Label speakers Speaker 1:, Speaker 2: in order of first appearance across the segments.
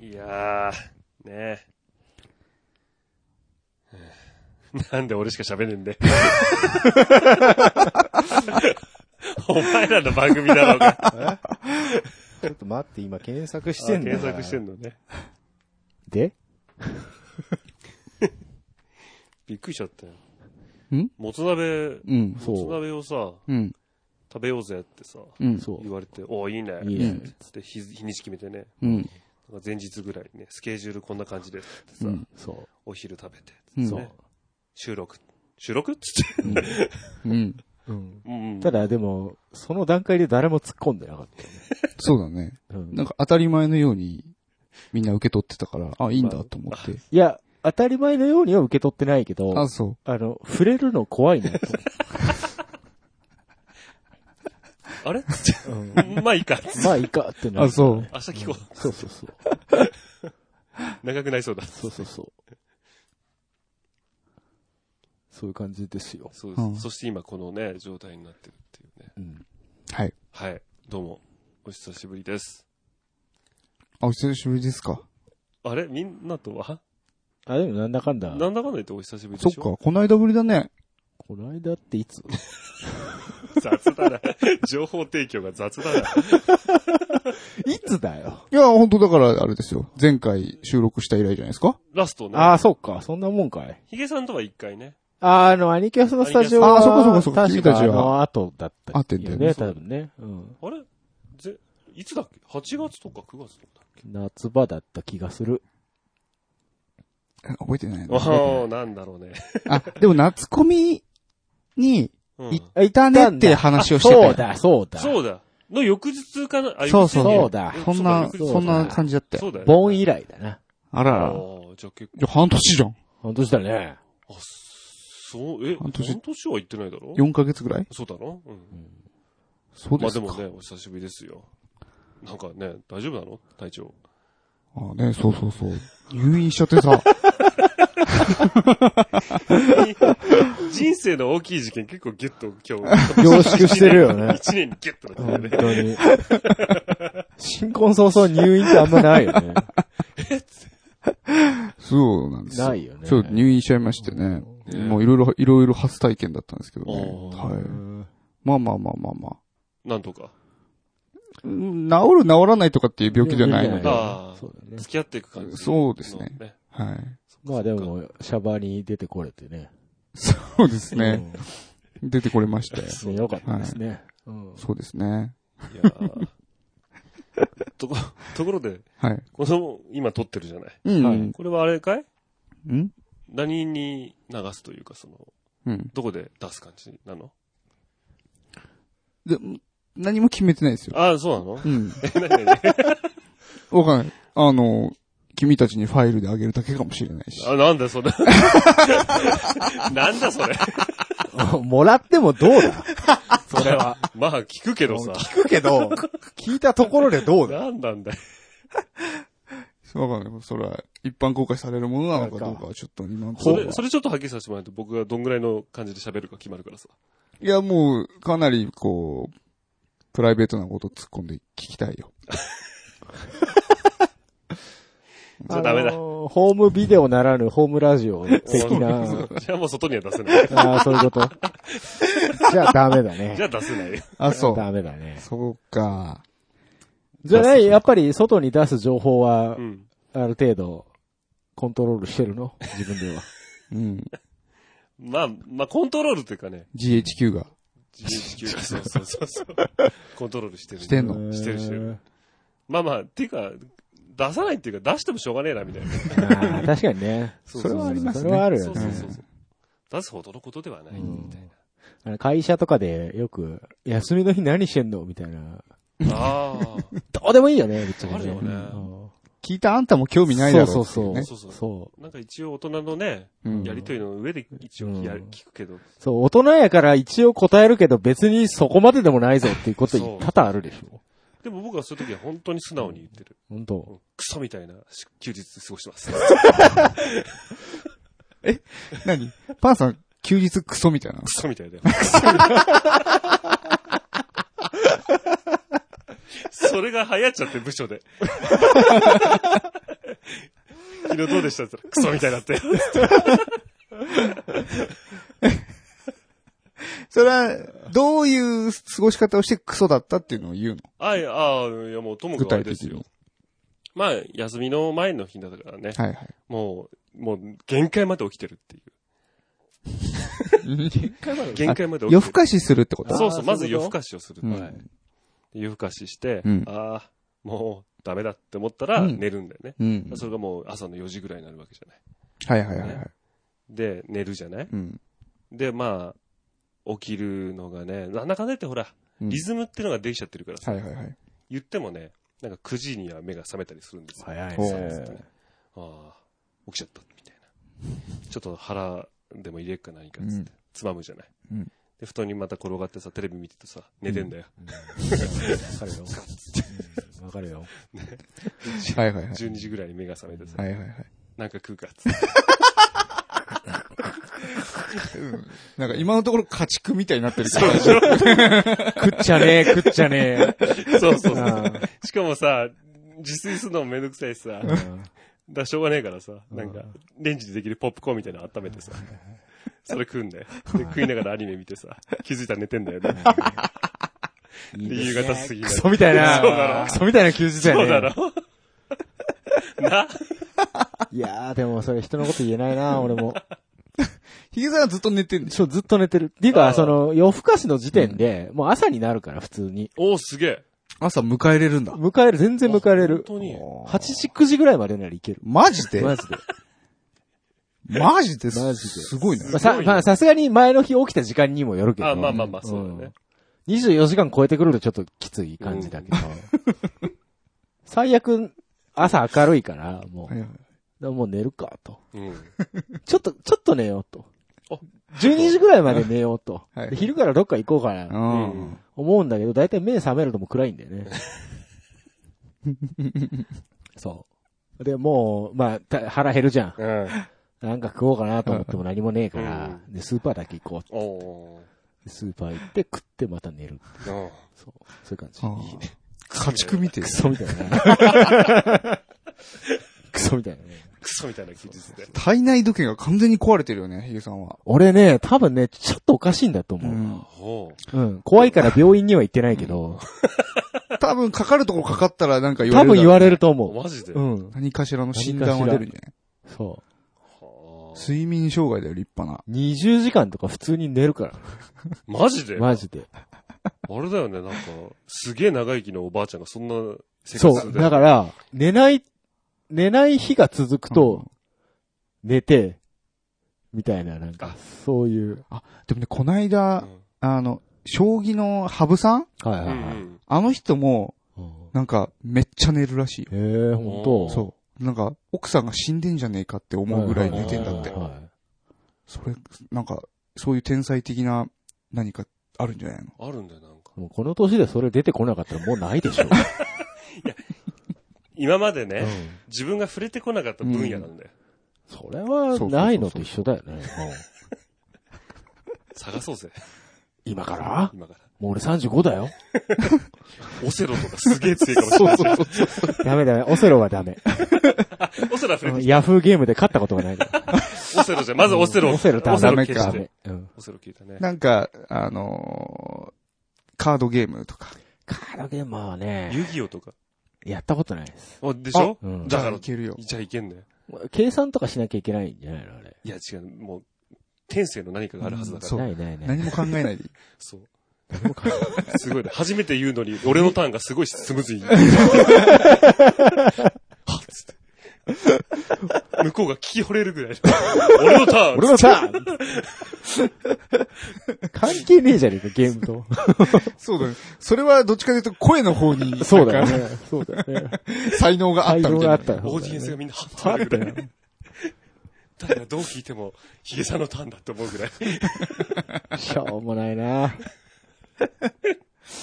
Speaker 1: いやー、ねえ。 なんで俺しか喋ねえんで。お前らの番組だろうが。
Speaker 2: ちょっと待って、今検索してんだよ。
Speaker 1: 検索してんのね。
Speaker 2: で
Speaker 1: びっくりしちゃったよ。
Speaker 3: ん
Speaker 1: もつ鍋、
Speaker 3: うん。
Speaker 1: もつ鍋をさ、
Speaker 3: うん。
Speaker 1: 食べようぜってさ、
Speaker 3: うん。
Speaker 2: そう
Speaker 1: 言。われて、おいいね。
Speaker 2: いいね
Speaker 1: つって日、日にち決めてね、
Speaker 3: うん。
Speaker 1: なんか前日ぐらいにね、スケジュールこんな感じですってさ、
Speaker 3: うん
Speaker 2: そ
Speaker 1: お昼食べて、
Speaker 3: うん
Speaker 1: つってね収録。収録っつって。
Speaker 3: うん。
Speaker 2: う。うん。
Speaker 1: うん
Speaker 2: ただでも、その段階で誰も突っ込んでなかっ
Speaker 3: そうだね。
Speaker 2: た。うん
Speaker 3: なんか当たり前のようにみんな受け取ってたから、あ、いいんだと思って。
Speaker 2: いや、当たり前のようには受け取ってないけど、
Speaker 3: あ、そ
Speaker 2: あの、触れるの怖いなと。
Speaker 1: あれ つって
Speaker 2: うん
Speaker 1: まあいいか。つって
Speaker 2: まあいいかって
Speaker 3: う。
Speaker 2: な
Speaker 3: あ、
Speaker 2: る。
Speaker 3: そう。
Speaker 1: 明日聞こ
Speaker 2: そうそうそう。
Speaker 1: う。長くなりそうだ。
Speaker 2: そうそうそう。そういう感じですよ。
Speaker 1: そう
Speaker 3: うん
Speaker 1: そして今このね、状態になってるっていうね。
Speaker 2: うん。
Speaker 3: はい。
Speaker 1: はい。どうも。お久しぶりです。
Speaker 3: あ、お久しぶりですか。
Speaker 1: あれみんなとは
Speaker 2: あ、でもなんだかんだ。
Speaker 1: なんだかんだ言ってお久しぶりで
Speaker 3: そっ
Speaker 1: し
Speaker 3: か
Speaker 1: ょ、
Speaker 3: こないだぶりだね。
Speaker 2: この間ってい つ
Speaker 1: そっか。雑だな。情報提供が雑だな。
Speaker 2: いつだよ。
Speaker 3: いや、本当だからあれですよ。前回収録した以来じゃないですか。
Speaker 1: ラストね。
Speaker 2: ああ、そっか。そんなもんかい。
Speaker 1: ヒゲさんとは一回ね。
Speaker 2: あーあの、アニキャスのスタジオ
Speaker 3: あ
Speaker 2: は、
Speaker 3: ーそうかそうかそうか
Speaker 2: 確
Speaker 3: 君た
Speaker 2: か
Speaker 3: ち
Speaker 2: あ
Speaker 3: は
Speaker 2: の後だった。
Speaker 3: 会ってんだよね
Speaker 2: ね。多分ね。うん。
Speaker 1: あれぜ、いつだっけ ?8 月とか9月とか
Speaker 2: 夏場だった気がする。
Speaker 3: 覚えてない
Speaker 1: だっ
Speaker 3: な。
Speaker 1: け。おー、なんだろうね。
Speaker 3: あ、でも夏コミに
Speaker 1: うん
Speaker 3: いいたねって話をしてた
Speaker 2: そ
Speaker 3: よ
Speaker 2: う。だ、そうだ。
Speaker 1: そうだ。の翌日かなあ、
Speaker 3: そう
Speaker 1: 翌日
Speaker 3: そう。
Speaker 1: ね
Speaker 2: そうだ
Speaker 3: そんな、
Speaker 1: 翌日
Speaker 2: そうだ
Speaker 3: そんな感じだったよ。
Speaker 1: そうだよね。
Speaker 2: ボン以来だな。
Speaker 3: あらら。
Speaker 1: ああ、じゃあ結
Speaker 3: じゃ、半年じゃん。
Speaker 2: 本当だね。
Speaker 1: 構、あ、そう、え、
Speaker 3: 半
Speaker 1: 半
Speaker 3: 年
Speaker 1: 年は行ってないだろ
Speaker 3: 4ヶ月ぐらい
Speaker 1: そうだろうん。
Speaker 3: そう
Speaker 1: ま
Speaker 3: で
Speaker 1: あですも
Speaker 3: か。
Speaker 1: ね、お久しぶりですよ。なんかね、大丈夫なの体調。
Speaker 3: あね、そうそうそう。入院しちゃってさ。
Speaker 1: 人生の大きい事件結構ギュッと今 日、
Speaker 2: 凝縮してるよね。
Speaker 1: 一年にギュッとなって
Speaker 2: 本
Speaker 1: るよね。
Speaker 2: 当に。新婚早々入院ってあんまないよね。
Speaker 3: そうなんです よ。
Speaker 2: ないよね。
Speaker 3: そう、入院しちゃいましてね。
Speaker 1: うん
Speaker 3: もういろいろ、いろいろ初体験だったんですけどね。
Speaker 1: おー
Speaker 3: はい。
Speaker 2: うん
Speaker 3: まあまあまあまあまあ。
Speaker 1: なんとか。
Speaker 3: うん治る治らないとかっていう病気じゃないの
Speaker 2: 病気じ
Speaker 3: で。
Speaker 2: ゃない
Speaker 3: は
Speaker 1: ああ
Speaker 2: そうだね。
Speaker 1: 付き合っていく感じ、
Speaker 3: そうですね。い。
Speaker 2: まあでも、シャバに出てこれてね。
Speaker 3: そうですね。出てこれましたよ。
Speaker 2: うん。よかったですね。うん
Speaker 3: そうですね。
Speaker 1: いやーとこ、ところで、
Speaker 3: はい。
Speaker 1: この、今撮ってるじゃない。
Speaker 3: うん。
Speaker 2: はい
Speaker 1: これはあれかい
Speaker 3: うん
Speaker 1: 何に流すというか、その、
Speaker 3: うん。
Speaker 1: どこで出す感じなの
Speaker 3: で、何も決めてないですよ。
Speaker 1: ああ、そうなの
Speaker 3: うん。
Speaker 1: え、何何
Speaker 3: わかんない。あの、君たちにファイルであげるだけかもしれないし。
Speaker 1: あ、なんだそれ。 なんだそれ。
Speaker 2: もらってもどう だそれは。
Speaker 1: まあ聞くけどさ。
Speaker 2: 聞くけど、聞いたところでどうだ
Speaker 1: なんなんだよ。
Speaker 3: わかんない。それは、一般公開されるものなのかどうかはちょっと今のと
Speaker 1: そ
Speaker 3: ころ
Speaker 1: れ、それちょっとはっきりさせてもらうと僕がどんぐらいの感じで喋るか決まる からさ。
Speaker 3: いや、もう、かなり、こう、プライベートなこと突っ込んで聞きたいよ。
Speaker 1: じゃあダメだ
Speaker 2: あのーホームビデオならぬホームラジオ的な。
Speaker 1: じゃあもう外には出せない。
Speaker 2: ああ、そういうこと。じゃあダメだね
Speaker 1: じゃ。あ出せないよ。
Speaker 3: あ、そう。
Speaker 2: ダメだね。
Speaker 3: そうか。
Speaker 2: じゃない、やっぱり外に出す情報は
Speaker 1: う、ん。
Speaker 2: ある程度、コントロールしてるの自分では。
Speaker 3: うん。
Speaker 1: まあ、まあコントロールというかね。
Speaker 3: GHQ が。
Speaker 1: GHQ がそうそうそうそう。コントロールしてる。
Speaker 3: してんの
Speaker 1: してるしてる。まあまあ、っていうか、出さないっていうか出してもしょうがねえなみたいな。
Speaker 2: あー確かにね。
Speaker 1: そ
Speaker 3: それはありますね
Speaker 2: それはある
Speaker 1: そ
Speaker 2: よ
Speaker 1: うそう
Speaker 2: ね。
Speaker 1: そうそう。出すほどのことではないみたい
Speaker 2: あの会社とかでよく、休みの日何してんのみたいな。
Speaker 1: な。ああ。
Speaker 2: どうでもいいよね、ぶっちゃけ
Speaker 1: あるよね
Speaker 2: うん
Speaker 3: 聞いたあんたも興味ないだろ
Speaker 2: そうそうそう
Speaker 3: っていね
Speaker 1: そうそう。
Speaker 2: そ
Speaker 1: なんか一応大人のね、
Speaker 3: う
Speaker 1: やり
Speaker 3: ん。
Speaker 1: とりの上で一応やる
Speaker 2: うん
Speaker 1: 聞くけど、
Speaker 2: う。そう、大人やから一応答えるけど別にそこまででもないぞっていうこと
Speaker 1: そう
Speaker 2: 多々あるでしょ。
Speaker 1: でも僕はそういう時は本当に素直に言ってる。
Speaker 2: 本
Speaker 1: うん
Speaker 2: 当。
Speaker 1: クソみたいなし休日過ごして ます。
Speaker 3: 何パンさん、休日クソみたいなの
Speaker 1: クソみたいだよ。それが流行っちゃって部署で。 昨日どうでしたって言ったら、クソみたいになって。
Speaker 3: それは、どういう過ごし方をしてクソだったっていうのを言うの
Speaker 1: あいや、ああ、いやもうともか
Speaker 3: 具
Speaker 1: くあれ
Speaker 3: 体
Speaker 1: で
Speaker 3: 的
Speaker 1: すよ
Speaker 3: に。。
Speaker 1: まあ、休みの前の日だからね。
Speaker 3: はいはい。
Speaker 1: もう、もう、限界まで起きてるっていう。限界まで限界まで起
Speaker 3: 夜
Speaker 1: きて
Speaker 3: 更
Speaker 1: る。
Speaker 3: かしするってこと
Speaker 1: そうそ
Speaker 2: あー
Speaker 1: う、まず
Speaker 2: そういう
Speaker 1: 夜
Speaker 2: こ
Speaker 1: 更
Speaker 2: と
Speaker 1: かしをする。
Speaker 3: うん
Speaker 1: はい夜更かしして、
Speaker 3: うん
Speaker 1: ああ、もう、ダメだって思ったら、
Speaker 3: うん
Speaker 1: 寝るんだよね。
Speaker 3: うん。
Speaker 1: それがもう、朝の4時ぐらいになるわけじゃない。
Speaker 3: はいはいはいはい。
Speaker 1: で、寝るじゃない
Speaker 3: うん。
Speaker 1: で、まあ、起きるのがね、なんだかんだ言ってほら、
Speaker 3: うん
Speaker 1: リズムってのができちゃってるからさ、
Speaker 3: はいはいはい。
Speaker 1: 言ってもね、なんか9時には目が覚めたりするんですよ。
Speaker 2: 早い
Speaker 3: お
Speaker 1: そうです
Speaker 2: ね
Speaker 1: ね。ああ、起きちゃった、みたいな。ちょっと腹でも入れっか何かっつって、つまむじゃない。
Speaker 3: うん
Speaker 1: で、布団にまた転がってさ、テレビ見ててさ、寝てんだよ。
Speaker 2: うんわかるよ。うんわかるよ。
Speaker 3: はいはいはい。
Speaker 1: 12時ぐらいに目が覚めてさ、
Speaker 3: はいはいはい。
Speaker 1: なんか食うかっつって。
Speaker 3: なんか今のところ家畜みたいになってるけど。
Speaker 2: 食っちゃねえ、食っちゃねえ。
Speaker 1: そうそう
Speaker 2: う
Speaker 1: そう。しかもさ、自炊するのもめんどくさいしさ、だか
Speaker 2: ん
Speaker 1: らしょうがねえからさ、なんか、レンジでできるポップコーンみたいなの温めてさ、それ食うんだよ。で、食いながらアニメ見てさ、気づいたら寝てんだよね。
Speaker 2: いい
Speaker 1: で
Speaker 2: ですね
Speaker 1: 夕方過ぎ
Speaker 2: クソみたいな、
Speaker 1: そうだろ
Speaker 2: クソみたいな休日だよ
Speaker 1: そ
Speaker 2: ね。
Speaker 1: うだろな、
Speaker 2: いやー、でもそれ人のこと言えないな、俺も。
Speaker 3: ヒゲさんはずっと寝てんでし
Speaker 2: そ
Speaker 3: ょ
Speaker 2: う、ずっと寝てる。っていう
Speaker 1: あ
Speaker 2: か、
Speaker 1: ー
Speaker 2: その、夜更かしの時点で、もう朝になるから、普通に。
Speaker 1: おーすげえ。
Speaker 3: 朝迎えれるんだ。
Speaker 2: 迎える、全然迎えれる。
Speaker 1: 本当に。
Speaker 2: 8時、9時ぐらいまでならいける。
Speaker 3: マジで
Speaker 2: マジで。
Speaker 3: マジです。
Speaker 2: マジです
Speaker 3: ごいね。
Speaker 2: まあ、さ、まあ、さすがに前の日起きた時間にもよるけど。
Speaker 1: あ、まあまあまあ、そうだね。
Speaker 2: うん。24時間超えてくるとちょっときつい感じだけど。最悪、朝明るいから、も、
Speaker 3: はいはいう
Speaker 2: もう寝るか、と。
Speaker 1: うん。
Speaker 2: ちょっと、ちょっと寝ようと
Speaker 1: あ。
Speaker 2: 12時ぐらいまで寝ようと。
Speaker 3: はい
Speaker 2: で昼からどっか行こうかな。
Speaker 3: うん。
Speaker 2: 思うんだけど、だいたい目覚めるともう暗いんだ よね。そう。で、もう、まあ、た腹減るじゃん。
Speaker 1: うん。
Speaker 2: なんか食おうかなと思っても何もねえから、
Speaker 1: う
Speaker 2: で、スーパーだけ行こう。
Speaker 1: おー
Speaker 2: でスーパー行って食ってまた寝る。
Speaker 1: うん。
Speaker 2: そう。そういう感じ。
Speaker 3: あー家畜見てる
Speaker 2: ク。ソみたいなね。 クソみたいなね。
Speaker 1: クソみたいな技術で。
Speaker 3: 体内時計が完全に壊れてるよね、ヒゲさんは。
Speaker 2: 俺ね、多分ね、ちょっとおかしいんだと
Speaker 3: う
Speaker 2: 思う。
Speaker 3: ん。
Speaker 1: ほ
Speaker 2: うん。怖いから病院には行ってないけど、
Speaker 3: 多分かかるとこかかったらなんか言わ
Speaker 2: 多
Speaker 3: れるだろう。
Speaker 2: 分言われると
Speaker 1: う。
Speaker 2: 思
Speaker 1: マジで。
Speaker 2: う。うん。
Speaker 3: 何かしらの診断は出るんじゃない
Speaker 2: そ
Speaker 1: はあ
Speaker 3: 睡眠障害だよ、立派な。
Speaker 2: う。20時間とか普通に寝るから。
Speaker 1: マジで
Speaker 2: マジで。
Speaker 1: あれだよね、なんか、すげえ長生きのおばあちゃんがそんな生活、
Speaker 2: そう。だからら、寝ない、寝ない日が続くと、寝て、みたいな、なん
Speaker 1: あ
Speaker 2: か、そういう。
Speaker 3: でもね、こないだ、あの、将棋の羽生さん
Speaker 2: はい
Speaker 1: うん。うん
Speaker 3: あの人も、
Speaker 2: い。
Speaker 3: なんか、めっちゃ寝るらしいよ。
Speaker 2: へえ、ほんと。
Speaker 3: そう。なんか、奥さんが死んでんじゃねえかって思うぐらい寝てんだって
Speaker 2: はい。はいはいはい
Speaker 3: それ、なんか、そういう天才的な何かあるんじゃないの
Speaker 1: あるんだよ、なんか。
Speaker 2: もうこの年でそれ出てこなかったらもうないでしょ。
Speaker 1: 今までね、
Speaker 2: うん
Speaker 1: 自分が触れてこなかった分野なんだよ。
Speaker 2: それは、ないのと一緒だよね。もう
Speaker 1: 探そうぜ。
Speaker 2: 今から
Speaker 1: 今から。
Speaker 2: もう俺35だよ。
Speaker 1: オセロとかすげえ強い かもしれない。
Speaker 2: ダメダメ。オセロは ダメ。
Speaker 1: オセロは触れてき
Speaker 2: ヤフーゲームで勝ったことがないから。
Speaker 1: た。オセロじゃ、まずオセロ。
Speaker 2: オセロダメ
Speaker 1: オセロ
Speaker 3: ダメ
Speaker 1: 消し
Speaker 3: か
Speaker 2: ダ
Speaker 1: て。
Speaker 2: メ。うん
Speaker 1: オセロ消えたね。
Speaker 3: なんか、あのーカードゲームとか。
Speaker 2: カードゲームはね、
Speaker 1: 遊戯王とか。
Speaker 2: やったことないです。
Speaker 1: あでしょ
Speaker 2: うん
Speaker 1: だから
Speaker 3: いけるよ。
Speaker 1: じゃあいけんね。
Speaker 2: 計算とかしなきゃいけないんじゃないのあれ。
Speaker 1: いや、違う。もう、天性の何かがあるはずだから
Speaker 3: そ。う
Speaker 2: ないないない。
Speaker 3: 何も考えないでいい。
Speaker 1: そう。すごいね。初めて言う のに、俺のターンがすごいスムーズに。はっつって。向こうが聞き惚れるぐらい。俺のターン
Speaker 2: 俺のさ、関係ねえじゃねえか、ゲームと。
Speaker 3: そうだね。それはどっちかというと声の方 に、
Speaker 2: そうだよ
Speaker 3: なんか
Speaker 2: ね。そうだよね。
Speaker 3: 才能があったみたい
Speaker 2: があ
Speaker 3: な
Speaker 2: っ。たよ
Speaker 1: オーディエンスがみんなはっ
Speaker 2: あ
Speaker 1: とな
Speaker 2: っ
Speaker 1: る
Speaker 2: た
Speaker 1: ぐらい。
Speaker 2: よ。
Speaker 1: だからどう聞いても、ヒゲさんのターンだと思うぐらい。
Speaker 2: しょうもないな。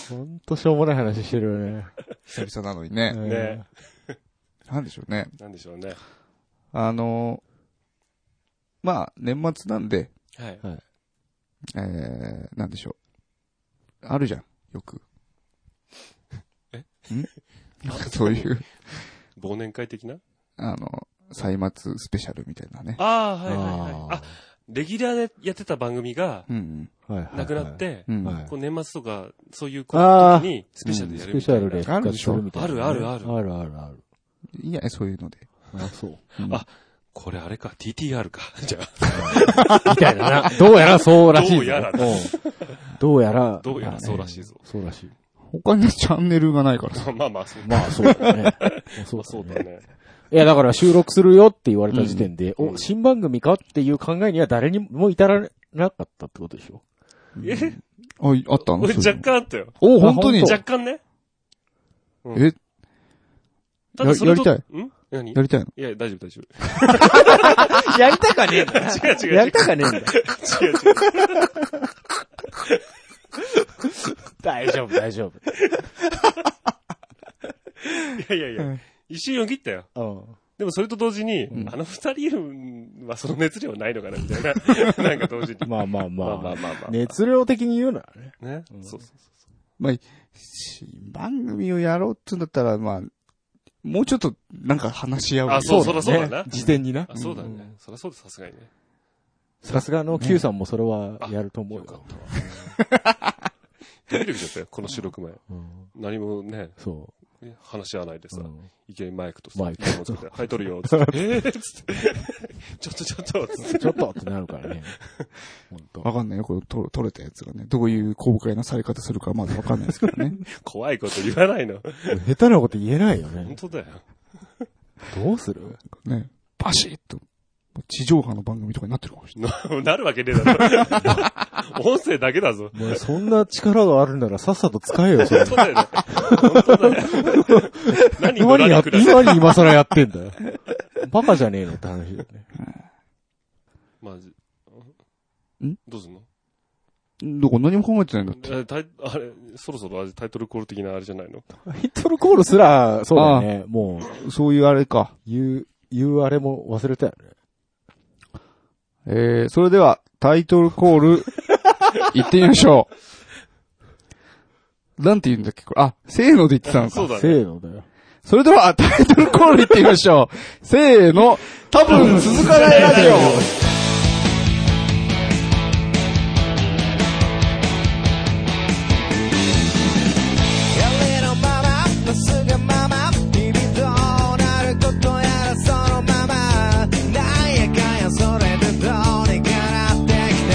Speaker 2: ほんとしょうもない話してるよね。
Speaker 3: 久々なのにね。
Speaker 2: うん
Speaker 1: ね
Speaker 3: なんでしょうね。
Speaker 1: なんでしょうね。
Speaker 3: あのーまあ、年末なんで、
Speaker 1: はい。
Speaker 3: えー、なんでしょう。あるじゃん、よく。
Speaker 1: え
Speaker 3: んそういう、
Speaker 1: 忘年会的な
Speaker 3: あの、歳末スペシャルみたいなね。
Speaker 1: ああ、はいはいはい。あ
Speaker 2: あ
Speaker 1: レギュラーでやってた番組が、
Speaker 3: うん
Speaker 2: はいはいはい
Speaker 1: なくなって、
Speaker 3: うん。うん。
Speaker 2: はい
Speaker 1: こう年末とか、そういうことに、スペシャルでや
Speaker 2: ス
Speaker 1: るみ
Speaker 2: ペシ
Speaker 1: たい
Speaker 2: ャ
Speaker 1: な。
Speaker 2: ルで復活するみたいなね。
Speaker 1: あるあるあ
Speaker 2: あるあるある。
Speaker 3: いいや、そういうので。
Speaker 2: あ、そう。
Speaker 3: うん
Speaker 1: あこれあれか、TTR か。 じゃあ、
Speaker 2: みたいなな。どうやらそうらし
Speaker 1: どう
Speaker 2: いぞ。
Speaker 1: やら
Speaker 2: んどうやら。
Speaker 1: どうやらそうらしいぞ。
Speaker 2: そうらしい。
Speaker 3: 他にチャンネルがないからさ。
Speaker 1: まあまあ、そう
Speaker 2: まあ、そうだ ね。そ
Speaker 1: まあそうだ。ね。
Speaker 2: いや、だから収録するよって言われた時点で、お、新番組かっていう考えには誰にも至らなかったってことでしょ。
Speaker 1: え
Speaker 3: あ、いあったの
Speaker 1: 俺
Speaker 3: そういう
Speaker 1: 若干
Speaker 3: の
Speaker 1: あったよ。
Speaker 3: お、本当に
Speaker 2: あ本
Speaker 1: 若干ね。うん
Speaker 3: え、
Speaker 1: ただそれと、
Speaker 3: や
Speaker 1: ん
Speaker 3: や
Speaker 1: 何い
Speaker 3: やりたいの
Speaker 1: や、大丈夫大丈夫。
Speaker 2: やりたかねえんだ。
Speaker 1: 違う違う違う。
Speaker 2: やりたかねえんだ。
Speaker 1: 違う違う。
Speaker 2: 大丈夫、大丈
Speaker 1: いやいやいや。一瞬よぎったよ。
Speaker 2: 夫。
Speaker 1: でもそれと同時に、あの二人はその熱量ないのかなみたいな。 なんか同時に。
Speaker 2: まあまあま
Speaker 1: まあ
Speaker 2: あ。
Speaker 1: まあまあまあ。ね。
Speaker 2: 熱量的に言うならね。
Speaker 1: そうそうそう。
Speaker 3: まあ、新番組をやろうって言うんだったら、まあ、もうちょっと、なんか話し合う。
Speaker 1: あそうそらそうだな
Speaker 2: ね事前にな
Speaker 1: あ、。そうだね。そりゃそうです、さすがにね。
Speaker 2: さすがの Q さんもそれはやると思う
Speaker 1: よか
Speaker 2: よ
Speaker 1: っ。たわ。ドキドキしちゃったよ、この収録前。
Speaker 2: うん
Speaker 1: 何もね、
Speaker 2: そ
Speaker 1: 話し合わないでさ
Speaker 2: う。う、ん
Speaker 1: いきなりマイクとさ、
Speaker 2: マイク
Speaker 1: 持ってはい、撮るよ、つ って。えーつって。ちょっとちょっと、つって。
Speaker 2: ちょっとってなるから ね。本当。
Speaker 3: わかんないよ、これ、と取れたやつがね。どういう公開のされ方するかまだわかんないですけどね。
Speaker 1: 怖いこと言わないの。
Speaker 2: 下手なこと言えないよ
Speaker 1: 本
Speaker 2: ね。
Speaker 1: 当だよ。
Speaker 2: どうする
Speaker 3: ね。バシッと。地上波の番組とかになってるかもしれない。
Speaker 1: ななるわけねえだ ろ。音声だけだぞ。
Speaker 2: お前そんな力があるならさっさと使えよ、それ
Speaker 1: 本。当だよ ね。本当だよ。何
Speaker 2: 今
Speaker 1: 今
Speaker 2: にや
Speaker 1: に
Speaker 2: っ
Speaker 1: く
Speaker 2: て、
Speaker 1: らせ
Speaker 2: 今に今更やってんだよ。バカじゃねえのって話だよね。
Speaker 1: まあじ
Speaker 3: ん
Speaker 1: どうすんの
Speaker 3: どこ何も考えてないんだって。
Speaker 1: えタイあれ、そろそろあれタイトルコール的なあれじゃないの
Speaker 2: タイトルコールすら、そうだね。もう、
Speaker 3: そういうあれか。
Speaker 2: 言う、言うあれも忘れたよね。
Speaker 3: えー、それでは、タイトルコー ル、行ってみましょう。なんて言うんだっけこれあ、せーので言ってたの
Speaker 1: そ
Speaker 3: か。
Speaker 1: うだ
Speaker 2: せ
Speaker 1: ね。
Speaker 2: ーのだよ。
Speaker 3: それでは、タイトルコール行ってみましょう。せーの、多分続かないラジオ。
Speaker 4: 俺のまままっすぐまま日々どうなることやらそのままなんやかんやそれでどうにかなってきた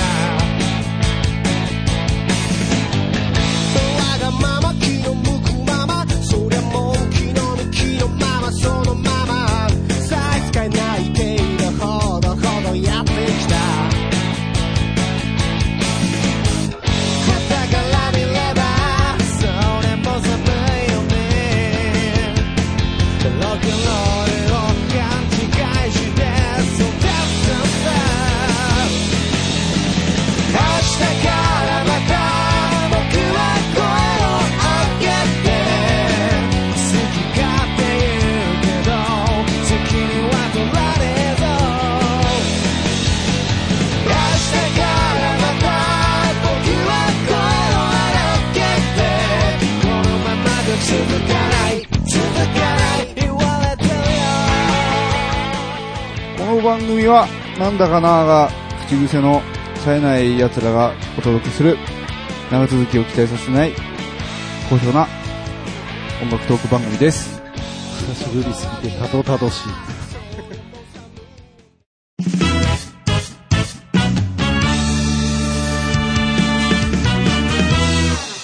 Speaker 4: わがまま気の向くままそりゃもう気の向きのままそのまま差し支えない程度ほどほどやってきた「はたから見ればそれも寒いよね」「ロックンロールを勘違いして育ったんだ」「明日からまた僕は声を上げて」「好き勝手言うけど責任は取られそう」明日からまた僕は声を荒げて好き勝手言うけど責任は取られそうこのままじゃ続かない続かない言われてるよ
Speaker 3: この番組は、なんだかなーが、口癖の、冴えない奴らがお届けする、長続きを期待させない、好評な、音楽トーク番組です。
Speaker 2: 久しぶりすぎて、たどたどしい。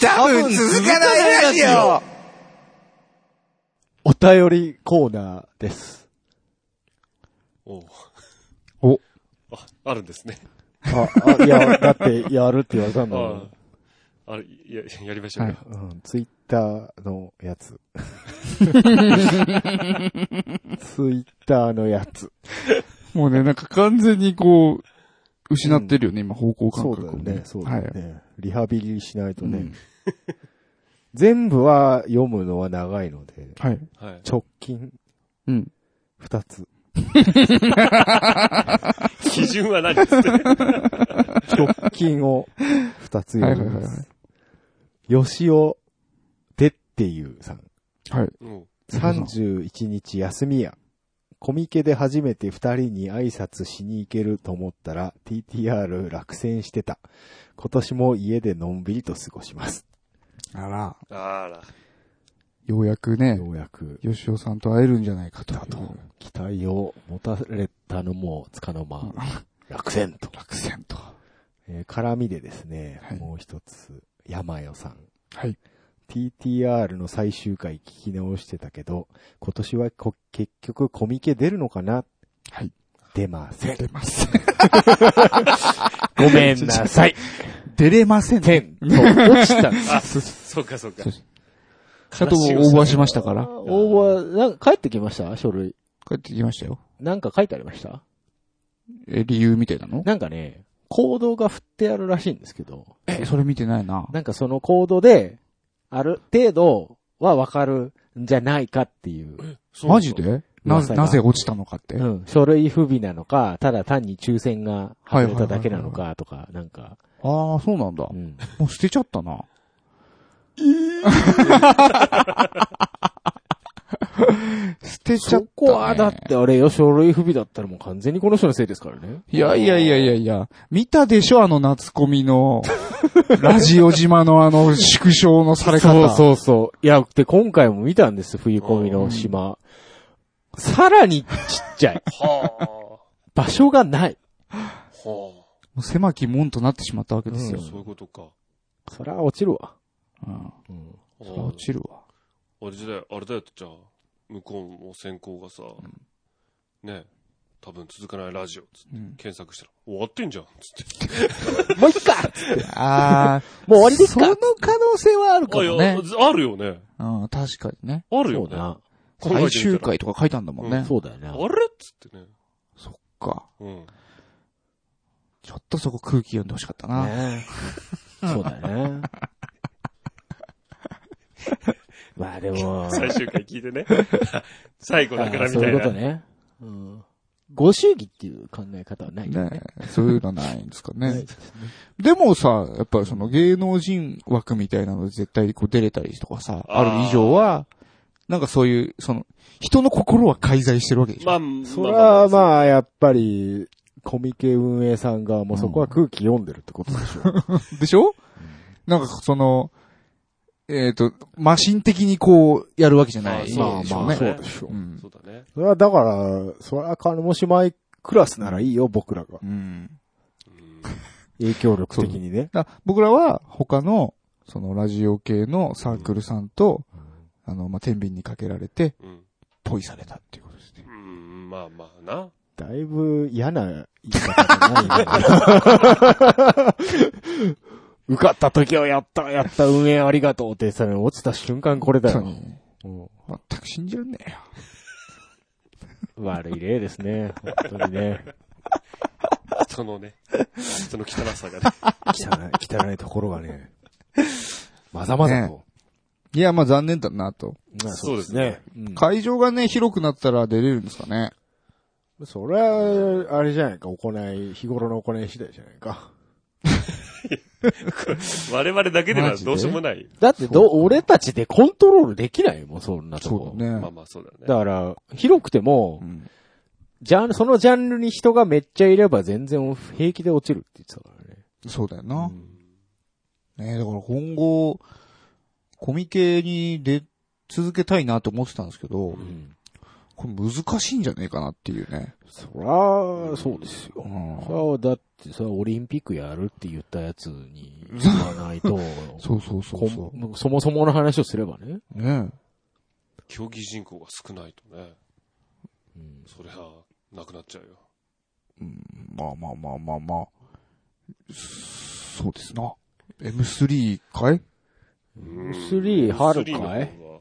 Speaker 4: 多分続かないラジオ
Speaker 2: お便りコーナーです。
Speaker 1: おう
Speaker 3: お。
Speaker 1: あ、あるんですね。
Speaker 2: あ、 あ、いや、だって、やるって言われたんだ
Speaker 1: あ
Speaker 2: も
Speaker 1: あれ、や、やりましょう
Speaker 3: は
Speaker 1: よ
Speaker 3: い。
Speaker 2: ん。うん、ツイッターのや つ。ツイッターのやつ。
Speaker 3: もうね、なんか完全にこう、失ってるよね、今方向感
Speaker 2: そう
Speaker 3: 覚
Speaker 2: だよ
Speaker 3: を
Speaker 2: ね、そうだよ
Speaker 3: はい。
Speaker 2: ね。リハビリしないと
Speaker 3: う
Speaker 2: ね、
Speaker 3: ん
Speaker 2: 全部は読むのは長いので、
Speaker 3: はい。
Speaker 1: はい。
Speaker 2: 直近
Speaker 3: うん。
Speaker 2: 二つ。
Speaker 1: 基準は何ですって。
Speaker 2: 直近を二つ読み
Speaker 3: はいは
Speaker 2: ま
Speaker 3: いはい
Speaker 2: す。吉尾でっていうさん。
Speaker 3: はい。
Speaker 1: うん
Speaker 3: 吉尾さん
Speaker 2: 31日休みや。コミケで初めて二人に挨拶しに行けると思ったら TTR 落選してた。今年も家でのんびりと過ごします。
Speaker 3: あら、
Speaker 1: あら。
Speaker 3: ようやくね、
Speaker 2: ようやく、
Speaker 3: 吉尾さんと会えるんじゃないかと。
Speaker 2: だと、期待を持たれたのもつかの間、落選と。
Speaker 3: 落選と。
Speaker 2: えー絡みでですね、
Speaker 3: はい
Speaker 2: もう一つ、山代さん。
Speaker 3: はい。
Speaker 2: TTR の最終回聞き直してたけど、今年はこ結局コミケ出るのかな
Speaker 3: はい。
Speaker 2: 出ません。
Speaker 3: 出ません。
Speaker 2: ごめんなさい。
Speaker 3: 出れません。
Speaker 2: 天と落ちた。
Speaker 1: あ、そうかそうか
Speaker 3: そう。佐藤も応募しましたから。
Speaker 2: 応募は、なんか帰ってきました書類。
Speaker 3: 帰ってきましたよ。
Speaker 2: なんか書いてありました
Speaker 3: え、理由みたいなの
Speaker 2: なんかね、行動が振ってあるらしいんですけど、
Speaker 3: え、それ見てないな。
Speaker 2: なんかその行動で、ある程度はわかるんじゃないかっていう。
Speaker 3: マジでな、
Speaker 2: 噂が
Speaker 3: なぜ落ちたのかって。
Speaker 2: うん。書類不備なのか、ただ単に抽選が外れただけなのかとか、なんか。
Speaker 3: ああ、そうなんだ
Speaker 2: う。ん。
Speaker 3: もう捨てちゃったな。 捨てちゃった、
Speaker 2: そ
Speaker 3: ね。
Speaker 2: こは、だってあれよ、書類不備だったらもう完全にこの人のせいですからね。
Speaker 3: いやいやいやいやいや、見たでしょあの夏コミの、ラジオ島のあの縮小のされ方。
Speaker 2: そうそうそう。いや、で、今回も見たんです、冬込みの島。さらにちっちゃい。
Speaker 1: は
Speaker 2: 場所がない。
Speaker 1: あ。は
Speaker 3: もう狭き門となってしまったわけです
Speaker 1: あ。
Speaker 3: よ。
Speaker 1: そういうことか。
Speaker 2: そりゃ落ちるわ。
Speaker 3: うん。
Speaker 2: うん。
Speaker 3: そりゃ落ちるわ。
Speaker 1: あれだよ、あれだよ、じゃあ、向こうの先行がさ、ね、多分続かないラジオ、つって
Speaker 3: うん
Speaker 1: 検索したら、終わってんじゃん、つって。
Speaker 2: もういっか
Speaker 3: ああ、
Speaker 2: もう終わりですか
Speaker 3: その可能性はあるか
Speaker 1: あ、い
Speaker 3: も
Speaker 1: や、
Speaker 3: ね。
Speaker 1: あるよね。
Speaker 3: うん、確かにね。
Speaker 1: ある
Speaker 2: そ
Speaker 1: よ
Speaker 2: う
Speaker 1: ね。
Speaker 2: な。
Speaker 1: 考えてみたら
Speaker 3: 最終。回とか書いたんだもんね。
Speaker 1: うん
Speaker 3: そ
Speaker 2: そうだよね。
Speaker 1: あれっつってね。
Speaker 3: っか。
Speaker 1: うん。
Speaker 3: ちょっとそこ空気読んでほしかったな。
Speaker 2: ねそうだよね。まあでも、
Speaker 1: 最終回聞いてね。 最後だからみ
Speaker 2: そう
Speaker 1: た
Speaker 2: い
Speaker 1: いう
Speaker 2: こと
Speaker 1: な。
Speaker 2: ね。うん。ご祝儀っていう考え方はない。
Speaker 3: ねそういうのないんで すか
Speaker 2: ない
Speaker 3: ね。でもさ、やっぱりその芸能人枠みたいなので絶対こう出れたりとかさ、
Speaker 1: あ
Speaker 3: あ
Speaker 1: ー
Speaker 3: る以上は、なんかそういう、その、人の心は介在してるわけでしょ。
Speaker 1: まあ、
Speaker 2: それは
Speaker 1: あ。
Speaker 2: まあ、やっぱり、コミケ運営さんが、もうそこは空気読んでるってことでしょ。
Speaker 3: でしょなんかその、えっ、と、マシン的にこう、やるわけじゃないでし
Speaker 1: ま
Speaker 3: ょ
Speaker 1: あ
Speaker 3: うね。
Speaker 1: まあまあそう
Speaker 2: でしょう
Speaker 3: うん
Speaker 1: そうだね。
Speaker 2: それはだから、それは金持ち前クラスならいいよ、僕らが。
Speaker 3: うん。
Speaker 1: うん
Speaker 2: 影響力的にね。
Speaker 3: だ僕らは他の、そのラジオ系のサークルさんと、あの、まあ、天秤にかけられて、
Speaker 1: うん。
Speaker 3: ポイされたっていうことですね。
Speaker 1: うん、まあまあな。
Speaker 2: だいぶ嫌な言い方じゃないよ 受かった時はやった、やった、運営ありがとうってさ、落ちた瞬間これだ
Speaker 3: 本当
Speaker 2: よ。
Speaker 3: に。
Speaker 2: う
Speaker 3: 全く信じらんねえ
Speaker 2: ん
Speaker 3: よ。
Speaker 2: 悪い例ですね。本当にね。
Speaker 1: 人のね、人の汚さ がね。
Speaker 2: 汚い、汚いところがね。まざまざと。
Speaker 3: いや、まあ残念だなと。
Speaker 2: まあ
Speaker 1: そうですね。
Speaker 2: うん
Speaker 3: 会場がね、広くなったら出れるんですかね。
Speaker 2: それは、あれじゃないか、行い、日頃の行い次第じゃないか。
Speaker 1: 我々だけでは
Speaker 3: マジで
Speaker 1: どうしようもない。
Speaker 2: だってど、俺たちでコントロールできないもん、そんなと
Speaker 3: そ
Speaker 2: こ。
Speaker 3: うだ
Speaker 1: まあ
Speaker 3: ね。
Speaker 1: まあそうだね。
Speaker 2: だから、広くても
Speaker 3: う、ん
Speaker 2: ジャンル、そのジャンルに人がめっちゃいれば全然平気で落ちるって言ってたからね。
Speaker 3: そうだよな
Speaker 2: う。ん
Speaker 3: ねだから今後、コミケに出続けたいなと思ってたんですけど、
Speaker 2: うん。
Speaker 3: これ難しいんじゃねえかなっていうね。
Speaker 2: そら、そうですよ。
Speaker 3: うん
Speaker 2: そうだってさ、オリンピックやるって言ったやつに言わない と、
Speaker 3: そうそうそうそ
Speaker 2: こんそもそもの話をすればね。
Speaker 3: う。ね
Speaker 1: 競技人口が少ないとね、
Speaker 2: うん
Speaker 1: そりゃ、なくなっちゃうよ。
Speaker 3: まあまあまあまあまあ。そうですな。M3 かい
Speaker 1: うん
Speaker 2: 3春か
Speaker 1: ?3
Speaker 2: い
Speaker 1: の方が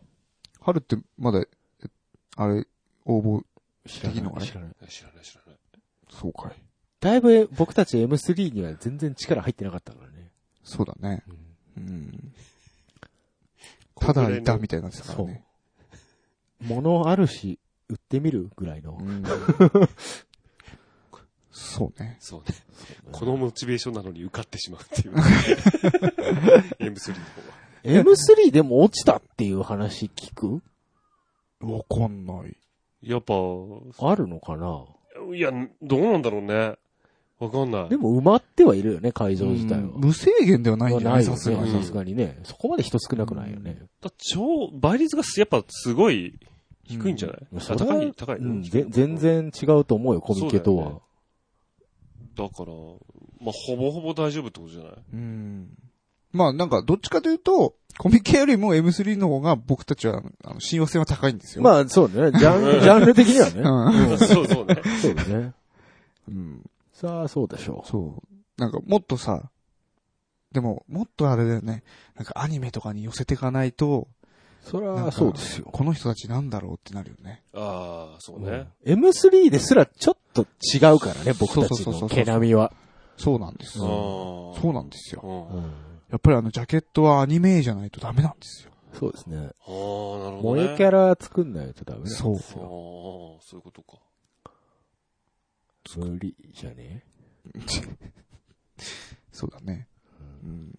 Speaker 3: 春ってまだ、えあれ、応募、
Speaker 2: 知ら
Speaker 3: いいの
Speaker 2: な
Speaker 3: か
Speaker 2: い。
Speaker 3: ね
Speaker 2: 知らない。
Speaker 1: 知らない知らない。
Speaker 3: そうかい。
Speaker 2: だいぶ僕たち M3 には全然力入ってなかったからね。
Speaker 3: そうだね。
Speaker 2: うん
Speaker 3: うん。ただいたみたいになってたからね。
Speaker 2: 物あるし、売ってみるぐらいの。
Speaker 3: うんそうね。
Speaker 1: そうね。このモチベーションなのに受かってしまう っていう。M3 の方は。
Speaker 2: M3 でも落ちたっていう話聞く
Speaker 3: わかんない。
Speaker 1: やっぱ、
Speaker 2: あるのかない
Speaker 1: や、どうなんだろうね。わかんない。
Speaker 2: でも埋まってはいるよね、会場自体は。
Speaker 3: うん無制限ではないんじゃない
Speaker 2: よ
Speaker 3: さ
Speaker 2: ね
Speaker 3: すがに。
Speaker 2: さすがにね。そこまで人少なくないよね。
Speaker 1: だ超、倍率がすやっぱすごい低いんじゃない、
Speaker 2: うん
Speaker 1: あ
Speaker 2: それは
Speaker 1: 高い、高い。
Speaker 2: うん、
Speaker 1: 低い
Speaker 2: ぜ全然違うと思うよ、コミケとは。
Speaker 1: だから、まあ、ほぼほぼ大丈夫ってことじゃない
Speaker 3: うん。まあなんか、どっちかというと、コミケよりも M3 の方が僕たちは、あの、信用性は高いんですよ。あ、
Speaker 2: まあ、そうだね。ジャンジャンル的にはね。
Speaker 1: そうそうね。
Speaker 2: そうだね。
Speaker 3: うん。
Speaker 2: さあ、そうでしょ
Speaker 3: そう。なんか、もっとさ、でも、もっとあれだよね。なんか、アニメとかに寄せていかないと、
Speaker 2: う。そり
Speaker 3: なん
Speaker 2: ゃ、
Speaker 3: か
Speaker 2: そうですよ。
Speaker 3: この人たちなんだろうってなるよね。
Speaker 1: ああ、そうね。
Speaker 2: うん M3 ですらちょっと違うからね、僕たち
Speaker 3: そうそうそうそう
Speaker 2: の毛並みは。
Speaker 3: そうなんです。
Speaker 1: ああー。
Speaker 3: そうなんですよ。
Speaker 1: うん。あ
Speaker 3: やっぱりあの、ジャケットはアニメじゃないとダメなんですよ。
Speaker 2: そうですね。
Speaker 1: あー、なるほど、
Speaker 2: 萌
Speaker 1: ね。
Speaker 2: えキャラ作んないとダメなんです
Speaker 3: そう
Speaker 2: よ。
Speaker 1: ああ、そういうことか。
Speaker 2: 無理じゃね
Speaker 3: そうだね。うん。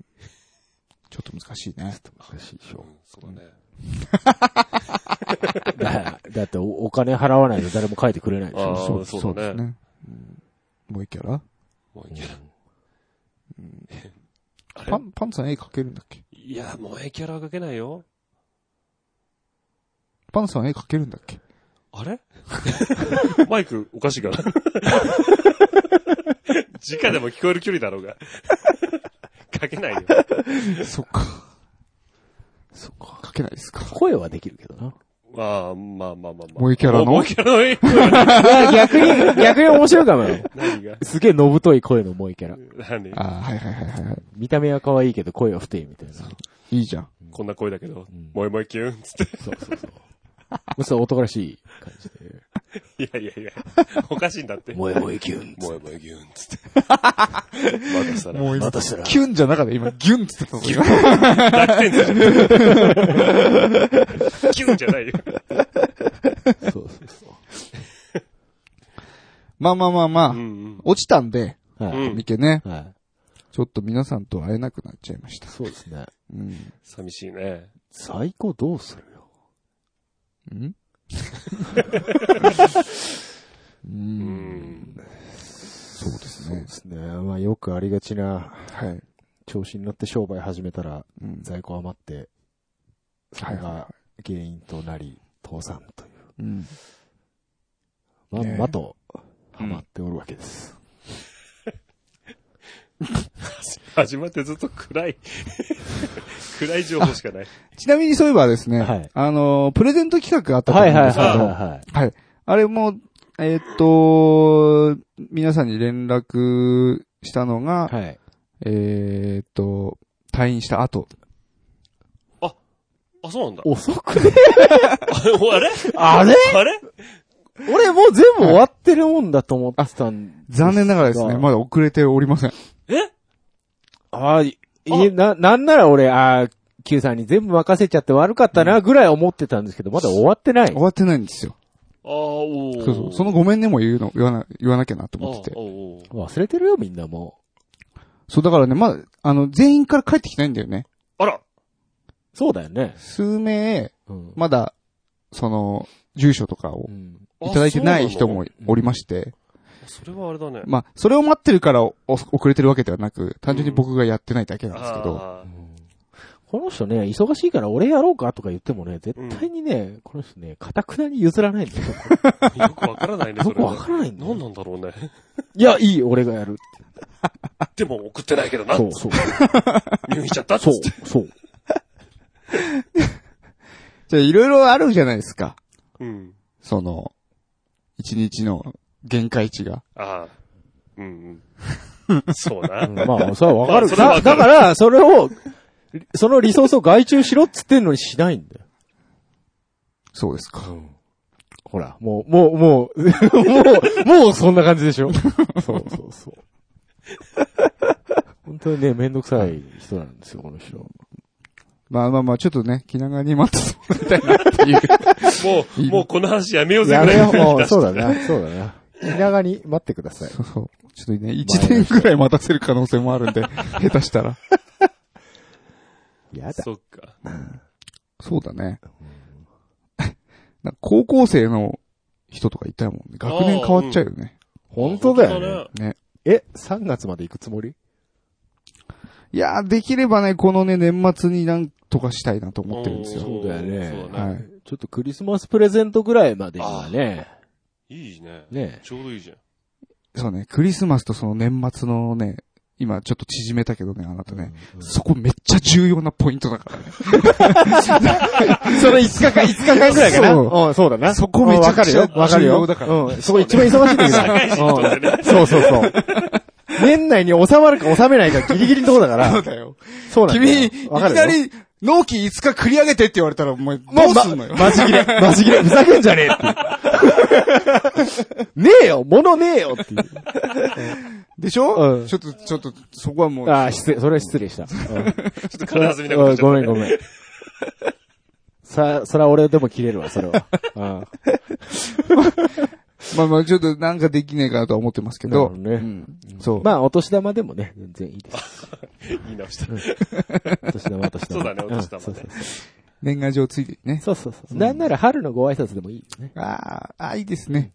Speaker 3: ちょっと難しいね。
Speaker 2: 難しいでし
Speaker 1: う
Speaker 2: ょ。
Speaker 1: ん、そうだね。
Speaker 2: だだっておお金払わないと誰も書いてくれないでし
Speaker 1: あ
Speaker 2: ょ。
Speaker 1: ー
Speaker 3: そう
Speaker 1: そう
Speaker 3: そう
Speaker 1: だね
Speaker 3: ですね。うんもう一キャラ
Speaker 1: 萌えキャラ。あれ
Speaker 3: パン、パンツさん絵描けるんだっけ
Speaker 1: いや、萌えキャラは描けないよ。
Speaker 3: パンツさん絵描けるんだっけ
Speaker 1: あれ マイクおかしいかな 直でも聞こえる距離だ ろうが。かけないよ。
Speaker 3: そっか。
Speaker 2: そっか。
Speaker 3: 描けないですか。
Speaker 2: 声はできるけどな。
Speaker 1: まあ、まあまあまあまあ。
Speaker 3: 萌えキャラの
Speaker 1: 萌えキャラの絵
Speaker 2: いや、逆に、逆に面白いかもよ。
Speaker 1: 何が
Speaker 2: すげえのぶとい声の萌えキャラ。
Speaker 1: 何
Speaker 3: ああ、はいはいはいはいはい。
Speaker 2: 見た目は可愛いけど声は太いみたいな。そう
Speaker 3: いいじゃん。
Speaker 1: こんな声だけど
Speaker 2: ん、
Speaker 1: 萌え萌えキュンっつっ
Speaker 2: そうそう。そう男らしい感じで。
Speaker 1: て。 いやいやいや、おかしいんだって。萌
Speaker 2: 萌え萌えキュンっ
Speaker 1: え
Speaker 2: つって。
Speaker 1: 萌えキュンっつって。またさら、
Speaker 3: もう今
Speaker 2: ま、たしたら、
Speaker 3: キュンじゃなかった今、ギュンって言ってたぞ今
Speaker 1: キュンじゃないよ。
Speaker 2: そうそうそ
Speaker 3: まあまあまあまあ、
Speaker 1: うんうん。
Speaker 3: 落ちたんで、
Speaker 2: う。は
Speaker 1: うん
Speaker 3: 見てね、
Speaker 2: い。はい。
Speaker 3: ちょっと皆さんと会えなくなっちゃいました。
Speaker 2: そうですね。
Speaker 3: うん。
Speaker 1: 寂しいね。
Speaker 2: 最高どうするよ。
Speaker 3: うんう、
Speaker 1: うんん。
Speaker 3: そうです
Speaker 2: そう
Speaker 3: ね
Speaker 2: で。すね。まあよくありがちな、
Speaker 3: はい。
Speaker 2: 調子に乗って商売始めたら、
Speaker 3: うん
Speaker 2: 在庫余って、そ
Speaker 3: はい
Speaker 2: れ
Speaker 3: は
Speaker 2: が原因となり、倒産という。
Speaker 3: い。うん。
Speaker 2: ま
Speaker 3: ねえ
Speaker 2: んまと、ハマっておるわけです。
Speaker 1: 始まってずっと暗い。 暗い情報しかない。
Speaker 3: ちなみにそういえばですね、
Speaker 2: はい
Speaker 3: あのー、プレゼント企画あったと
Speaker 2: は
Speaker 3: 思う
Speaker 2: い
Speaker 3: ん
Speaker 2: はいは
Speaker 3: で
Speaker 2: い
Speaker 3: すけど、
Speaker 2: は
Speaker 3: はい。あれも、えーっと、皆さんに連絡したのが、
Speaker 2: い。はい。
Speaker 3: えーっと、退院した後。
Speaker 1: あ、そうなんだ。
Speaker 2: 遅くね
Speaker 1: あれ
Speaker 2: あれ
Speaker 1: あれ
Speaker 2: 俺もう全部終わってるもんだと思ってたんですが
Speaker 3: 残念ながらですね、まだ遅れておりません。
Speaker 1: え
Speaker 2: あいいな、なんなら俺、あー Q さんに全部任せちゃって悪かったな、ぐらい思ってたんですけど、まだ終わってない
Speaker 3: 終。わってないんですよ。
Speaker 1: ああ、おー
Speaker 3: そうそう。そのごめんねも言うの、言わな、言わなきゃなと
Speaker 1: あ
Speaker 3: 思ってて。
Speaker 1: おーおー
Speaker 2: 忘れてるよ、みんなも
Speaker 3: そう、だからね、まだ、あの、全員から帰ってきてないんだよね。
Speaker 1: あら
Speaker 2: う。そうだよね。
Speaker 3: 数名、
Speaker 2: うん。
Speaker 3: まだ、その、住所とかを
Speaker 2: うん
Speaker 1: あ
Speaker 3: いただいてない人
Speaker 1: そう
Speaker 3: も
Speaker 1: な
Speaker 2: の
Speaker 3: おりまして、
Speaker 1: のそれはあれだね。
Speaker 3: まあ、それを待ってるからお遅れてるわけではなく、単純に僕がやってないだけなんですけど、
Speaker 1: あ
Speaker 2: この人ね、忙しいから俺やろうかとか言ってもね、絶対にね、この人ね、かたくなに譲らないんだよ。
Speaker 1: ーよくわからないね、
Speaker 2: よ
Speaker 1: それ
Speaker 2: く
Speaker 1: は。
Speaker 2: わからないんだよ
Speaker 1: 何なんだろうね。
Speaker 2: いや、いい、俺がやる。
Speaker 1: でも送ってないけどな。
Speaker 2: そう、そう、
Speaker 1: 入院しちゃったっ つ
Speaker 2: そ
Speaker 1: っ
Speaker 2: う
Speaker 1: て。、
Speaker 2: そう。
Speaker 3: じゃあいろいろあるじゃないですか。
Speaker 1: うん。
Speaker 3: その、一日の限界値が。
Speaker 1: ああ。うん うん。そう
Speaker 2: うん
Speaker 1: な。
Speaker 2: まあ、それはわかる。
Speaker 1: まあ そ
Speaker 2: だ
Speaker 1: れはわか
Speaker 2: だ
Speaker 1: る
Speaker 2: から、それを、そのリソースを外注しろっつってんのにしないんだよ。
Speaker 3: そうですか。
Speaker 2: ほら、もう、もう、もう、 もう、もうそんな感じでしょそうそ うそう。本当にね、めんどくさい人なんですよ、この人。
Speaker 3: まあまあまあ、ちょっとね、気長に待ってもらいたいなって
Speaker 1: も
Speaker 3: いう。
Speaker 1: う、もうこの話やめようぜ
Speaker 2: や
Speaker 1: ぐら
Speaker 2: め
Speaker 1: い
Speaker 2: よ
Speaker 1: の
Speaker 2: う、もう、
Speaker 1: 雰
Speaker 2: そ
Speaker 1: 囲
Speaker 2: うだな、そうだな。気長に待ってください。
Speaker 3: そうちょっとね、一年ぐらい待たせる可能性もあるんで、下手したら。
Speaker 2: や
Speaker 1: 気だ
Speaker 2: だ。
Speaker 1: そっか。
Speaker 3: そうだね。なんか高校生の人とかいたもんね。学年変わっちゃうよね。
Speaker 2: 本当だよね。
Speaker 1: ね。
Speaker 3: ね。
Speaker 2: え、3月まで行くつもり
Speaker 3: いやー、できればね、このね、年末になんとかしたいなと思ってるんですよ。
Speaker 2: そうだよね
Speaker 1: そうだ
Speaker 3: は
Speaker 1: ね。
Speaker 3: い。
Speaker 2: ちょっとクリスマスプレゼントぐらいまでにはね、
Speaker 1: いいね。
Speaker 2: ね。
Speaker 1: ちょうどいいじゃん。
Speaker 3: そうね、クリスマスとその年末のね、今ちょっと縮めたけどね、あなたね。そこめっちゃ重要なポイントだからね。
Speaker 2: それ5日間、5日間ぐらいか
Speaker 3: そう
Speaker 2: な。うん、そうだな。
Speaker 3: そこめちゃくちゃ
Speaker 2: うんわかるよ。
Speaker 3: 重要
Speaker 2: わ
Speaker 3: だ
Speaker 2: かる
Speaker 3: から
Speaker 2: よ。うん、そこ一番忙しい時だ
Speaker 1: 社会人とかね
Speaker 2: うんそうそうそう。年内に収まるか収めないかギリギリのとこだから。そうだよ。そうなんだ
Speaker 3: 君、
Speaker 2: よ。
Speaker 3: いき
Speaker 2: わかる
Speaker 3: な
Speaker 2: よ、
Speaker 3: り、納期5日繰り上げてって言われたら、お前、どうすんのよ。
Speaker 2: マジギレ、マジギレ、ふざけんじゃねえっていう。ねえよ、物ねえよっていう。
Speaker 3: でしょ、
Speaker 2: うん
Speaker 3: ちょっと、ちょっと、そこはもう、
Speaker 2: ああ、失礼、それは失礼した。
Speaker 1: ちょっと体休みな
Speaker 2: う
Speaker 1: こ
Speaker 2: ん、
Speaker 1: としちゃ
Speaker 2: ご
Speaker 1: っ
Speaker 2: めんごめん。さ、そら俺でも切れるわ、それは。うん
Speaker 3: まあまあ、ちょっとなんかできないかなとは思ってますけど。
Speaker 2: なるほどね
Speaker 3: うんそう。
Speaker 2: まあ、お年玉でもね、全然いいです。
Speaker 1: た。言い直した。
Speaker 2: お年玉、お年
Speaker 1: そ
Speaker 2: 玉。
Speaker 1: うだねお年玉ね
Speaker 2: うんそうそう
Speaker 3: 年賀状ついてね。
Speaker 2: そうそうそう。なんなら春のご挨拶でもいいよね。
Speaker 3: ああ、ああ、いいですね。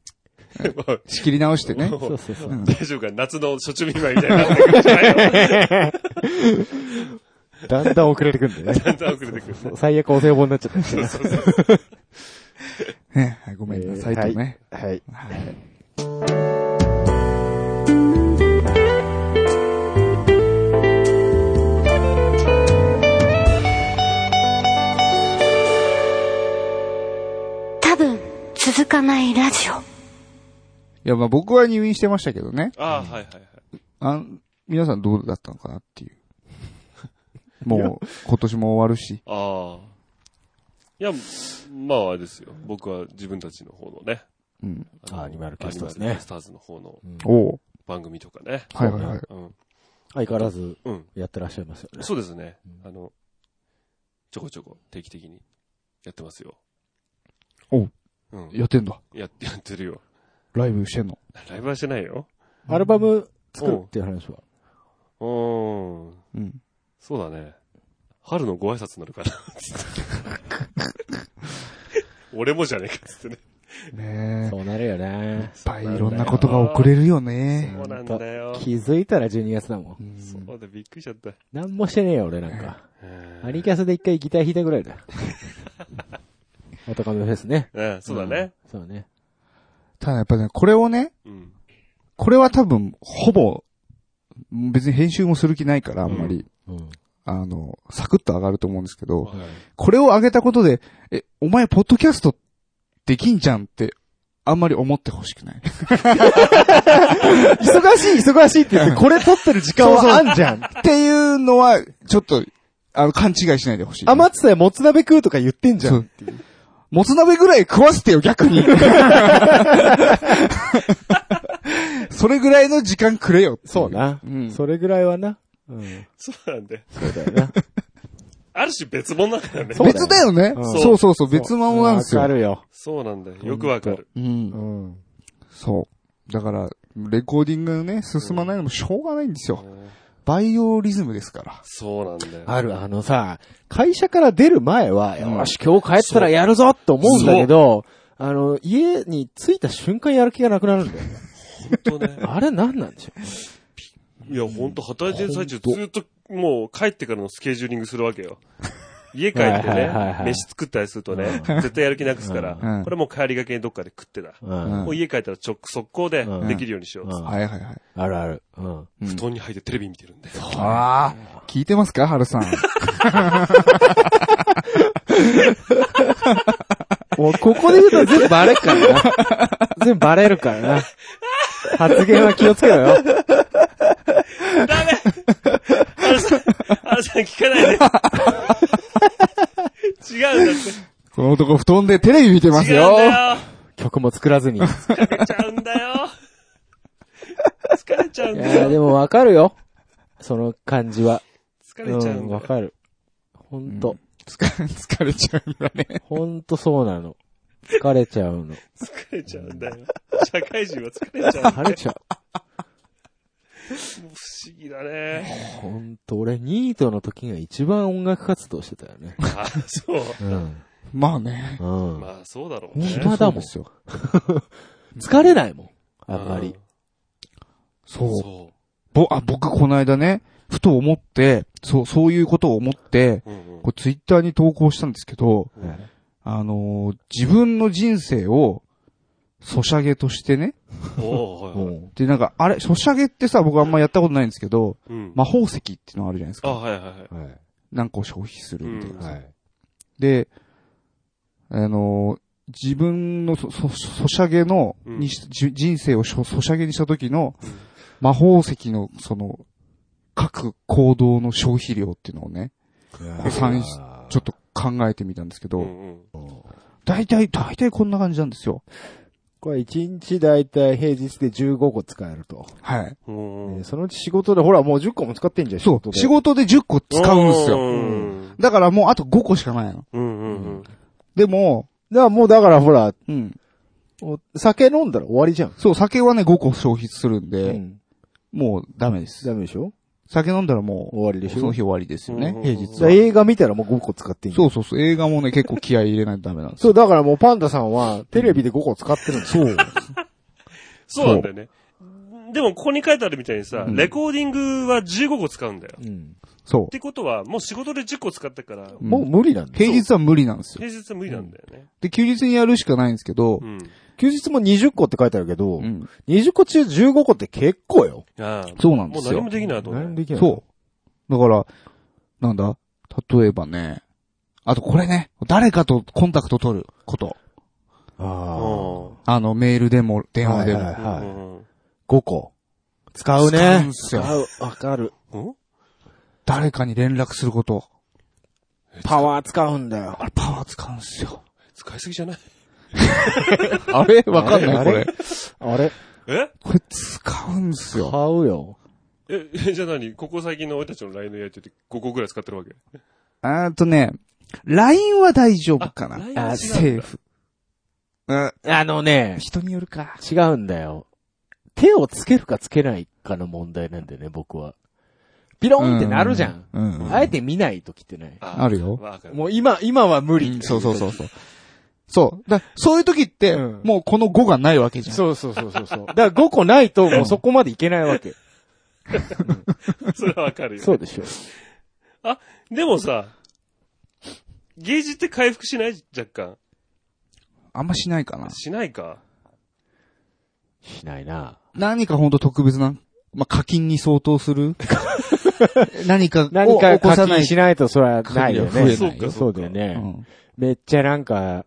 Speaker 1: もう
Speaker 3: 仕切り直してね。
Speaker 2: そうそうそう。
Speaker 1: 大丈夫か夏の初中見舞いみたいになってるかもしれないよ。
Speaker 2: だんだん遅れてくんだよね。
Speaker 1: だんだん遅れて くる。
Speaker 2: そう最悪お歳暮になっちゃったりしてね。
Speaker 3: ねはいごめんなさいとね。
Speaker 2: えーはい。はい
Speaker 5: 多分続かないラジオ
Speaker 3: いや、まあ僕は入院してましたけどね。
Speaker 1: ああ、はいはいはい。
Speaker 3: あん皆さんどうだったのかなっていう。もう、今年も終わるし。
Speaker 1: ああ。いや、まああれですよ。僕は自分たちの方のね。
Speaker 3: うん。
Speaker 1: の
Speaker 2: アニマルキャスターズ
Speaker 1: アニマル
Speaker 2: ね
Speaker 1: キャスターズの方の
Speaker 3: おう
Speaker 1: 番組とかね。
Speaker 3: はいはいはい。
Speaker 1: うん。
Speaker 2: 相変わらず
Speaker 1: うん。
Speaker 2: やってらっしゃいますよね。
Speaker 1: そうですね。あの、ちょこちょこ定期的にやってますよ。
Speaker 3: おう
Speaker 1: うん。
Speaker 3: やってんだ。
Speaker 1: やって、や ってるよ。
Speaker 3: ライブしてんの。
Speaker 1: ライブはしてないよ。
Speaker 2: アルバム作るっていう話は。
Speaker 1: うーん。
Speaker 3: うん。
Speaker 1: そうだね。春のご挨拶になるかな。俺もじゃねえかっつってね。
Speaker 3: ねえ。いっ
Speaker 2: そうなるよね。
Speaker 3: ぱいいろんなことが遅れるよね。
Speaker 1: そうなんだよ。
Speaker 2: 気づいたら12月だもん。
Speaker 1: そうだ、びっくりしちゃった。
Speaker 2: なんもしてねえよ、俺なんか。アニキャスで一回ギター弾いたぐらいだよ。おとかめフェスね。
Speaker 1: うん、そうだね。
Speaker 2: うん。そうね。
Speaker 3: ただやっぱね、これをね、
Speaker 1: うん。
Speaker 3: これは多分、ほぼ、別に編集もする気ないから、あんまり、
Speaker 2: うん。
Speaker 3: あの、サクッと上がると思うんですけど、
Speaker 1: はい
Speaker 3: これを上げたことで、え、お前、ポッドキャストできんじゃんって、あんまり思ってほしくない。
Speaker 2: 忙しい、忙しいって言って、これ撮ってる時間はあんじゃん。
Speaker 3: っていうのは、ちょっと、あの、勘違いしないでほしい。
Speaker 2: 余ってたよ、もつ鍋食うとか言ってんじゃ
Speaker 3: そ
Speaker 2: ん
Speaker 3: う。もつ鍋ぐらい食わせてよ、逆に。それぐらいの時間くれよってい
Speaker 2: そう。な。
Speaker 3: うん
Speaker 2: それぐらいはな。うん。
Speaker 1: そうなんだよ。
Speaker 2: そうだよな。
Speaker 1: ある種別物だからね。
Speaker 2: そう
Speaker 3: 別だよね。
Speaker 2: うん
Speaker 3: そうそうそう、別物なんです
Speaker 2: わ
Speaker 3: よ
Speaker 2: か。るよ。
Speaker 1: そうなんだよ。よくわかる。
Speaker 3: うん
Speaker 2: う。ん。
Speaker 3: そう。だから、レコーディングがね、進まないのもしょうがないんですよ。
Speaker 1: うん
Speaker 3: バイオリズムですから。
Speaker 1: そうなんだよ。
Speaker 2: ある、あのさ、会社から出る前は、
Speaker 3: うん
Speaker 2: よし、今日帰ったらやるぞって思うんだけど、あの、家に着いた瞬間やる気がなくなるんだよ。
Speaker 1: 本当ね。
Speaker 2: あれ何なんでしょ
Speaker 1: いや、本当働いてる最中、ずーっともう帰ってからのスケジューリングするわけ よ。家帰って
Speaker 2: はいはい
Speaker 1: ね
Speaker 2: は、い
Speaker 1: 飯作ったりするとね、絶対やる気なくすか
Speaker 3: う
Speaker 1: ら
Speaker 3: ん、
Speaker 1: これもう帰りがけにどっかで食ってた。
Speaker 2: う。うん。
Speaker 3: ん
Speaker 1: もう家帰ったら直、速攻で
Speaker 2: うん
Speaker 1: できるようにしようっつって。
Speaker 3: はいはいはい。
Speaker 2: あるある。うん。
Speaker 3: うん
Speaker 1: 布団に入ってテレビ見てるんで。
Speaker 3: ああ、聞いてますか、春さ ん。
Speaker 2: もうここで言うと全部バレるからな。 全部バレるからな。発言は気をつけろ
Speaker 1: ダ
Speaker 2: よ。
Speaker 1: メあるさん、あるさん聞かないで。違うんだって。
Speaker 3: この男布団でテレビ見てます
Speaker 1: 違
Speaker 3: よ。
Speaker 1: うんだよ。
Speaker 2: 曲も作らずに。い
Speaker 1: 疲れちゃうんだよ。疲れちゃうんだ
Speaker 2: やー
Speaker 1: よ。
Speaker 2: でもわかるよ。その感じは。
Speaker 1: 疲
Speaker 2: う
Speaker 1: れちゃうんだ
Speaker 2: ん、
Speaker 1: よ
Speaker 2: わ。かる。ほんと。
Speaker 3: 疲れ疲れちゃうんだね。
Speaker 2: ほんとそうなの。疲れちゃうの。
Speaker 1: 疲れちゃうんだよ。社会人は疲れちゃうんだ
Speaker 2: 疲
Speaker 1: よ。
Speaker 2: れちゃう。
Speaker 1: もう不思議だね。
Speaker 2: ほんと、俺、ニートの時が一番音楽活動してたよね。
Speaker 1: あ、そう。
Speaker 2: うん。
Speaker 3: まあね。
Speaker 2: うん。
Speaker 1: まあ、そうだろうね。
Speaker 2: 暇だもん。
Speaker 3: そうです よ。
Speaker 2: 疲れないもん。あんまり。
Speaker 3: そう。
Speaker 1: そ
Speaker 3: ぼ、あ、僕この間ね、ふと思って、そう、そういうことを思って、
Speaker 1: う。うんうん
Speaker 3: こうツイッターに投稿したんですけど、
Speaker 1: うん
Speaker 2: はい
Speaker 3: あのー自分の人生を、ソシャゲとしてね。
Speaker 1: おーはいはい。
Speaker 3: で、なんか、あれ、ソシャゲってさ、僕あんまやったことないんですけど、
Speaker 1: うん。
Speaker 3: 魔法石っていうのあるじゃないです
Speaker 1: あ、
Speaker 3: か。
Speaker 1: はいはいはい。
Speaker 2: はい。
Speaker 3: 何個消費するみたいな。
Speaker 1: うん
Speaker 2: はい。
Speaker 3: で、あのー自分のそ、そ、そしゃげの、
Speaker 1: うん
Speaker 3: にし、じ人生をしょそしゃげにした時の、魔法石の、その、各行動の消費量っていうのをね、三ちょっと考えてみたんですけ
Speaker 1: う
Speaker 3: ど、
Speaker 1: んうん。
Speaker 2: と。
Speaker 3: 大体、大体こんな感じなんですよ。
Speaker 2: これ1日だいたい平日で15個使えると。
Speaker 3: はい。
Speaker 1: うん
Speaker 2: えーそのうち仕事で、ほらもう10個も使ってんじゃん、
Speaker 3: そ
Speaker 2: で
Speaker 3: う、仕事で10個使うんですよ。
Speaker 1: うん
Speaker 3: だからもうあと5個しかないの。
Speaker 1: うんうん
Speaker 3: でも、
Speaker 2: だからもうだからほら、
Speaker 3: うん。
Speaker 2: お酒飲んだら終わりじゃん。
Speaker 3: そう、酒はね、5個消費するんで、
Speaker 2: うん
Speaker 3: もうダメです。
Speaker 2: ダメでしょ
Speaker 3: 酒飲んだらもう、
Speaker 2: 終わりでし
Speaker 3: その
Speaker 2: ょ
Speaker 3: 日終わりですよね
Speaker 1: う、ん
Speaker 3: 平
Speaker 2: だ
Speaker 3: 日
Speaker 2: から
Speaker 3: は。
Speaker 2: 映画見たらもう5個使ってんじゃん
Speaker 3: そうそうそう、映画もね、結構気合い入れないとダメなんです
Speaker 2: そ
Speaker 3: よ。
Speaker 2: う、だからもうパンダさんはテレビで5個使ってるんですよ。そう。
Speaker 1: そうなんだよね。でも、ここに書いてあるみたいにさ、
Speaker 3: うん
Speaker 1: レコーディングは15個使うんだよ。
Speaker 2: ん。
Speaker 3: そ
Speaker 1: ってことは、もう仕事で10個使ったから、
Speaker 3: う。
Speaker 2: もう無理なん
Speaker 3: うん
Speaker 2: だよ。
Speaker 3: 平日は無理なんですよ。
Speaker 1: 平日は無理なんだよね。
Speaker 3: で、休日にやるしかないんですけど
Speaker 1: う、ん。
Speaker 2: 休日も20個って書いてあるけど、
Speaker 3: うん。
Speaker 2: 20個中15個って結構よ。
Speaker 1: ああ。
Speaker 3: そうなんで
Speaker 1: もう
Speaker 3: す
Speaker 1: 何
Speaker 3: よ
Speaker 1: も。できないと思
Speaker 2: 何
Speaker 1: う。
Speaker 2: できない
Speaker 3: そう。だから、なんだ例えばね、あとこれね、誰かとコンタクト取ること。
Speaker 2: う。あ
Speaker 1: う
Speaker 3: あの、メールでも、電話で
Speaker 2: はいはい
Speaker 3: も。
Speaker 1: ん
Speaker 2: はい
Speaker 1: うんうん
Speaker 2: あ。5個。使う
Speaker 3: 使う
Speaker 2: ね
Speaker 3: ん。すよ
Speaker 2: う。わかる。
Speaker 1: うん
Speaker 3: 誰かに連絡すること。
Speaker 2: パワー使うんだよ。
Speaker 3: あれ、パワー使うんすよ。
Speaker 1: 使いすぎじゃない
Speaker 3: あれわかんない、
Speaker 2: あ
Speaker 3: こ
Speaker 2: れ
Speaker 3: れ。
Speaker 2: あれ
Speaker 1: え
Speaker 3: これ使うんす
Speaker 2: 買
Speaker 3: よ。
Speaker 2: うよ。
Speaker 1: え、えじ ゃあ何ここ最近の俺たちの LINE のやりとりって5個ぐらい使ってるわけ
Speaker 3: あーとね、LINE は大丈夫かな
Speaker 1: あ LINE は違うん
Speaker 3: あ
Speaker 1: だ
Speaker 3: セーフ。うん
Speaker 2: あのね、
Speaker 3: 人によるか。
Speaker 2: 違うんだよ。手をつけるかつけないかの問題なんだよね、僕は。ピロンってなるじゃん。
Speaker 3: う。
Speaker 1: うん
Speaker 2: あえて見ないときってない。
Speaker 1: あ
Speaker 3: あるよ
Speaker 1: わかる。
Speaker 2: もう今、今は無理、
Speaker 3: そうそうそうそう。そう。だそういう時って、
Speaker 2: うん
Speaker 3: もうこの5がないわけじゃん。
Speaker 2: そうそうそうそうそう。だから5個ないともうそこまでいけないわけ。
Speaker 1: それはわかるよ。
Speaker 2: そうでしょ。
Speaker 1: でもさ、ゲージって回復しない若干。
Speaker 3: あんましないかな。
Speaker 1: しないか。
Speaker 2: しないな。
Speaker 3: 何かほんと特別な、まあ、課金に相当 する何かを
Speaker 2: 何か
Speaker 3: 起こさ
Speaker 2: 課
Speaker 3: な
Speaker 2: 金
Speaker 3: い。
Speaker 2: しないとそれはないよ
Speaker 3: 増
Speaker 2: ね。
Speaker 3: えない
Speaker 1: よ
Speaker 2: そうだよ
Speaker 3: う
Speaker 2: ね。
Speaker 3: ん
Speaker 2: めっちゃなんか、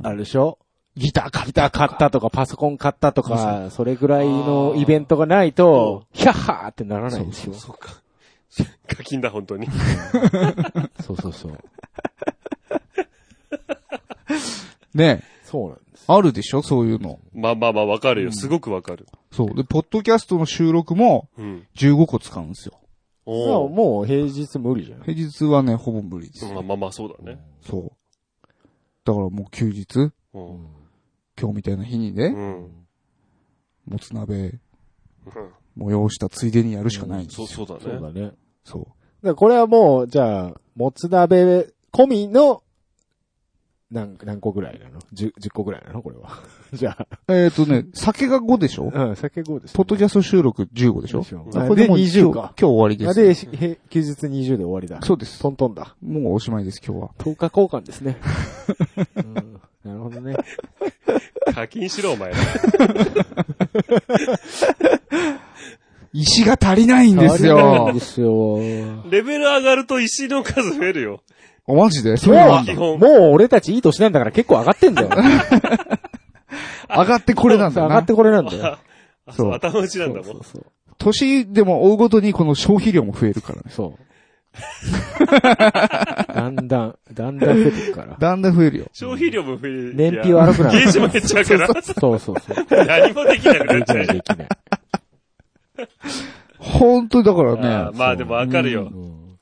Speaker 2: あるでしょギター買った。ギター買ったとか、パソコン買ったとか、それぐらいのイベントがないと、ヒャッハーってならないんですよ。
Speaker 1: そうか。課金だ、本当に。
Speaker 2: そうそうそう。
Speaker 3: ね
Speaker 2: そうなんです。
Speaker 3: あるでしょそういうの。
Speaker 1: まあまあまあ、わかるよ。すごくわかる。
Speaker 3: そう。で、ポッドキャストの収録も
Speaker 1: うん。
Speaker 3: 15個使うんですよ。
Speaker 1: おー
Speaker 2: もう平日無理じゃん。
Speaker 3: 平日はね、ほぼ無理です。
Speaker 1: まあまあまあ、そうだね。
Speaker 3: そう。だからもう休日、
Speaker 1: うん。
Speaker 3: 今日みたいな日にね、
Speaker 1: うん。
Speaker 3: もつ鍋、催したついでにやるしかないんです
Speaker 1: そ
Speaker 3: よ。
Speaker 1: う、そうだね。
Speaker 2: そうだね。だか
Speaker 3: そう。
Speaker 2: らこれはもう、じゃあ、もつ鍋込みの、何、何個ぐらいなの ?10、10個ぐらいなのこれは。 じゃあ。
Speaker 3: えっ、とね、酒が5でしょ
Speaker 2: うん、酒5です、
Speaker 3: ポッドキャスト収録15でしょ
Speaker 2: でしょ
Speaker 3: これ
Speaker 2: で
Speaker 3: もう
Speaker 2: 20
Speaker 3: 今日
Speaker 2: か
Speaker 3: 今日終わりで
Speaker 2: あ
Speaker 3: す。
Speaker 2: で、しへ休日20で終わりだ。
Speaker 3: そうです。
Speaker 2: トントンだ。
Speaker 3: もうおしまいです、今日は。
Speaker 2: 10日交換ですね。うん、なるほどね。
Speaker 1: 課金しろ、お前ら。
Speaker 3: 石が足りないんです
Speaker 2: 変わりない
Speaker 3: よ
Speaker 2: んで。すよ。
Speaker 1: レベル上がると石の数増えるよ。
Speaker 3: あ、マジでそうなんだ
Speaker 1: 基。
Speaker 2: もう、
Speaker 1: 本
Speaker 2: もう俺たちいい年なんだから結構上がってんだよ。
Speaker 3: 上がってこれなんだ
Speaker 2: 上が
Speaker 3: な
Speaker 2: っ。てこれなんだよ。
Speaker 1: あ、そう、
Speaker 3: そう
Speaker 1: 頭打ちなんだ
Speaker 2: そ
Speaker 1: もん
Speaker 2: う。そう
Speaker 3: 年でも追うごとにこの消費量も増えるから ね。
Speaker 2: そう。そう。だんだん、だんだん増えてくから。
Speaker 3: だんだん増えるよ。
Speaker 1: 消費量も増える。
Speaker 2: 燃費悪くなる
Speaker 1: ゲージも減っちゃうから。
Speaker 2: そうそうそう。
Speaker 1: 何もできなくなっ
Speaker 2: でき
Speaker 1: ちゃ
Speaker 2: な
Speaker 1: う
Speaker 2: い、。できない。
Speaker 3: 本当にだか
Speaker 1: あ
Speaker 3: ら
Speaker 1: ー
Speaker 3: ね。
Speaker 1: まあでもわかる
Speaker 2: う
Speaker 1: よ。
Speaker 2: ん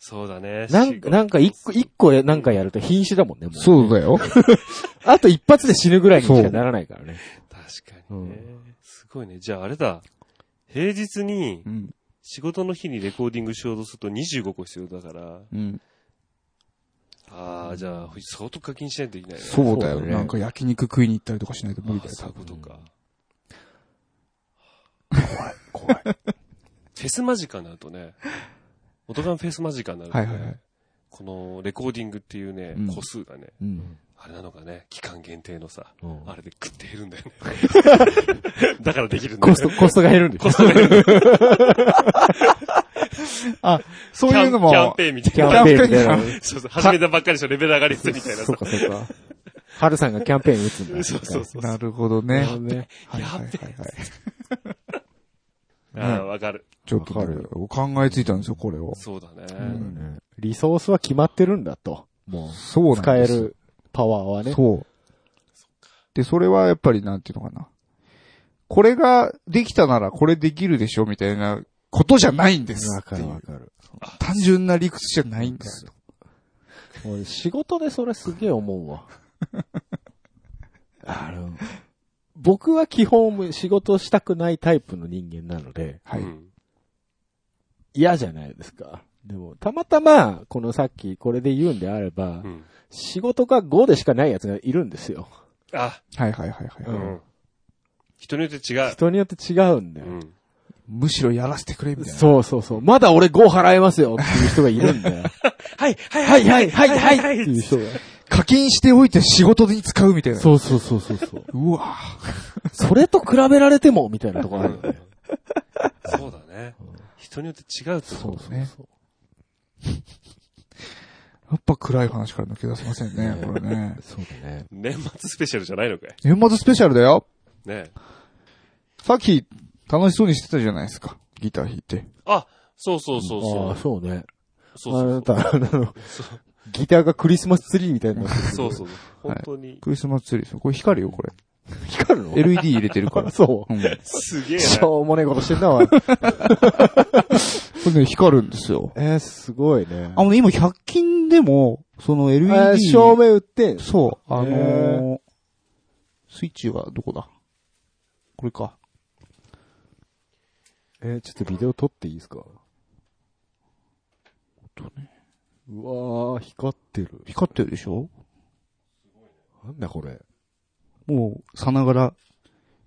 Speaker 1: そうだね。
Speaker 2: なんか、なんか一個、一個なんかやると瀕死だもんね、もう。
Speaker 3: そうだよ。
Speaker 2: あと一発で死ぬぐらいにしかならないからね。
Speaker 1: 確かにね。すごいね。じゃああれだ。平日に
Speaker 3: う、ん。
Speaker 1: 仕事の日にレコーディングしようとすると25個必要だから、
Speaker 3: うん。
Speaker 1: ああ、じゃあ、相当課金しないといけないね。
Speaker 3: そうだ
Speaker 2: そ
Speaker 3: よ。
Speaker 2: うだね
Speaker 3: なんか焼肉食いに行ったりとかしないと無理だ
Speaker 1: あ
Speaker 3: よ、
Speaker 1: そういうことか。
Speaker 3: 怖い。
Speaker 1: フェス間近になるとね、音ガンフェス間近になると
Speaker 3: は
Speaker 1: ね、
Speaker 3: いはいはい。
Speaker 1: このレコーディングっていうね、
Speaker 3: うん
Speaker 1: 個数がね、
Speaker 3: うん。
Speaker 1: あれなのかね、期間限定のさ、
Speaker 2: うん
Speaker 1: あれで食って減るんだよね。だからできるんだよ
Speaker 2: コスト、コストが減るんでしょ
Speaker 1: コストが減る。
Speaker 3: そういうのも、
Speaker 1: キャンキャンペーンみた
Speaker 2: キ
Speaker 1: い
Speaker 2: ャ
Speaker 1: な
Speaker 2: ン。ペーンみたいな。
Speaker 1: そうそう、始めたばっかりのレベル上がりするみたいな
Speaker 2: そ
Speaker 1: さ
Speaker 2: う。かそうか。ハルさんがキャンペーン打つんだ。
Speaker 1: そうそうそう。
Speaker 3: なるほどね。
Speaker 2: そうね。
Speaker 3: はいはいはい
Speaker 1: や
Speaker 3: はい。
Speaker 1: ああ、わかる。
Speaker 3: ちょっとね
Speaker 2: わかる
Speaker 3: 考えついたんですよ、これを。
Speaker 1: そうだね。
Speaker 3: ん
Speaker 2: リソースは決まってるんだと。も
Speaker 3: そう
Speaker 2: う、
Speaker 3: なん
Speaker 2: 使え
Speaker 3: です。
Speaker 2: るパワーはね。
Speaker 3: そう。で、それはやっぱりなんていうのかな。これができたならこれできるでしょみたいなことじゃないんです
Speaker 2: わ
Speaker 3: って
Speaker 2: か
Speaker 3: い
Speaker 2: る
Speaker 3: う
Speaker 2: わ。かる。
Speaker 3: 単純な理屈じゃないんですよ。
Speaker 2: 俺仕事でそれすげえ思うわ。 あの、僕は基本仕事したくないタイプの人間なので、
Speaker 3: はい。
Speaker 1: うん
Speaker 2: 嫌じゃないですか。でも、たまたま、このさっきこれで言うんであれば、
Speaker 1: うん。
Speaker 2: 仕事が5でしかないやつがいるんですよ。
Speaker 1: あ、
Speaker 3: はいはいはいはい。
Speaker 1: うん。人によって違う。
Speaker 2: 人によって違うんだ
Speaker 1: う
Speaker 2: よ。
Speaker 1: ん。
Speaker 3: むしろやらせてくれみたいな。
Speaker 2: そうそうそう。まだ俺5払えますよっていう人がいるんだよ。
Speaker 1: はい、はい、
Speaker 2: はいはいはいはい
Speaker 1: は
Speaker 2: はいいっていう人が。
Speaker 3: 課金しておいて仕事に使うみたいな。
Speaker 2: そうそうそうそうそう。
Speaker 3: うわぁ
Speaker 2: それと比べられてもみたいなとこあるよね。
Speaker 1: そうだね。人によって違うってこと
Speaker 2: そう
Speaker 3: そ
Speaker 2: そうう
Speaker 3: ね
Speaker 2: そう。
Speaker 3: やっぱ暗い話から抜け出せませんね、 これね。
Speaker 2: そうだね。
Speaker 1: 年末スペシャルじゃないのかい
Speaker 3: 年末スペシャルだよ。
Speaker 1: ね
Speaker 3: さっき楽しそうにしてたじゃないですか。ギター弾いて。
Speaker 1: あ、そうそうそうそう。
Speaker 2: ああ、そうね。
Speaker 1: そうそう
Speaker 2: あなた、あの、ギターがクリスマスツリーみたい になってる
Speaker 1: そう。そうそう。本当に。
Speaker 3: クリスマスツリーですよ。これ光るよ、これ。
Speaker 2: 光るの
Speaker 3: LED 入れてるか
Speaker 2: あ
Speaker 3: ら。
Speaker 2: そう う。
Speaker 3: ん。これ
Speaker 1: すげえ
Speaker 2: しょうもねえことしてんな、お い
Speaker 3: ね、光るんですよ。
Speaker 2: えー、すごいね。
Speaker 3: あのね、今100均でも、その
Speaker 2: え
Speaker 3: LED。
Speaker 2: ー、照明売ってん
Speaker 3: そう、あ
Speaker 2: へ
Speaker 3: のー、スイッチはどこだこれか。
Speaker 2: えー、ちょっとビデオ撮っていいですかうわー、光ってる。
Speaker 3: 光ってるでしょ
Speaker 2: なんだこれ。
Speaker 3: もう、さながら、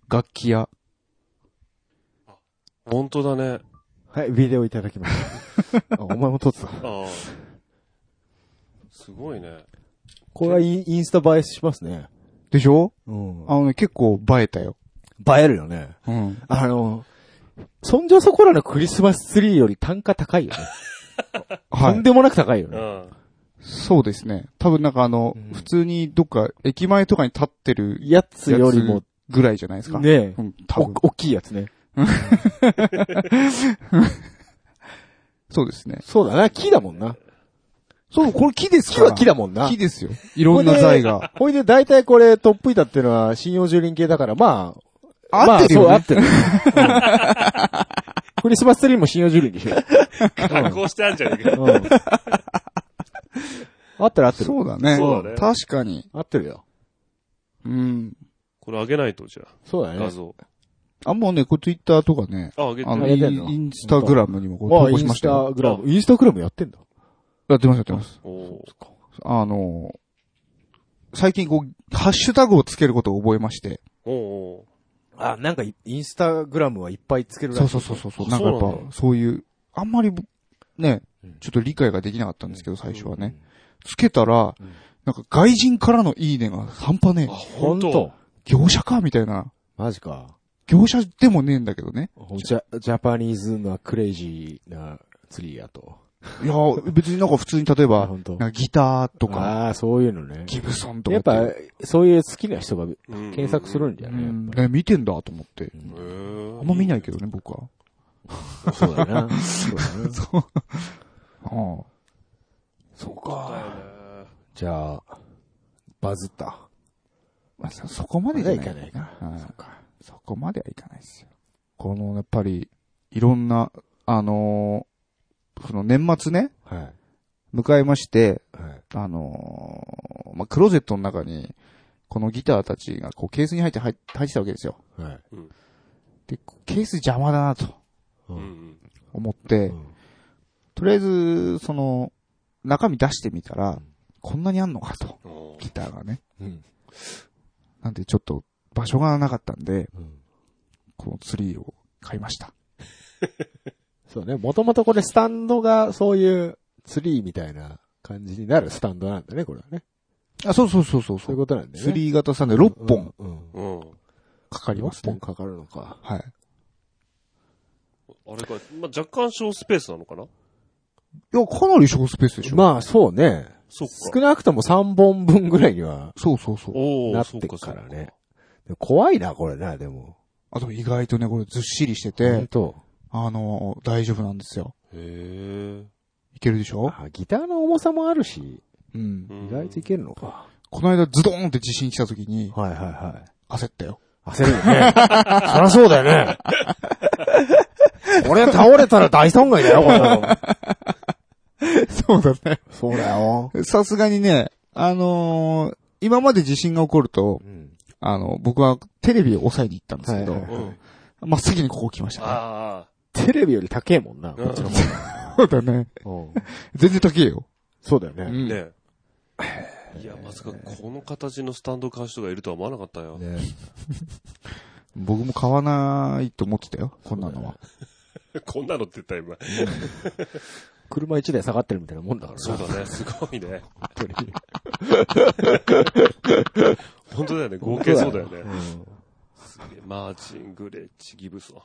Speaker 3: 楽器屋。
Speaker 1: な。本当だね。
Speaker 2: はい、ビデオいただ きました。あお前も撮ってた。
Speaker 1: ああ。すごいね。
Speaker 2: これはインインスタ映えしますね。
Speaker 3: でしょ
Speaker 2: うん。
Speaker 3: あのね、結構映えたよ。
Speaker 2: 映えるよね。
Speaker 3: うん。
Speaker 2: あの、そんじょそこらのクリスマスツリーより単価高 いよね。
Speaker 3: は
Speaker 2: とん
Speaker 3: い。
Speaker 2: でもなく高いよ
Speaker 1: う
Speaker 2: ね。
Speaker 1: ん。
Speaker 3: そうですね。多分なんかあの、
Speaker 2: うん
Speaker 3: 普通にどっか、駅前とかに立ってる
Speaker 2: やつよりも、
Speaker 3: ぐらいじゃないですか。。
Speaker 2: ね
Speaker 3: うん、多分。
Speaker 2: お大きいやつね。
Speaker 3: そうですね。
Speaker 2: そうだな、木だもんな。
Speaker 3: そう、これ木です
Speaker 2: 木
Speaker 3: から
Speaker 2: は木だもんな
Speaker 3: 木。ですよ。いろんな材が。
Speaker 2: ほいで、大体これ、トップイタっていうのは、信用住林系だから、まあ、
Speaker 3: 合ってるよ、ね
Speaker 2: まあ、そう、合ってる。うん クリスマスツリーも信用住林でしょ。
Speaker 1: 加工してあるんじゃねえか。
Speaker 2: うん。合ってる合ってる。
Speaker 3: そうだね。
Speaker 1: そうだね
Speaker 3: 確かに。
Speaker 2: 合ってるよ。
Speaker 3: うん。
Speaker 1: これあげないと、じゃ
Speaker 2: そうだ
Speaker 1: あ。
Speaker 2: ね
Speaker 1: 画。像。
Speaker 3: あ、もうね、これツイッターとかね、
Speaker 1: あ、あげて
Speaker 3: あの、
Speaker 1: る。
Speaker 2: 上げて
Speaker 3: イ
Speaker 2: んの
Speaker 3: ンインスタグラムにもこう
Speaker 2: まあ、
Speaker 3: 投
Speaker 2: イ
Speaker 3: 稿し
Speaker 2: ン
Speaker 3: まし
Speaker 2: ス
Speaker 3: たよ。
Speaker 2: タグラム。インスタグラムやってんだ。
Speaker 3: やってます、やってます。
Speaker 1: おおー。
Speaker 3: あの、最近こう、ハッシュタグをつけることを覚えまして。
Speaker 1: おお
Speaker 2: あ、なんか、インスタグラムはいっぱいつけるら
Speaker 3: そう
Speaker 2: しい
Speaker 3: そうそうそう。
Speaker 1: あ
Speaker 3: なんかやっ
Speaker 1: そうなん
Speaker 3: ぱ、そういう、あんまり、ね
Speaker 2: うん、
Speaker 3: ちょっと理解ができなかったんですけど、最初はね。。つけたら、なんか外人からのいいねが半端ね
Speaker 1: あ、
Speaker 3: え。
Speaker 2: ほ
Speaker 1: 本
Speaker 2: ん
Speaker 1: 当
Speaker 2: と
Speaker 3: 業者かみたいな。
Speaker 2: マジか。
Speaker 3: 業者でもねえんだけどね。
Speaker 2: ジャ、ジャパニーズなクレイジーなツリーやと。
Speaker 3: いやー、別になんか普通に例え
Speaker 2: あ
Speaker 3: ば
Speaker 2: ほん、と
Speaker 3: なんかギターとか、
Speaker 2: ああ、そういうのね。
Speaker 3: ギブソンとか
Speaker 2: や
Speaker 3: っ。
Speaker 2: ってぱ、そういう好きな人が
Speaker 1: うん
Speaker 2: 検索するんじゃ
Speaker 3: う
Speaker 2: ない
Speaker 3: ん、
Speaker 2: やっ
Speaker 3: ね、見てんだと思って。
Speaker 1: へー
Speaker 3: あんま見ないけどね、僕は。
Speaker 2: ぱそうだ な。そうだな。
Speaker 3: ああ。
Speaker 2: そう
Speaker 1: だよ
Speaker 2: か。
Speaker 1: ね
Speaker 2: じゃあ、バズった。
Speaker 3: まあ、そそこまでじゃない
Speaker 2: まだいかない
Speaker 3: うんそこまではいかないですよ。この、やっぱり、いろんな、あのーその年末ね、
Speaker 2: はい。
Speaker 3: 迎えまして、
Speaker 2: はい。
Speaker 3: あのーまあ、クローゼットの中に、このギターたちが、こう、ケースに入って入っ入ってたわけですよ。
Speaker 2: はい。
Speaker 3: で、ケース邪魔だなと
Speaker 2: う
Speaker 1: うん
Speaker 2: ん。
Speaker 3: 思って、
Speaker 2: うん
Speaker 3: とりあえず、その、中身出してみたら、こんなにあんのかと。
Speaker 1: おー
Speaker 3: ギターがね。
Speaker 2: うん
Speaker 3: なんでちょっと場所がなかったんで、
Speaker 2: うん
Speaker 3: このツリーを買いました。
Speaker 2: そうね、もともとこれスタンドがそういうツリーみたいな感じになるスタンドなんだね、これはね。
Speaker 3: あ、そうそうそうそう
Speaker 2: そういうことなんだよね。
Speaker 3: ツリー型さんで6本。
Speaker 2: うん。うん
Speaker 1: うん。
Speaker 2: かかりますね。
Speaker 3: 6本
Speaker 2: かかるのか。
Speaker 3: はい。
Speaker 1: あれか、まあ、若干小スペースなのかない
Speaker 3: や、かなり小スペースでしょ。
Speaker 2: まあ、そうね。
Speaker 1: そっ
Speaker 2: 少
Speaker 1: か。
Speaker 2: なくとも3本分ぐらいには。
Speaker 3: そうそうそう。
Speaker 1: お
Speaker 2: な
Speaker 1: お、
Speaker 2: って
Speaker 1: そうか、そう
Speaker 2: からね怖いな、これな、でも。
Speaker 3: あと意外とね、これずっしりして
Speaker 2: 本
Speaker 3: て、
Speaker 2: 当。
Speaker 3: あの、大丈夫なんですよ。
Speaker 1: へえ。
Speaker 3: いけるでしょ
Speaker 2: あ、ギターの重さもあるし、
Speaker 3: うん
Speaker 1: う。ん
Speaker 2: 意外といけるのか。
Speaker 3: この間ズドーンって地震来た時に
Speaker 2: はいはいはい。
Speaker 3: 焦ったよ。
Speaker 2: 焦るよね。そりゃそうだよね。これ倒れたら大損害だよ、これ。
Speaker 3: そうだね。
Speaker 2: そうだよ。
Speaker 3: さすがにね、あのー今まで地震が起こると
Speaker 2: う、ん。
Speaker 3: あの、僕はテレビを抑えに行ったんですけど、
Speaker 2: はいはい
Speaker 1: うん。
Speaker 3: 真っ先にここ来ましたね。
Speaker 1: あ
Speaker 2: テレビより高えもんな、
Speaker 1: う
Speaker 2: こ
Speaker 1: ん
Speaker 2: っちの
Speaker 3: そうだね。
Speaker 2: もん。うん
Speaker 3: 全然高えよ。
Speaker 2: そうだよ
Speaker 3: う
Speaker 2: ね。
Speaker 1: あ、
Speaker 3: ん
Speaker 1: ねえ。いや、まさかこの形のスタンド買う人がいるとは思わなかったよ。
Speaker 2: ね
Speaker 3: 僕も買わないと思ってたよ、こんなのは。
Speaker 1: こんなのって言った今。
Speaker 2: 車1台下がってるみたいなもんだから
Speaker 1: そうだね、すごいね。本当だよね、合計そうだよね。
Speaker 2: ね。
Speaker 1: すげえマーチン、グレッチ、ギブソン。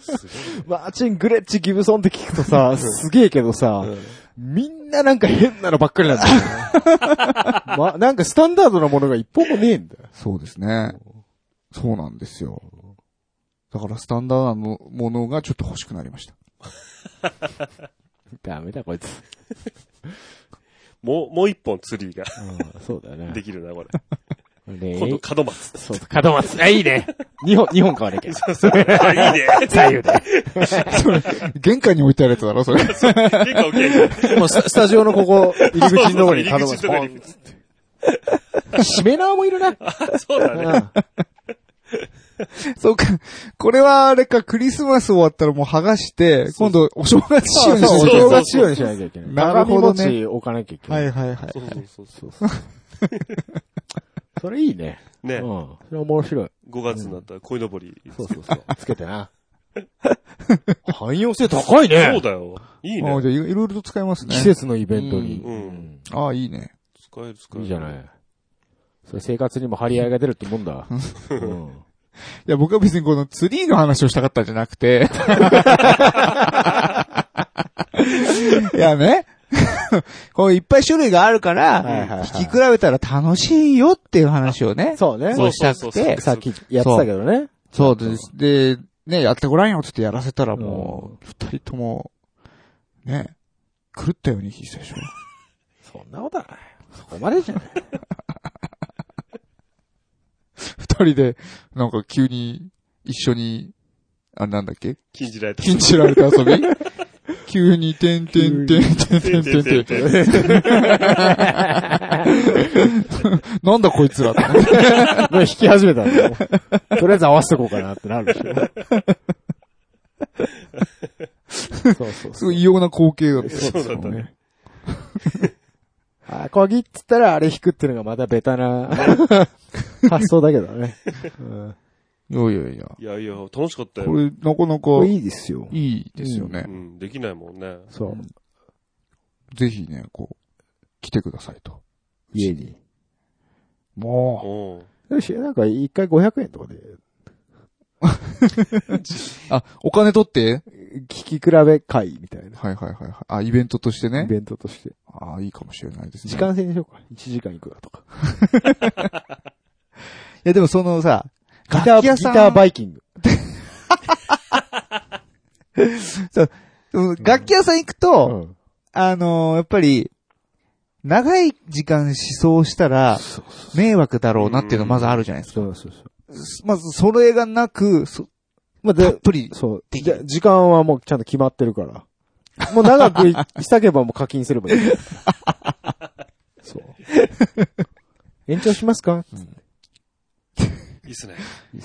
Speaker 1: す
Speaker 2: マーチン・グレッチ・ギブソンって聞くとさ、すげえけどさ
Speaker 1: ごい、ね。
Speaker 2: みんななんか変なのばっかりなんだよね。ま、なんかスタンダードなものが一本もねえんだよ。
Speaker 3: そうですね。そうなんですよ。だからスタンダードのものがちょっと欲しくなりました。
Speaker 2: ダメだこいつ。
Speaker 1: もう、もう一本ツリーが
Speaker 2: うん、そうだよね
Speaker 1: で。きるな、これ。
Speaker 2: ね
Speaker 1: 今度角松。
Speaker 2: そう、角松。あ、いいね。二本、二本買わなきゃ。
Speaker 1: あ、いいね。
Speaker 2: 左右で。
Speaker 3: 玄関に置いてあるやつだろ、それ。
Speaker 1: 結構大きいね。
Speaker 2: もうスタスタジオのここ、入り口のところ
Speaker 1: 入
Speaker 2: に
Speaker 1: り
Speaker 2: 角
Speaker 1: 口
Speaker 2: 松。
Speaker 1: のと
Speaker 2: ポ
Speaker 1: こ
Speaker 2: ン
Speaker 1: に。
Speaker 2: 締め縄もいるな。
Speaker 1: そうだね。
Speaker 3: そうか。これはあれか、クリスマス終わったらもう剥がして、今度お正月仕様に
Speaker 2: そう
Speaker 3: し
Speaker 2: お
Speaker 3: て
Speaker 2: 正
Speaker 1: う
Speaker 2: 月仕様にしなきゃいけない。
Speaker 3: なるほどね
Speaker 2: 鏡餅置かなきゃいけ
Speaker 3: は
Speaker 2: ない。
Speaker 3: いはいはい
Speaker 1: そ。うそうそう。
Speaker 2: そうそう。それいいね。う
Speaker 1: ね
Speaker 2: ん。、それ面白い。
Speaker 1: 5月になったら鯉のぼり。
Speaker 2: そうそうそう。つけ てな。汎用性高いね。
Speaker 1: そうだよ。いい
Speaker 3: あ
Speaker 1: ね
Speaker 3: あじ。ゃあいろいろと使えますね
Speaker 2: 季。節のイベントに。
Speaker 1: うん
Speaker 3: ああ、いいね。
Speaker 1: 使える使え
Speaker 2: うん
Speaker 1: る。
Speaker 2: いいじゃない。それ生活にも張り合いが出るってもんだ。うん。
Speaker 3: いや、僕は別にこのツリーの話をしたかったんじゃなくて。いやね。 こういっぱい種類があるか
Speaker 2: はいはいは
Speaker 3: ら
Speaker 2: い、
Speaker 3: 聞き比べたら楽しいよっていう話をね。
Speaker 2: そうね。
Speaker 1: そ
Speaker 3: そう
Speaker 1: う
Speaker 3: した
Speaker 1: そう
Speaker 3: く
Speaker 1: そうそう
Speaker 3: て、
Speaker 2: さっきやってたけどね。
Speaker 3: そうです。で、ね、やってごらんよってってやらせたらもう、二人とも、ね、狂ったように聞いてたでしょ。
Speaker 2: そんなことはない。そこまでじゃない。
Speaker 3: 二人で、なんか急に、一緒に、あれなんだっけ
Speaker 1: 禁じられた。
Speaker 3: 禁じられた遊び急に、てんてんてんてんてんてんてんてん。なんだこいつらって。
Speaker 2: もう引き始めたんだよ。とりあえず合わせとこうかなってなるでしょ。そうそう
Speaker 3: す
Speaker 2: そう。
Speaker 3: ごい異様な光景だった。
Speaker 1: そうだったね。
Speaker 2: あ、こぎっつったらあれ引くっていうのがまたベタな発想だけど ね。うん
Speaker 3: いやいやいや。
Speaker 1: いやいや、楽しかった
Speaker 3: こ
Speaker 1: よ。
Speaker 3: れ、なかなか、
Speaker 2: これ
Speaker 3: い
Speaker 2: いいですよ。
Speaker 3: いですよね
Speaker 1: う。ん、できないもんね。
Speaker 2: そう。
Speaker 3: ぜひね、こう、来てくださいと。
Speaker 2: 家に。
Speaker 3: も
Speaker 1: お
Speaker 2: よし、なんか一回500円とかで、
Speaker 3: う。あ、お金取って
Speaker 2: 聞き比べ会みたいな。
Speaker 3: はいはいはいはい。あ、イベントとして
Speaker 2: イ
Speaker 3: ね。
Speaker 2: ベントとして。
Speaker 3: ああ、いいかもしれないですね。
Speaker 2: 時間制にしようか。1時間いくらとか。
Speaker 3: いやでもそのさ、
Speaker 2: ギ
Speaker 3: 楽
Speaker 2: ター、
Speaker 3: 器屋
Speaker 2: ギ
Speaker 3: さん
Speaker 2: ターバイキング。
Speaker 3: うん楽器屋さん行くと、
Speaker 2: うん
Speaker 3: あのーやっぱり、長い時間思想したら、迷惑だろうなっていうのまずあるじゃないです
Speaker 2: そうそうそう。
Speaker 3: か。まず、それがなく、そ
Speaker 2: まあ、
Speaker 3: た
Speaker 2: で
Speaker 3: っ、ぷり。
Speaker 2: そう。
Speaker 3: でき
Speaker 2: じ
Speaker 3: る
Speaker 2: ゃ時間はもうちゃんと決まってるから。もう長くいしたけばもう課金すればいい。そう。延長しますか
Speaker 1: いいっすね。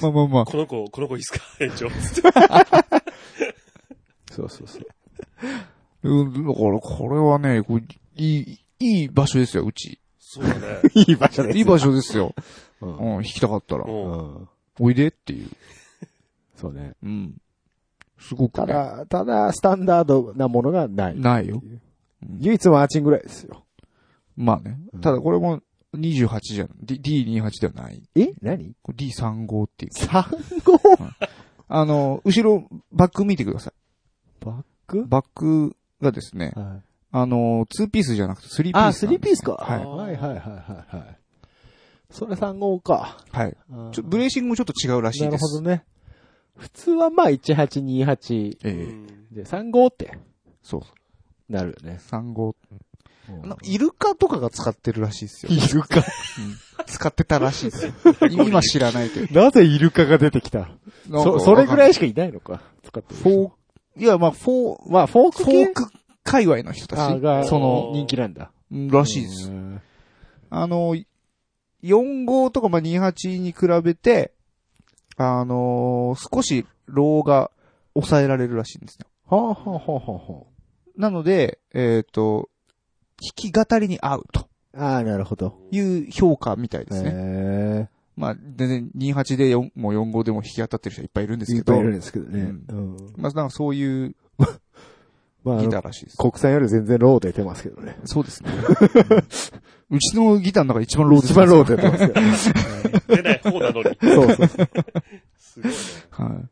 Speaker 3: まあまあまあ。
Speaker 1: この子、この子いいっす か園長。
Speaker 2: そうそうそう。
Speaker 3: うん、だから、これはね、こういい、いい場所ですよ、うち。
Speaker 1: そうだね。
Speaker 2: いい場所です。
Speaker 3: いい場所ですよ。
Speaker 2: う
Speaker 3: うんん、弾きたかったら。
Speaker 1: もう、
Speaker 2: うん
Speaker 3: おいでっていう。
Speaker 2: そうね。
Speaker 3: うん。すごく
Speaker 2: た
Speaker 3: ね、
Speaker 2: だ、ただ、スタンダードなものがない。
Speaker 3: ないよ。
Speaker 2: 唯一マーチンぐらいですよ。
Speaker 3: まあね。ただこれも28じゃん。D、D28 ではない。
Speaker 2: え何
Speaker 3: これ D35 っていう。
Speaker 2: 三号
Speaker 3: あの、後ろ、バック見てくださ
Speaker 2: バッ
Speaker 3: い。
Speaker 2: ク
Speaker 3: バックがですね、あの、2ピースじゃなくて3ピースなん
Speaker 2: あ、
Speaker 3: です
Speaker 2: ス
Speaker 3: よ。
Speaker 2: リーピースか。
Speaker 3: はい
Speaker 2: はいはいはいはいはい。それ三号か。
Speaker 3: はい。ちょ
Speaker 2: ブ
Speaker 3: ブレーシングもちょっと違うらしいです。
Speaker 2: なるほどね。普通はまあ1828
Speaker 3: ええ
Speaker 1: うん
Speaker 2: で3号って
Speaker 3: そう。
Speaker 2: なるよね。
Speaker 3: 35。あのイルカとかが使ってるらしいですよ。
Speaker 2: イルカ。
Speaker 3: 使ってたらしいですよ。 今知らないけど。
Speaker 2: なぜイルカが出てきたそ、それぐら
Speaker 3: い。
Speaker 2: いしかいないのか。使ってる
Speaker 3: フォー、いや、まあ、フォー、
Speaker 2: まあ、フォー
Speaker 3: フ
Speaker 2: ク
Speaker 3: ォー
Speaker 2: 系
Speaker 3: ク界隈の人た
Speaker 2: あが、
Speaker 3: ち、その、
Speaker 2: 人気なんだ。
Speaker 3: うんらしいです
Speaker 2: う。ん
Speaker 3: あの、45とかまあ28に比べて、あのー少しローが抑えられるらしいんですよ。
Speaker 2: はあ、はあはあはあは
Speaker 3: なので、えっ、と、弾き語りに合うと
Speaker 2: あ。ああ、なるほど。
Speaker 3: いう評価みたいですね。
Speaker 2: へ
Speaker 3: まあ、全然28で4もう45でも弾き当たってる人いっぱいいるんで
Speaker 2: え。
Speaker 3: す
Speaker 2: い
Speaker 3: け
Speaker 2: っぱ
Speaker 3: ど
Speaker 2: いい、るんですけどね。
Speaker 3: う
Speaker 2: うん
Speaker 3: まあ、なんかそういう
Speaker 2: まああ
Speaker 3: ギ
Speaker 2: の、
Speaker 3: ターらしいです。
Speaker 2: 国産より全然ロー出てますけどね。
Speaker 3: そうですね。 うちのギターの中で一番ローです。
Speaker 2: 一番ロー出てますけどね。
Speaker 1: 出ない方なのに。
Speaker 2: そうそうそ
Speaker 1: すごいね。
Speaker 3: は
Speaker 2: う。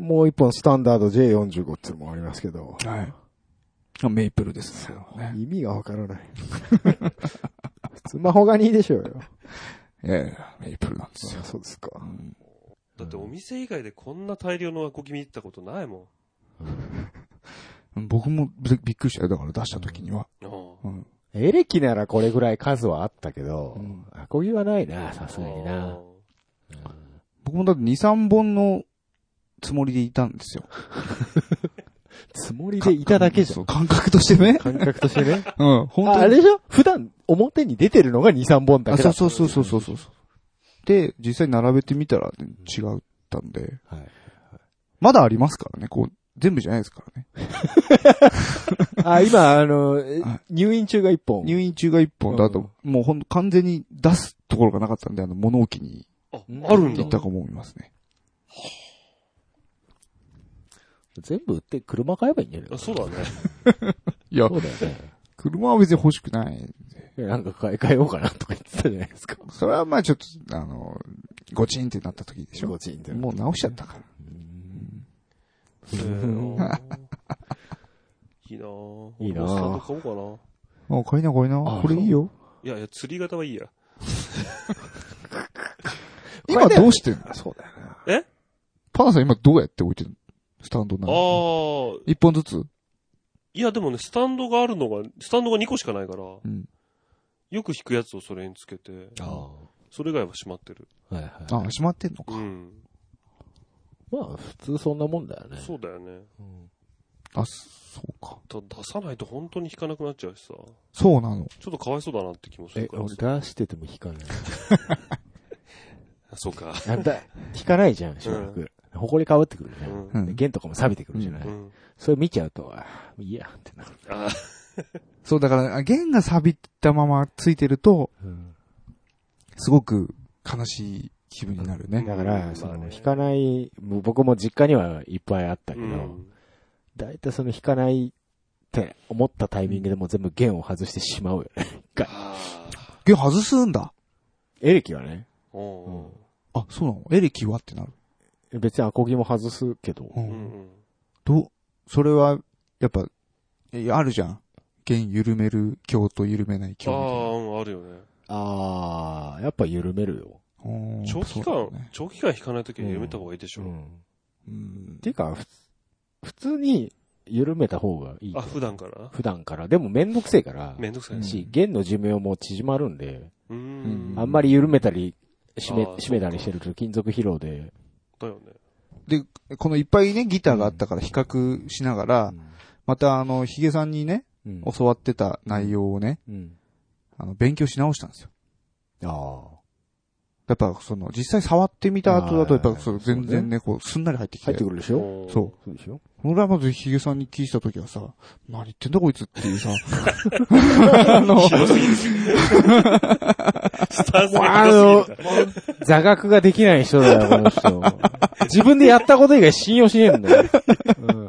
Speaker 2: もう一本スタンダード J45 っていうのもありますけど、
Speaker 3: い。はい。あメイプルですね。ね
Speaker 2: 意味がわから ない。普通マホガニーでしょうよ。
Speaker 3: いやいや、メイプルなんですよ。
Speaker 2: そうですか。
Speaker 3: うん
Speaker 1: だってお店以外でこんな大量のアコギ見ったことないも
Speaker 3: 僕もびびっくりしたよ。だから出した時には。
Speaker 1: ん。うん
Speaker 3: うん。
Speaker 2: エレキならこれぐらい数はあったけど
Speaker 3: うん、
Speaker 2: アコギはないな、さすがにな。。
Speaker 3: 僕もだって2、3本のつもりでいたんですよ。
Speaker 2: つもりでいただけじゃ
Speaker 3: そ
Speaker 2: ん。
Speaker 3: う感覚としてね。
Speaker 2: 感覚としてね。
Speaker 3: うん、本
Speaker 2: あ
Speaker 3: 当
Speaker 2: あれ
Speaker 3: に。
Speaker 2: でしょ普段表に出てるのが2、3本だ
Speaker 3: あ、
Speaker 2: け
Speaker 3: そう
Speaker 2: だ。
Speaker 3: そうそうそうそうそう。で、実際並べてみたらね違ったんで。
Speaker 2: はい
Speaker 3: まだありますからね。こう、全部じゃないですからね。
Speaker 2: あ、今、あの
Speaker 3: はい、
Speaker 2: 入院中が1本。
Speaker 3: 入院中が1本だと、もうほんと完全に出すところがなかったんで、あの、物置に
Speaker 1: あ、あるん
Speaker 3: 行
Speaker 1: だ。
Speaker 3: ったかも思いますね。
Speaker 2: 全部売って車買えばいいんじゃない
Speaker 1: あそうだね。
Speaker 3: いや
Speaker 2: そ、うだよね。
Speaker 3: 車は別に欲しくない。
Speaker 2: なんか買い替えようかなとか言ってたじゃないですか。
Speaker 3: それはまあちょっと、あの、ゴチンってなった時でしょ。
Speaker 2: ちんって
Speaker 3: もう直しちゃったから。
Speaker 1: へー いいなぁ。
Speaker 2: いいなぁ
Speaker 1: 俺もスタンド買おうかな。
Speaker 3: あ、買いな、買いな
Speaker 2: あ。
Speaker 3: これいいよ。
Speaker 1: いやいや、釣り型はいいや。
Speaker 3: 今どうしてんの
Speaker 2: そうだよな。
Speaker 3: パナさん今どうやって置いてるのスタンドな
Speaker 1: あ
Speaker 3: の
Speaker 1: ー。
Speaker 3: 一本ずつ
Speaker 1: いや、でもね、スタンドがあるのが、スタンドが2個しかないから、
Speaker 3: うん。
Speaker 1: よく引くやつをそれにつけて、それ以外は閉まってる。
Speaker 2: はいはい。
Speaker 3: あ、閉まってんの
Speaker 1: う
Speaker 3: か。
Speaker 1: ん。
Speaker 2: まあ、普通そんなもんだよね。
Speaker 1: そうだよね。
Speaker 3: あ、そうか。
Speaker 1: た出さないと本当に引かなくなっちゃうしさ、ち
Speaker 3: そうなの。
Speaker 1: ょっとかわいそうだなって気もす
Speaker 2: え
Speaker 1: る、から
Speaker 2: 俺
Speaker 1: さ。
Speaker 2: 出してても引かない。
Speaker 1: あそうか。
Speaker 2: あんた、引かないじゃん、しばらく。埃かぶってくるじゃ。
Speaker 1: うんん。
Speaker 3: う
Speaker 2: で
Speaker 3: ん。
Speaker 2: 弦とかも錆びてくるじゃない。
Speaker 1: うん。
Speaker 2: それ見ちゃうと、あーいいや、ってなる。
Speaker 1: あ
Speaker 3: そう、だから、あ弦が錆びたままついてると、すごく悲しい気分になるね。
Speaker 2: だか
Speaker 1: まあ
Speaker 2: ら、
Speaker 1: ね
Speaker 2: その、引かない、もう僕も実家にはいっぱいあった
Speaker 1: う
Speaker 2: けど、
Speaker 1: ん。
Speaker 2: だいたいその弾かないって思ったタイミングでもう全部弦を外してしまうよね。
Speaker 1: ああ。
Speaker 3: 弦外すんだ。
Speaker 2: エレキはね、
Speaker 1: おう
Speaker 3: あ、そうなのエレキはってなる。
Speaker 2: 別にアコギも外すけど、
Speaker 3: う。
Speaker 1: うんん。
Speaker 3: どう、それは、やっぱ、えあるじゃん。弦緩める強と緩めない
Speaker 1: ああ、
Speaker 3: 強みたいな。
Speaker 1: うん、あるよね。
Speaker 2: あー、やっぱ緩めるよ。
Speaker 3: うん
Speaker 1: 長期
Speaker 3: そうだ
Speaker 1: 間
Speaker 3: ね、
Speaker 1: 長期間引かないときはやめた方がいいでし
Speaker 2: う
Speaker 1: ょ。
Speaker 2: ん。っ
Speaker 3: うん
Speaker 2: ていうか、ふ普通に緩めた方がいい
Speaker 1: あ、。普段から
Speaker 2: 普段から。でもめんどくせえから、
Speaker 1: めんどくさいね。
Speaker 2: し、弦の寿命も縮まるんで、
Speaker 1: う。
Speaker 3: うん
Speaker 2: あんまり緩めたり、締め
Speaker 1: あー、
Speaker 2: 締めたりしてると金属疲労で、
Speaker 1: だよね。
Speaker 3: で、このいっぱいね、ギターがあったから比較しながら、またあの、ヒゲさんにね、
Speaker 2: うん
Speaker 3: 教わってた内容をね、
Speaker 2: うん。
Speaker 3: あの、勉強し直したんですよ。
Speaker 2: ああ。
Speaker 3: やっぱその、実際触ってみた後だと、やっぱ
Speaker 2: そう
Speaker 3: そう
Speaker 2: ね
Speaker 3: 全然ね、こう、すんなり入ってきて。
Speaker 2: 入ってくるでしょ
Speaker 1: おー
Speaker 3: そう。
Speaker 2: そうでしょ
Speaker 3: 俺はまずヒゲさんに聞いたときはさ、何言ってんだこいつっていうさ、 あの、
Speaker 1: スタンスが
Speaker 2: あ
Speaker 1: 広
Speaker 2: の
Speaker 1: すぎる、
Speaker 2: 座学ができない人だよ、この 人。自分でやったこと以外信用しねえんだよ。うん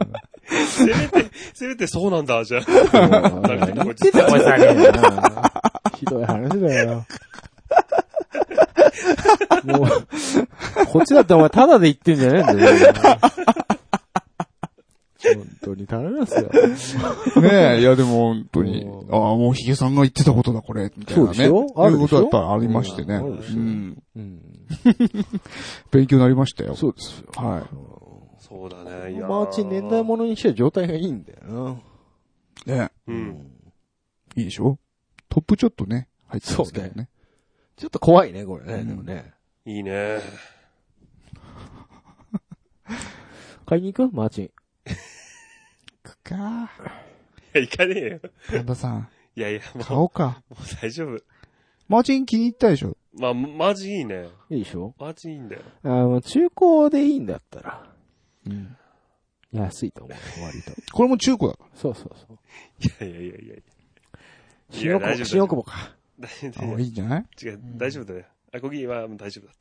Speaker 1: せめて、せめてそうなんだ、じゃあ。
Speaker 2: 言ってたおじさんにな。ひどい話だよ。もう、こっちだってお前タダで言ってんじゃねえんだよ。本当に頼みますよ。
Speaker 3: ねえ、いやでも本当に
Speaker 2: う、ん
Speaker 3: ああ、もうヒゲさんが言ってたことだこれ、みたいな
Speaker 2: そ
Speaker 3: ね。
Speaker 2: うでしょある
Speaker 3: いう
Speaker 2: で
Speaker 3: こ
Speaker 2: し
Speaker 3: と
Speaker 2: ょ
Speaker 3: はやっぱありましてね。
Speaker 2: うんあるでしょ
Speaker 3: うん。
Speaker 2: うん、
Speaker 3: 勉強になりましたよ。
Speaker 2: そうですよ。
Speaker 3: は
Speaker 1: そうだね、いやー。
Speaker 2: マーチ年代物にしては状態がいいんだよ
Speaker 3: い。ね
Speaker 1: うん。
Speaker 3: いいでしょトップちょっとね、入ってますけど
Speaker 2: そう
Speaker 3: ね。
Speaker 2: な。ちょっと怖いね、これね。
Speaker 3: うん
Speaker 2: でもね。
Speaker 1: いいね。
Speaker 2: 買いに行くマーチン。
Speaker 3: くか
Speaker 1: いや、行かねえよ。
Speaker 3: 神田さん、
Speaker 1: いやいや、
Speaker 3: 買
Speaker 1: も
Speaker 3: おうか。
Speaker 1: う、もう大丈夫。
Speaker 3: マーチン気に入ったでしょ
Speaker 1: まあ、マジいいね。
Speaker 2: いいでしょ
Speaker 1: マジいいんだよ。
Speaker 2: あの、中古でいいんだったら、
Speaker 3: うん。
Speaker 2: 安いと思う、割と。
Speaker 3: これも中古だ。
Speaker 2: そうそうそう。
Speaker 1: いやいやいやいや。い
Speaker 2: 新大
Speaker 1: や大
Speaker 2: 久
Speaker 1: 丈
Speaker 2: 保、
Speaker 1: 夫
Speaker 2: 新大久保か。
Speaker 1: 大丈
Speaker 3: あ
Speaker 1: 夫
Speaker 3: いいんじゃない
Speaker 1: 違う、大丈夫だよ。アコギはもう大丈夫だ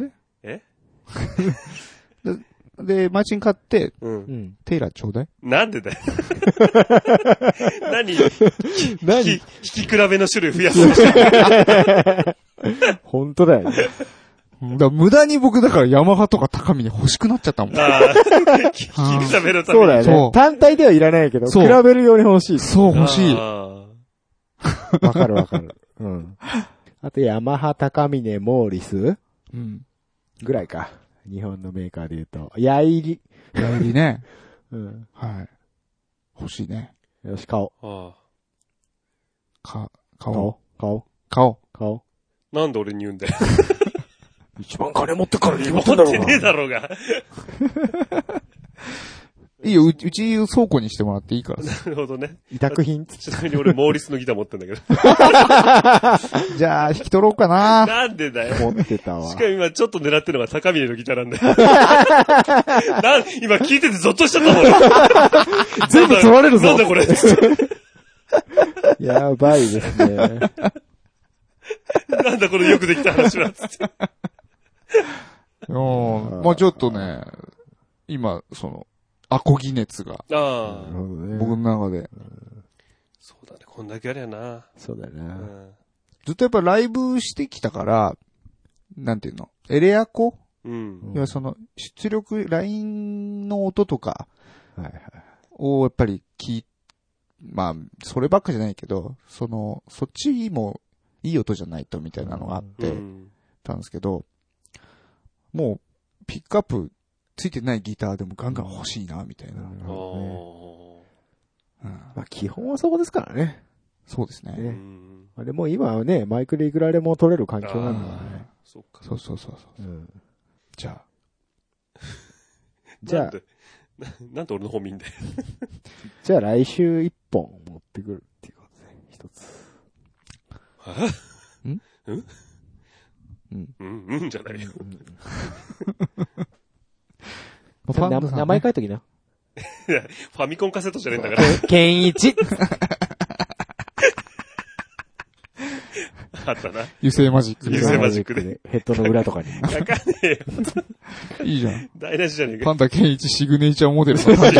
Speaker 1: って。
Speaker 3: で、マーチン買って、
Speaker 1: うん。
Speaker 2: ん。
Speaker 3: テイラーちょうだい。
Speaker 1: なんでだよ。何引き、引き比べの種類増やすの
Speaker 2: 本当だよね。
Speaker 3: だから無駄に僕だからヤマハとか高見に欲しくなっちゃったもん。
Speaker 1: あーき引き比べのため
Speaker 2: そ
Speaker 1: に。
Speaker 2: うだよ
Speaker 3: そ
Speaker 2: ね
Speaker 3: う。
Speaker 2: 単体ではいらないけど、比
Speaker 3: そう
Speaker 2: べるように欲しい。
Speaker 3: そう、欲しい。
Speaker 1: あ
Speaker 2: わかるわかる。うん。 あと、ヤマハ、高峰、モーリス
Speaker 3: うん。
Speaker 2: ぐらいか。日本のメーカーで言うと。ヤイリ。
Speaker 3: やり ね。
Speaker 2: うん。
Speaker 3: はい。欲しいね。
Speaker 2: よし、顔。
Speaker 1: ーあ
Speaker 3: か、顔。
Speaker 2: 顔。顔。
Speaker 3: 顔。
Speaker 2: 顔。
Speaker 1: ー。なんで俺に言うんだよ。
Speaker 2: 一番金持ってからに
Speaker 1: 持ってねえだろうが。
Speaker 3: いいよ、うち、うち倉庫にしてもらっていいからさ。
Speaker 1: なるほどね。
Speaker 2: 委託品
Speaker 1: ちなみに俺、モーリスのギター持ってんだけど。
Speaker 3: じゃあ、引き取ろうかな。
Speaker 1: なんでだよ。
Speaker 2: 持ってたわ
Speaker 1: し。かも今ちょっと狙ってるのが高峰のギターなんだよ。なん今聞いててゾッとしちゃったもん俺。
Speaker 2: 全部取られるぞ
Speaker 1: な んだこれ。
Speaker 2: やばいです ね。
Speaker 1: なんだこれよくできた話は。つって
Speaker 3: うん。まあちょっとね、今、その、アコギ熱が、
Speaker 1: あ
Speaker 2: なる
Speaker 1: あ。
Speaker 2: ほどね
Speaker 3: 僕の中で。
Speaker 1: そうだね。こんだけありゃな。
Speaker 2: そうだよ
Speaker 1: う
Speaker 2: な。
Speaker 1: ん。
Speaker 3: ずっとやっぱライブしてきたから、なんていうのエレアコ
Speaker 1: うん。
Speaker 3: いや、その、出力、ラインの音とか
Speaker 2: はいはい。
Speaker 3: を、やっぱり聞い、まあ、そればっかじゃないけど、その、そっちも、いい音じゃないと、みたいなのがあっ
Speaker 1: う
Speaker 3: て、
Speaker 1: ん。
Speaker 3: ったんですけど、もう、ピックアップついてないギターでもガンガン欲しいな、みたいな。
Speaker 1: ああ。
Speaker 3: うん、
Speaker 2: まあ、基本はそこですからね。
Speaker 3: そうですね。
Speaker 2: ね
Speaker 1: うん。
Speaker 2: あれもう今はね、マイクでいくらでも取れる環境なんだからね。
Speaker 1: そっか。
Speaker 3: そうそうそうそう。
Speaker 2: うん
Speaker 3: じゃあ、
Speaker 2: じゃ
Speaker 1: なん
Speaker 2: あ、
Speaker 1: でななんで俺の方見んだよ。
Speaker 2: じゃあ来週一本持ってくるっていうことで、一つ。
Speaker 1: うん、うんじゃないよ。
Speaker 3: まあ
Speaker 2: な
Speaker 3: パンダさんね
Speaker 2: 名前書いときな。
Speaker 1: ファミコンカセットじゃねえんだ から。
Speaker 2: ケンイチ
Speaker 1: あったな。
Speaker 3: 油性マジック
Speaker 1: 油性マジックで
Speaker 2: ヘッドの裏とかに。
Speaker 1: 書かねえよ。
Speaker 3: いいじゃん。
Speaker 1: 台無しじゃねえか
Speaker 3: パ。ンダケンイチシグネチャーモデルの誕生日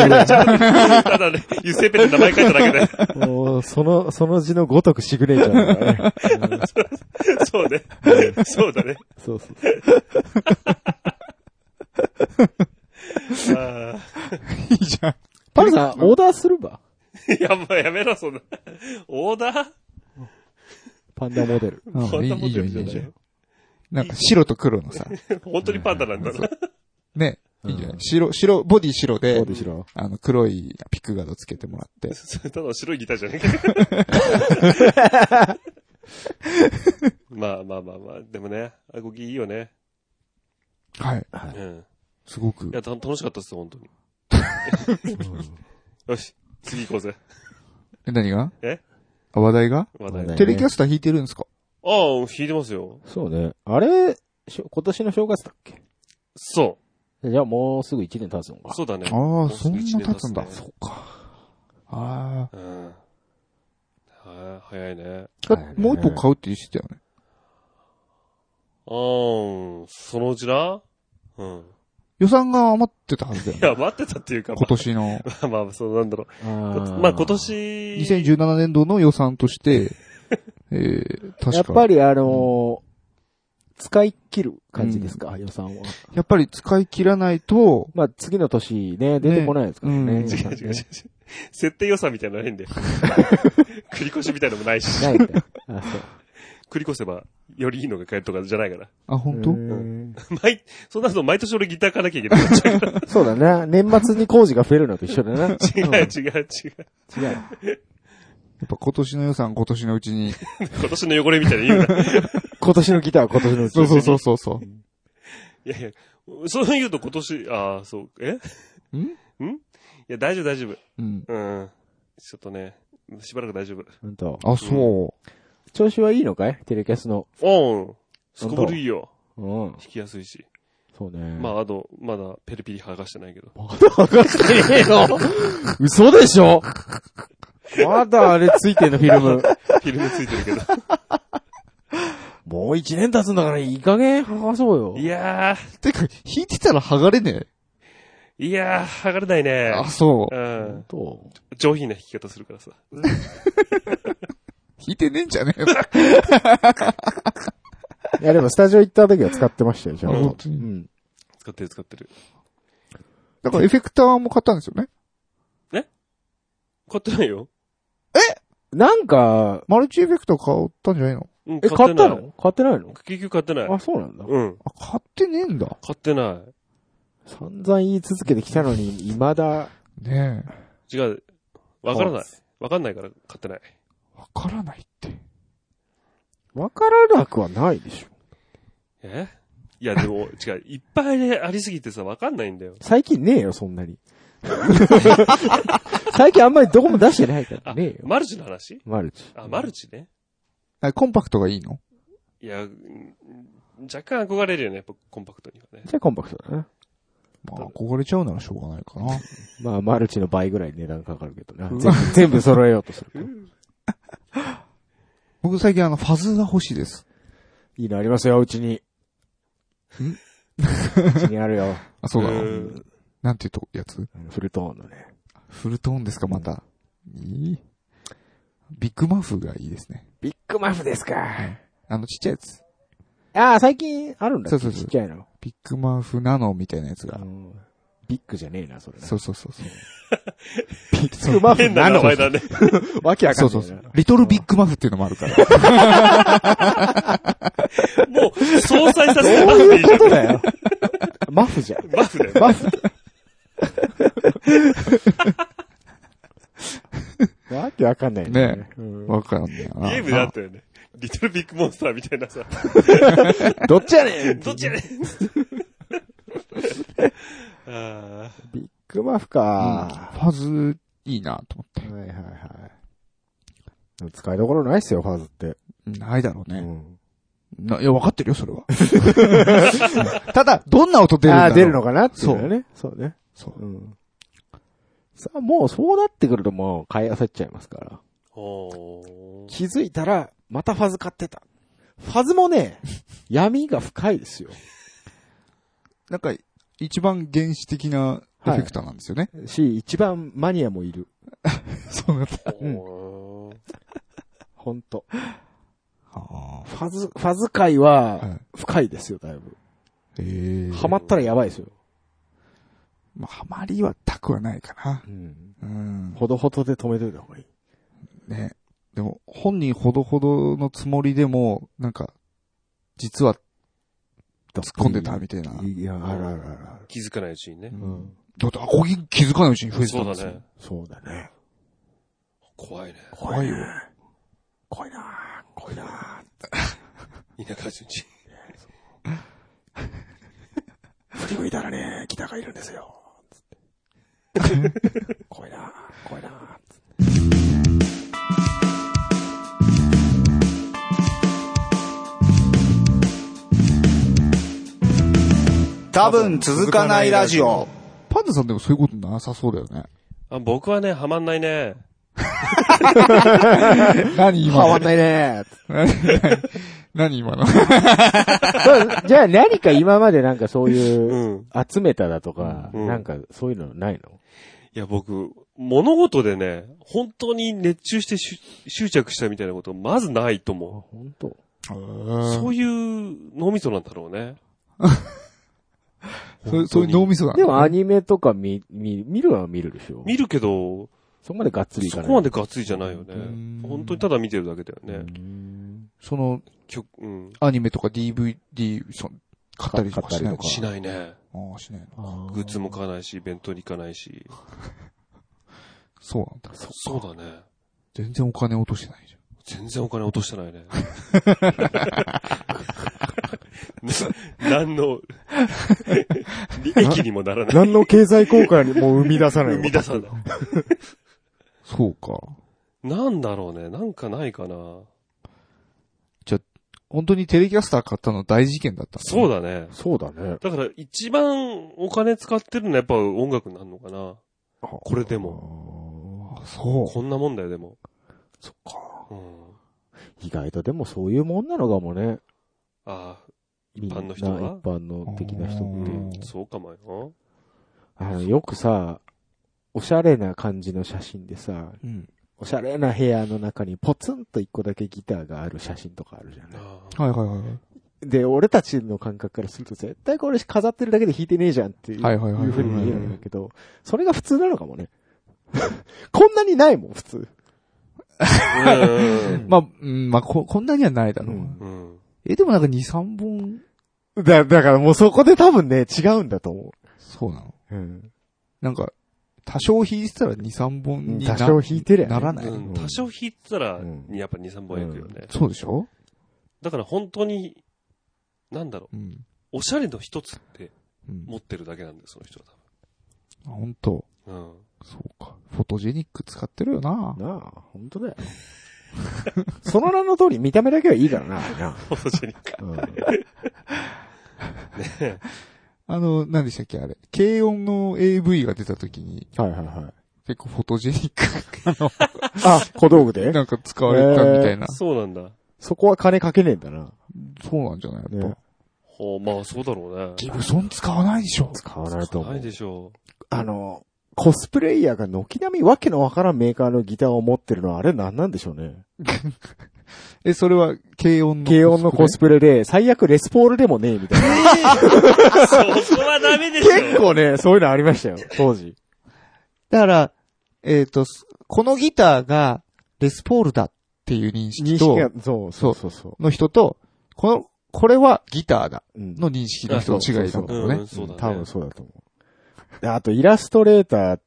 Speaker 1: ただね、油性ペンで名前書いただけだよ。
Speaker 2: もう、その、その字のごとくシグネチャーだからね。
Speaker 1: そう ね。そうだね。
Speaker 2: そうそう。
Speaker 1: ああ。
Speaker 3: いいじゃん。
Speaker 2: パルさん、オーダーするば
Speaker 1: やばい、やめろ、そんな。オーダー
Speaker 2: パンダモデル。
Speaker 3: うん
Speaker 1: そんなこ
Speaker 3: いい
Speaker 1: と
Speaker 3: よ、い
Speaker 1: 言うじゃ
Speaker 3: いよ、いい
Speaker 1: ない
Speaker 3: じゃ
Speaker 1: よ
Speaker 3: ん。なんか白と黒のさ、
Speaker 1: 本当にパンダなんだな。
Speaker 3: ね。いいじゃん。白、白、ボディ白で
Speaker 2: どう、でしろ
Speaker 3: あの、黒いピックガードつけてもらって。
Speaker 1: そ れただの白いギターじゃねえか。まあまあまあまあ、でもね、アコギいいよね。
Speaker 3: はい。
Speaker 1: うん。
Speaker 3: すごく
Speaker 1: い。や、た楽しかったっすよ、本当に。 よし、次行こうぜ。
Speaker 3: え、何が
Speaker 1: え
Speaker 3: あ話題が
Speaker 1: 話題。
Speaker 2: 話
Speaker 1: あ
Speaker 2: 題
Speaker 1: あ、
Speaker 3: テレキャスター弾いてるんですか
Speaker 1: 弾いてますよ。
Speaker 2: そうね。あれ、しょ今年の正月だっけ
Speaker 1: そ
Speaker 2: じゃあもうすぐ1年経つの
Speaker 1: う。
Speaker 2: か。
Speaker 1: そうだね。
Speaker 3: ああ
Speaker 1: もうすぐ一年
Speaker 3: そんな経つんだ
Speaker 1: 経つね
Speaker 2: うか。
Speaker 3: あ
Speaker 1: うん。はい、早いね。
Speaker 3: あ。
Speaker 2: はい
Speaker 3: もう一個買うって言ってたよね。
Speaker 1: あーん、そのうちなうん。
Speaker 3: 予算が余ってたはずだよ
Speaker 1: い
Speaker 3: ね。
Speaker 1: や、待ってたっていうか、ま
Speaker 3: 今年の、
Speaker 1: あ、まあ、そうなんだろう。こ
Speaker 2: ま
Speaker 1: まあ、今。年、
Speaker 3: 2017年度の予算と して、えー、確か
Speaker 2: やっぱりあのー使い切る感じですか、予算は。
Speaker 3: やっぱり使い切らないと、
Speaker 2: まあ次の年ね、出てこないですからね。
Speaker 3: ねうん
Speaker 1: 違う違う違う違う。設定予算みたいなのないんで。繰り越しみたいなのもないし。
Speaker 2: ないんだよ。あ、 そう。
Speaker 1: 繰り越せば、よりいいのが買えるとかじゃないから。
Speaker 3: あ、本当
Speaker 2: うん
Speaker 1: 毎、そんなの毎年俺ギター買わなきゃいけない。違
Speaker 2: そうだな。年末に工事が増えるのと一緒だな。違
Speaker 1: う違う違う。
Speaker 2: う。違う。
Speaker 3: やっぱ今年の予算今年のうち に。
Speaker 1: 今年の汚れみたいな言うな。い
Speaker 2: 今年のギターは今年のうち
Speaker 3: そうそうそうそ うそう。
Speaker 1: やいや、そう言うと今年、ああ、そう、え
Speaker 3: ん
Speaker 1: んいや、大丈夫大丈夫。
Speaker 3: うん。
Speaker 1: うん。ちょっとね、しばらく大丈夫。
Speaker 2: ほんと
Speaker 3: あ、そ
Speaker 2: 調子はいいのかいテレキャスの。
Speaker 1: おうん。すこぶるいいよ。
Speaker 2: うん。
Speaker 1: 弾きやすいし。
Speaker 2: そうね。
Speaker 1: まあ、あと、まだペリペリ剥がしてないけど。
Speaker 2: 嘘でしょまだあれついてんの、フィルム。
Speaker 1: フィルムついてるけど。
Speaker 2: もう一年経つんだからいい加減剥がそうよ。
Speaker 1: いや
Speaker 3: う。てか、引いてたら剥がれね
Speaker 1: ー、いやー、剥がれない
Speaker 3: え。
Speaker 1: ね。
Speaker 3: あ、そうう。
Speaker 1: ん。
Speaker 2: と。
Speaker 1: 上品な弾き方するからさ。
Speaker 3: 引いてねえんじゃね えの
Speaker 2: いや、でもスタジオ行った時は使ってましたよ、ちゃん
Speaker 1: あ本
Speaker 2: と。
Speaker 3: 当
Speaker 2: う
Speaker 3: に
Speaker 2: ん。
Speaker 1: 使ってる使ってる。
Speaker 3: だからエフェクターも買ったんですよね。
Speaker 1: 買ってないよ。
Speaker 2: なんか、
Speaker 3: マルチエフェクター買ったんじゃないの
Speaker 1: うん、
Speaker 2: え、買った
Speaker 1: ない
Speaker 2: の買ってないの
Speaker 1: 結局買ってない
Speaker 2: あ、。そうなんだ。
Speaker 1: うん。
Speaker 3: あ、買ってねえんだ。
Speaker 1: 買ってな
Speaker 2: 散々言い続けてきたのに、未だ、
Speaker 3: ねえ。
Speaker 1: い。違う。わからない。わかんないから買ってない。
Speaker 3: わからないって。
Speaker 2: わからなくはないでしょ。
Speaker 1: えいや、でも、 違う。いっぱいありすぎてさ、わかんないんだよ。
Speaker 2: 最近ねえよ、そんなに。 最近あんまりどこも出してないから
Speaker 1: あ
Speaker 2: ねえ、よ。
Speaker 1: マルチの話
Speaker 2: マルチ。
Speaker 1: あ、マルチね。
Speaker 3: あコンパクトがいいの
Speaker 1: いや、うん若干憧れるよね、やっぱコンパクトには ね。
Speaker 2: じゃあコンパクトだな。
Speaker 3: まあ、憧れちゃうならしょうがないかな。
Speaker 2: まあ、マルチの倍ぐらい値段かかるけどな。全部全部揃えようとするから。
Speaker 3: 僕最近あの、ファズが欲しいです。
Speaker 2: いいのありますよ、うちに。うちにあるよ。
Speaker 3: あ、そうだ。
Speaker 1: うん
Speaker 3: なんていうと、やつ
Speaker 2: フルトーンのね。
Speaker 3: フルトーンですか、また。いいビッグマフがいいですね。
Speaker 2: ビッグマフですか。
Speaker 3: あの、ちっちゃいやつ。
Speaker 2: ああ、最近あるんだっけ
Speaker 3: そうそうそ
Speaker 2: ち
Speaker 3: う
Speaker 2: っちゃいの。
Speaker 3: ビッグマフナノみたいなやつが。
Speaker 2: うんビッグじゃねえな、それな。
Speaker 3: そうそうそうそう。
Speaker 2: ビッグマフ
Speaker 1: 変な
Speaker 2: な
Speaker 1: 名
Speaker 2: の
Speaker 1: 前だね。
Speaker 2: わけわかん
Speaker 3: そう
Speaker 2: ない。
Speaker 3: そうそう。リトルビッグマフっていうのもある から。
Speaker 1: もう、総裁させてマフでいいじゃん。
Speaker 2: そうだよ。 マフじゃん。
Speaker 1: マフだよ。
Speaker 2: マフ。わけわかんない
Speaker 3: ね
Speaker 2: うん
Speaker 3: わかんねえな。
Speaker 1: ゲームであったよね。リトルビッグモンスターみたいなさ。
Speaker 2: どっちやねん
Speaker 1: どっちやねんあー
Speaker 2: ビッグマフか。
Speaker 3: あファズ、いいなと思って。
Speaker 2: はいはいはい。でも使いどころないっすよ、ファーズって。
Speaker 3: ないだろ
Speaker 2: う
Speaker 3: うね。
Speaker 2: ん。
Speaker 3: ないや、わかってるよ、それは。ただ、どんな音出るん
Speaker 2: あ
Speaker 3: だ
Speaker 2: あー、
Speaker 3: ろう
Speaker 2: 出るのかなっていうのはね。そうね。
Speaker 3: そう。
Speaker 2: うん。さあ、もうそうなってくるともう買い焦っちゃいますから。
Speaker 1: おー
Speaker 2: 気づいたら、またファズ買ってた。ファズも ね、闇が深いですよ。
Speaker 3: なんか、一番原始的なエフェクターなんですよね。
Speaker 2: し、一番マニアもいる。
Speaker 3: そうなんだ。
Speaker 1: おー
Speaker 2: ほんと。
Speaker 3: あ
Speaker 2: ファズ、ファズ界
Speaker 3: あ。は。
Speaker 2: はい深いですよ、だいぶ。
Speaker 3: ええ。
Speaker 2: ハマったらやばいですよ。
Speaker 3: まあ、ハマりはたくはないかな。
Speaker 2: うん。
Speaker 3: うん。
Speaker 2: ほどほどで止めといた方がいい。
Speaker 3: ね。でも、本人ほどほどのつもりでも、なんか、実は
Speaker 2: 突っ
Speaker 3: 突っ込んでたみたいな。
Speaker 2: いや、あるあるあるある。
Speaker 1: 気づかないうちにね。
Speaker 2: ん。
Speaker 3: だって、アコギ気づかないうちに増えて
Speaker 1: そ
Speaker 3: た
Speaker 1: うんだ
Speaker 3: ですよ。
Speaker 1: ね。
Speaker 2: そうだね。
Speaker 1: 怖いね。
Speaker 3: 怖いよ。
Speaker 2: 濃いなぁ、濃いなぁ。
Speaker 1: 田舎人ち。
Speaker 2: 振り向いたらね、ギターがいるんですよ。つって。濃いなぁ、濃いなぁ。
Speaker 6: 多分続かないラジオ。
Speaker 3: パンダさんでもそういうことなさそうだよね。
Speaker 1: あ僕はね、ハマんないね。
Speaker 3: 何今
Speaker 6: 変わ
Speaker 3: の
Speaker 6: んないね。
Speaker 3: 何今の
Speaker 2: じゃあ何か今までなんかそういうう、
Speaker 1: ん。
Speaker 2: 集めただとか、
Speaker 1: うん
Speaker 2: なんかそういうのないの
Speaker 1: いや、僕、物事でね、本当に熱中してしゅ執着したみたいなこと、まずないと思
Speaker 2: 本当
Speaker 1: う。
Speaker 3: そ
Speaker 1: そういう脳みそなんだろうね。
Speaker 3: うそういう脳みそだ。
Speaker 2: でもアニメとか見、見、見るは見るでしょ
Speaker 1: 見るけど、
Speaker 2: そこまでがっつりいか
Speaker 1: そ
Speaker 2: ない。
Speaker 1: こまでガッツリじゃないよね
Speaker 3: うん。
Speaker 1: 本当にただ見てるだけだよね。
Speaker 3: その
Speaker 1: 曲、うん。
Speaker 3: アニメとか DVD、その買ったりとかしないのか
Speaker 2: 買
Speaker 1: しないね。
Speaker 3: ああ、しないの。
Speaker 1: グッズも買わないし、イベントに行かないし。
Speaker 3: そうなんだ。
Speaker 1: そうだね。
Speaker 3: 全然お金落としてないじ
Speaker 1: 全然お金落としてないね。な何の、利益にもならない。
Speaker 7: 何の経済効果にも生み出さない。
Speaker 1: 生み出さない。
Speaker 3: ゃん。そうか。
Speaker 1: なんだろうね。なんかないかな。
Speaker 3: 本当にテレキャスター買ったの大事件だったんだね
Speaker 1: そうだね。
Speaker 2: そうだね。
Speaker 1: だから一番お金使ってるのはやっぱ音楽になるのかな。これでも。
Speaker 3: あそ
Speaker 1: こんなもんだよ、でも。
Speaker 3: そっか。
Speaker 1: うん。
Speaker 2: 意外とでもそういうもんなのかもね。
Speaker 1: ああ、
Speaker 2: 一
Speaker 1: 般の人は
Speaker 2: 一般の的な人
Speaker 3: う
Speaker 1: う
Speaker 2: っ
Speaker 1: ん
Speaker 2: て。。
Speaker 1: そうかもよ。
Speaker 2: あの、よくさ、おしゃれな感じの写真でさ、
Speaker 3: うん。
Speaker 2: おしゃれな部屋の中にポツンと一個だけギターがある写真とかあるじゃない。
Speaker 1: ああ
Speaker 3: はいはいはい。
Speaker 2: で、俺たちの感覚からすると絶対これ飾ってるだけで弾いてねえじゃんっていう,、
Speaker 3: はいいはいはいう
Speaker 2: ふうに見えるんだけど、それが普通なのかもね。 こんなにないもん、普通。
Speaker 1: うん
Speaker 3: まあ、うん、まあ、こ、こんなにはないだろう。
Speaker 2: うん
Speaker 1: うん。
Speaker 3: え、でもなんか2、3本、
Speaker 2: だ、だからもうそこで多分ね、違うんだと思
Speaker 3: そうなの
Speaker 2: う。うん。
Speaker 3: なんか、多少引いてたら2、3本にな
Speaker 2: 多少弾いてりゃね
Speaker 3: ならな
Speaker 1: う
Speaker 3: い。
Speaker 1: ん多少弾いてたら
Speaker 2: うん、
Speaker 1: やっぱ2、3本いくよね。
Speaker 3: そうでしょ
Speaker 1: だから本当に、なんだろ
Speaker 3: うん。
Speaker 1: う、おしゃれの一つって
Speaker 3: うん。
Speaker 1: 持ってるだけなんだよ、その人は
Speaker 3: あ、本当
Speaker 1: 多分。
Speaker 3: そうか。フォトジェニック使ってるよな。
Speaker 2: なあ、本当だよ。 その名の通り見た目だけはいいからな。
Speaker 1: うん。フォトジェニック。
Speaker 3: あの、何でしたっけあれ。軽音の AV が出た時に、
Speaker 2: はいはいはい。
Speaker 3: 結構フォトジェニック
Speaker 2: あ、小道具
Speaker 3: が
Speaker 2: で
Speaker 3: なんか使われたみたいな。
Speaker 1: そうなんだ。
Speaker 2: そこは金かけねえんだな。
Speaker 3: そうなんじゃないやっ
Speaker 2: ね
Speaker 3: ぱ。
Speaker 1: ほう、まあそうだろうね。
Speaker 3: ギブソン使わないでしょ。
Speaker 2: 使わないと思
Speaker 1: な
Speaker 2: う
Speaker 1: い。でしょ
Speaker 2: あの、コスプレイヤーが軒並みわけのわからんメーカーのギターを持ってるのはあれ何なんでしょうね。
Speaker 3: え、それは軽音の。
Speaker 2: 軽音のコスプレで、最悪レスポールでもねえみたいな。
Speaker 1: う。そこはダメでし
Speaker 2: 結
Speaker 1: ょ。
Speaker 2: 構ね、そういうのありましたよ、当時。
Speaker 6: だから、
Speaker 3: えっ、と、すこのギターがレスポールだっていう認識
Speaker 2: 認識が
Speaker 3: と、、
Speaker 2: そう、そうそうそ
Speaker 3: の人と、この、これはギターだ
Speaker 2: う。うん
Speaker 3: の認識の人の違いなんだろう
Speaker 1: う
Speaker 3: ね
Speaker 1: ん、。そうだね。
Speaker 2: 多分そうだと思う。であと、イラストレーター、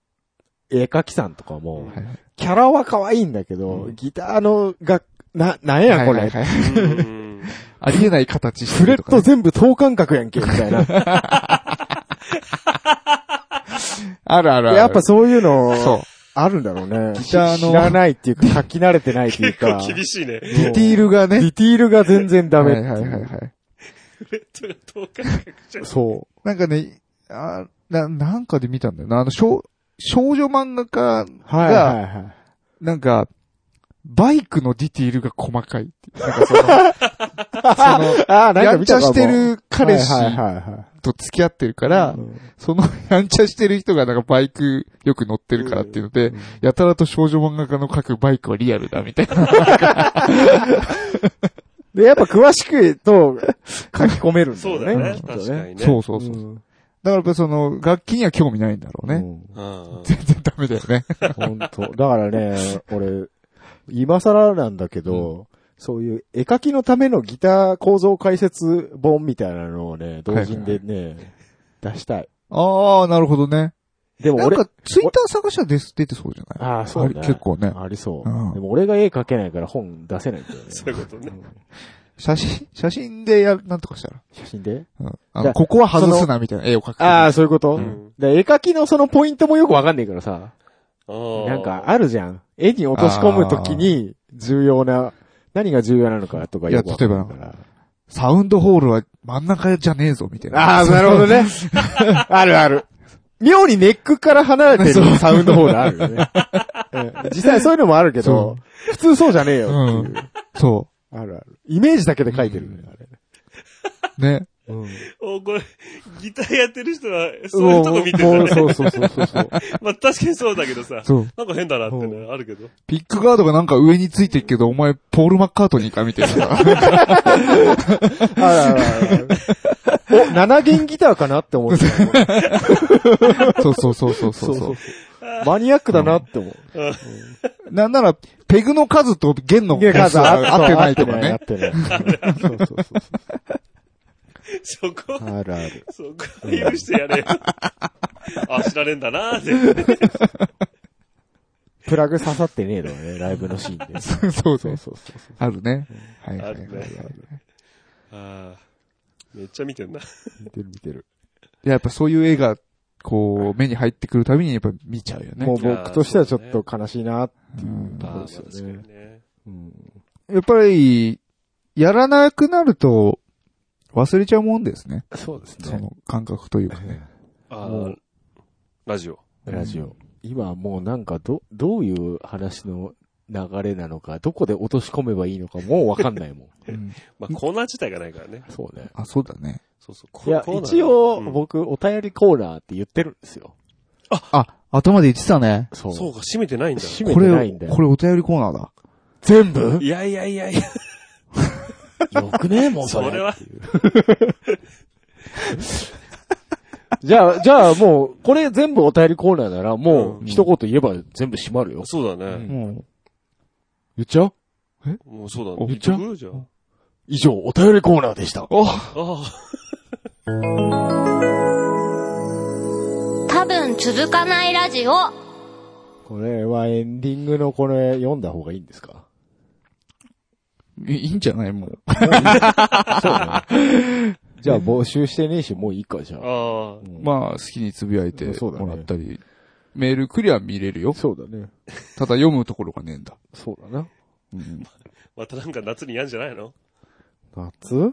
Speaker 2: 絵描きさんとかも、
Speaker 3: はいはい
Speaker 2: キャラは可愛いんだけど、ギターのが、な、なんやこれ。
Speaker 3: はいはいはい
Speaker 1: うん。
Speaker 3: ありえない形して
Speaker 2: フレ
Speaker 3: ると
Speaker 2: ッ
Speaker 3: かね
Speaker 2: ト全部等間隔やんけ、みた いな。
Speaker 3: あるあるある。
Speaker 2: やっぱそういうの、
Speaker 3: そ
Speaker 2: あるんだろうね。
Speaker 3: ギターの
Speaker 2: 知らないっていう か、書き慣れてないっていう
Speaker 1: 結
Speaker 2: か、
Speaker 1: 構 厳しいね。
Speaker 3: う。ディティール が
Speaker 2: デ
Speaker 3: ね。
Speaker 2: ィティールが全然ダメっていう。
Speaker 3: はいはいはいはい。
Speaker 1: ベッドがどうかじゃ
Speaker 2: そ
Speaker 3: なんかね、あな、なんかで見たんだよな。あの、少、少女漫画家、
Speaker 2: う。はいはいはい。
Speaker 3: なんか、バイクのディティールが細かいっていう。 なんかその、そ
Speaker 2: ああ、
Speaker 3: の、やんちゃしてる彼氏
Speaker 2: はいはいはいはい
Speaker 3: と付き合ってるから、そのやんちゃしてる人がなんかバイクよく乗ってるからっていうので、やたらと少女漫画家の描くバイクはリアルだみたいな。
Speaker 2: で、やっぱ詳しくと書き込めるんだ
Speaker 1: そ
Speaker 2: よ
Speaker 1: う
Speaker 2: ね。
Speaker 1: だよね
Speaker 2: き。っと
Speaker 1: 確かにね。。
Speaker 3: そううそうそう。だ
Speaker 2: ん
Speaker 3: からやっぱその、楽器には興味ないんだろうね。
Speaker 1: うん。
Speaker 3: 全然ダメだよね。
Speaker 2: うん。本当だからね、俺、今更なんだけど、そういう絵描きのためのギター構造解説本みたいなのをね、同人でね、出したい。
Speaker 3: ああ、なるほどね。
Speaker 2: でも
Speaker 3: なん
Speaker 2: 俺、
Speaker 3: か、ツイッター探したら出す出てそうじゃない
Speaker 2: ああ、そうね。
Speaker 3: 結構ね。
Speaker 2: ありそうう。
Speaker 3: ん
Speaker 2: でも俺が絵描けないから本出せないんだよね。
Speaker 1: そういうことね。
Speaker 3: 写真、写真でやる、なんとかしたら。
Speaker 2: 写真で
Speaker 3: うん。あ
Speaker 2: じゃ
Speaker 3: の、
Speaker 2: あ
Speaker 3: ここは外すな、みたいな絵を描く。
Speaker 2: ああ、そういうこと
Speaker 1: ん
Speaker 2: で絵描きのそのポイントもよくわかんないからさ。
Speaker 1: な
Speaker 2: なんかあるじゃん。絵に落とし込むときに重要な、何が重要なのかとか
Speaker 3: いや
Speaker 2: よくわかんないから。
Speaker 3: サウンドホールは真ん中じゃねえぞ、みたいな。
Speaker 2: ああ、なるほど ね。あるある。妙にネックから離れてるサウンドホールあるよ ね。うん実際そういうのもあるけど
Speaker 3: そ、
Speaker 2: 普通そうじゃねえよっていう。
Speaker 3: そ
Speaker 2: あるある。イメージだけで書いてるね、あれ。
Speaker 3: う。ね。
Speaker 1: おこれ、ギターやってる人は、そういうとこ見てる
Speaker 3: も
Speaker 1: ん
Speaker 3: う
Speaker 1: だね。
Speaker 3: そうそうそうそうそう。
Speaker 1: まあ確かにそうだけどさ。
Speaker 3: そう。
Speaker 1: なんか変だなってね、あるけど。
Speaker 3: ピックガードがなんか上についてっけど、お前、ポール・マッカートニーかみたい な。
Speaker 2: あらあらあら。お、7弦ギターかなって思ってた。
Speaker 3: そうそうそうそうそうそう。
Speaker 2: マニアックだなって思う。
Speaker 3: なんなら、ペグの数と弦の数が合ってないとか
Speaker 2: 合っ
Speaker 3: ね。
Speaker 2: てない。合ってないそうそうそうそ
Speaker 1: そこ、
Speaker 2: う。あるある。
Speaker 1: そこは許してやれよ。あ、知られんだなーって。
Speaker 2: プラグ刺さってねえのね、ライブのシーンで。そう
Speaker 3: そ
Speaker 2: そ
Speaker 3: うそうう。
Speaker 2: そうそう。
Speaker 3: あるね。はいは
Speaker 1: あ
Speaker 3: いはい
Speaker 1: る
Speaker 3: はい
Speaker 1: ね。あーめっちゃ見てんな。
Speaker 2: 見てる見てる。
Speaker 3: いややっぱそういう絵が、こう、目に入ってくるたびにやっぱ見ちゃうよね。
Speaker 2: もう僕としてはちょっと悲しいなっていうとこ
Speaker 1: あ
Speaker 2: ろ
Speaker 1: ー
Speaker 2: で
Speaker 1: 確
Speaker 2: す
Speaker 1: か
Speaker 2: よ
Speaker 1: に
Speaker 2: ね。
Speaker 1: ね。
Speaker 2: うん
Speaker 3: やっぱり、やらなくなると、忘れちゃうもんですね。
Speaker 2: そうです
Speaker 3: そ。の感覚というかね。
Speaker 1: あ
Speaker 2: も
Speaker 1: ー
Speaker 2: う
Speaker 1: ラジオ。
Speaker 2: ラジオ。今もうなんかど、どういう話の流れなのか、どこで落とし込めばいいのかもうわかんないもん。
Speaker 3: うん
Speaker 1: まあコーナー自体がないからね。
Speaker 2: そうね。
Speaker 3: あ、そうだね。
Speaker 1: そうそう。
Speaker 2: い
Speaker 1: コ
Speaker 2: や、
Speaker 1: コーナー
Speaker 2: 一応
Speaker 1: うん
Speaker 2: 僕、お便りコーナーって言ってるんですよ。
Speaker 3: あ、頭で言ってたね。
Speaker 2: そう。
Speaker 1: そうか、閉めてないんだ。
Speaker 2: 閉め
Speaker 3: こ
Speaker 2: て
Speaker 3: れ
Speaker 2: ないんだ、よ。
Speaker 3: これお便りコーナーだ。
Speaker 2: 全部
Speaker 1: いやいやいやいや。
Speaker 2: よくねえもん、そ
Speaker 1: そ
Speaker 2: れ。
Speaker 1: れは、
Speaker 2: じゃあ、じゃあもう、これ全部お便りコーナーなら、もう、一言言えば全部閉まるよ。
Speaker 1: そうだね。
Speaker 3: も
Speaker 2: 言っちゃう
Speaker 1: もうそうだ
Speaker 3: お
Speaker 1: ね。言っとくじゃあ。
Speaker 2: 以上、お便りコーナーでした。
Speaker 1: あ
Speaker 5: 多分続かないラジオ
Speaker 2: これはエンディングのこれ、読んだ方がいいんですか
Speaker 3: う、いいいんじゃないもう。
Speaker 2: じゃあ募集してねえし、もういいか、じゃ
Speaker 1: あ。あ
Speaker 2: あ。
Speaker 1: あ。
Speaker 3: まあ、好きにつぶやいて
Speaker 2: そうだね
Speaker 3: もらったり。メールクリア見れるよ。
Speaker 2: そうだね。
Speaker 3: ただ読むところがねえんだ。
Speaker 2: そうだな。
Speaker 3: うん
Speaker 1: またなんか夏にやんじゃないの
Speaker 2: 夏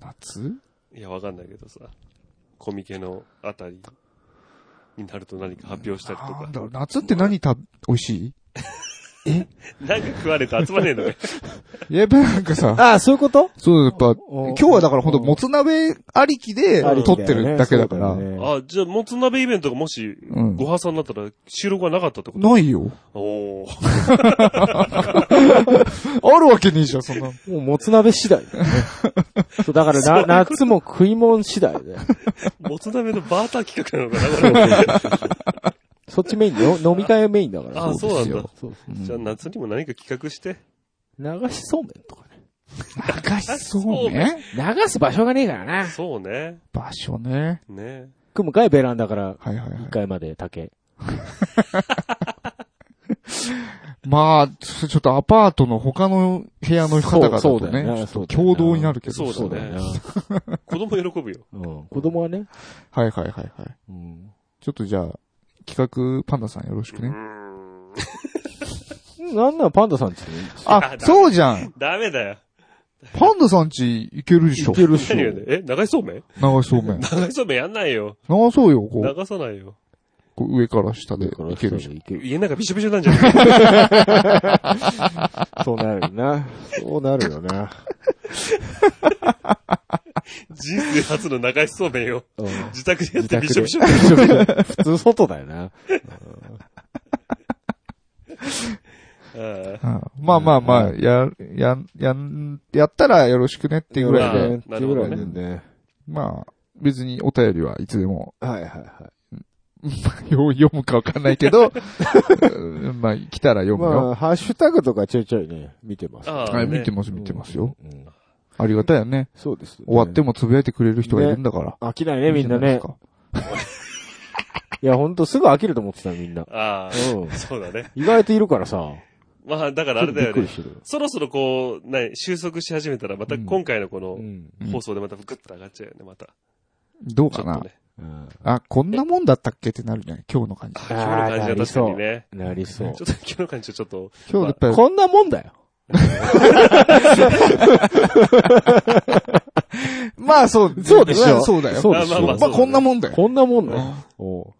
Speaker 3: 夏
Speaker 1: いや、わかんないけどさ。コミケのあたりになると何か発表したりと
Speaker 3: な
Speaker 1: か
Speaker 3: ん。だろう夏って何食べ、美味し
Speaker 1: なんか食われて集まねえのかよ。
Speaker 3: いやっぱなんか さ、
Speaker 2: ああ、そういうこと
Speaker 3: そう、やっぱ、
Speaker 2: お
Speaker 3: 今日はだからほんと、もつ鍋ありきで撮ってるだけだから。
Speaker 1: あ、じゃあ、もつ鍋イベントがもし、
Speaker 3: ん
Speaker 1: ご破産になったら収録がなかったってこと
Speaker 3: ないよ。
Speaker 1: おお。
Speaker 3: あるわけねえじゃん、そんな。
Speaker 2: もう、もつ鍋次第 だよね。そう、だからな、夏も食い物次第だよ。
Speaker 1: もつ鍋のバーター企画なのかなこれ。
Speaker 2: そっちメインよ。飲み会メインだから。
Speaker 1: あ、そうなんだ。
Speaker 2: そうそう
Speaker 1: じゃあ、夏にも何か企画して。
Speaker 2: 流しそうめんとかね。
Speaker 3: 流しそうね。
Speaker 2: 流す場所がねえからな。
Speaker 1: そうね。
Speaker 3: 場所ね。
Speaker 1: ね
Speaker 2: 組むかいベランダから
Speaker 3: はいはいはい
Speaker 2: 1。階まで竹。
Speaker 3: まあ、ちょっとアパートの他の部屋の方々
Speaker 2: そう
Speaker 3: と
Speaker 2: そうだよね
Speaker 3: ね、ちょ
Speaker 2: そうだよ
Speaker 3: っと
Speaker 2: ね
Speaker 3: 共同になるけど。
Speaker 1: そうだね
Speaker 2: よな
Speaker 1: 子供喜ぶよ。
Speaker 2: うん。子供はね。
Speaker 3: はいはいはいはい。
Speaker 2: うん。
Speaker 3: ちょっとじゃあ、企画パンダさんよろしく
Speaker 1: うー
Speaker 3: ね。
Speaker 1: ん。
Speaker 2: なんならパンダさんちでいいんですよ
Speaker 3: あ、そうじゃん
Speaker 1: ダメだよ。
Speaker 3: パンダさんち行けるでしょ
Speaker 2: いけるっしょ
Speaker 1: 何。がねえ、流しそうめん
Speaker 3: 流しそうめん。
Speaker 1: 流しそうめんやんないよ。
Speaker 3: 流そうよ、こう。
Speaker 1: 流さないよ。
Speaker 3: こう上から下で行けるでしょ。
Speaker 2: いける。
Speaker 1: 家なんかびしょびしょなんじゃない
Speaker 2: そうなるよな。そうなるよな。
Speaker 1: 人生初の流しそうめんよ。
Speaker 2: うん
Speaker 1: 自宅でやってび
Speaker 2: 自宅で
Speaker 1: しょびしょ。
Speaker 2: 普通外だよな。
Speaker 1: あ
Speaker 3: うんまあまあまあ、や、や、やん、やったらよろしくねっていうぐらい
Speaker 1: まあ
Speaker 3: で、
Speaker 2: っていうぐらいでね。
Speaker 3: まあ、別にお便りはいつでも、
Speaker 2: はいはいは
Speaker 3: よ読むかわかんないけど、 うんまあ、来たら読
Speaker 2: い。
Speaker 3: むよ。
Speaker 2: まあ、ハッシュタグとかちょいちょいね、見てます。
Speaker 1: あ
Speaker 3: は
Speaker 1: ー、
Speaker 3: い、見
Speaker 1: ね
Speaker 3: て、ます、見てますよ。
Speaker 2: うん。
Speaker 3: ありがたいよね。
Speaker 2: そうです。
Speaker 3: 終わって。もつぶやいてくれる人がいるんだから。
Speaker 2: 飽きないね、みんない
Speaker 3: い
Speaker 2: ね
Speaker 3: じゃ。いですか
Speaker 2: いや、ほんとすぐ飽きると思ってた、みんな。
Speaker 1: あ
Speaker 2: うん
Speaker 1: あ、そうだね。
Speaker 2: 意外といるからさ。
Speaker 1: まあ、だからあれだよ
Speaker 2: びっくり
Speaker 1: ね
Speaker 2: し。てる。
Speaker 1: そろそろこう、ね、収束し始めたら、また今回のこの
Speaker 2: うん。
Speaker 3: うん
Speaker 1: 放送でまたグッと上がっちゃうよね、また。
Speaker 3: どう
Speaker 1: ちょ
Speaker 3: か
Speaker 1: っと
Speaker 3: な。
Speaker 1: ね。
Speaker 2: うん
Speaker 3: あ、こんなもんだったっけってなるじゃない今日の感じ。
Speaker 1: 今日の感じは確かにね。
Speaker 2: なりそう。
Speaker 1: ちょっと今日の感じはちょっと、
Speaker 3: 今日やっぱり、
Speaker 2: こんなもんだよ。
Speaker 3: まあそう。
Speaker 2: そうでしょ
Speaker 3: そうだよ。
Speaker 2: そう
Speaker 1: でしょ
Speaker 3: まあまあこんなもんだよ。
Speaker 2: こんなもんだよ。おう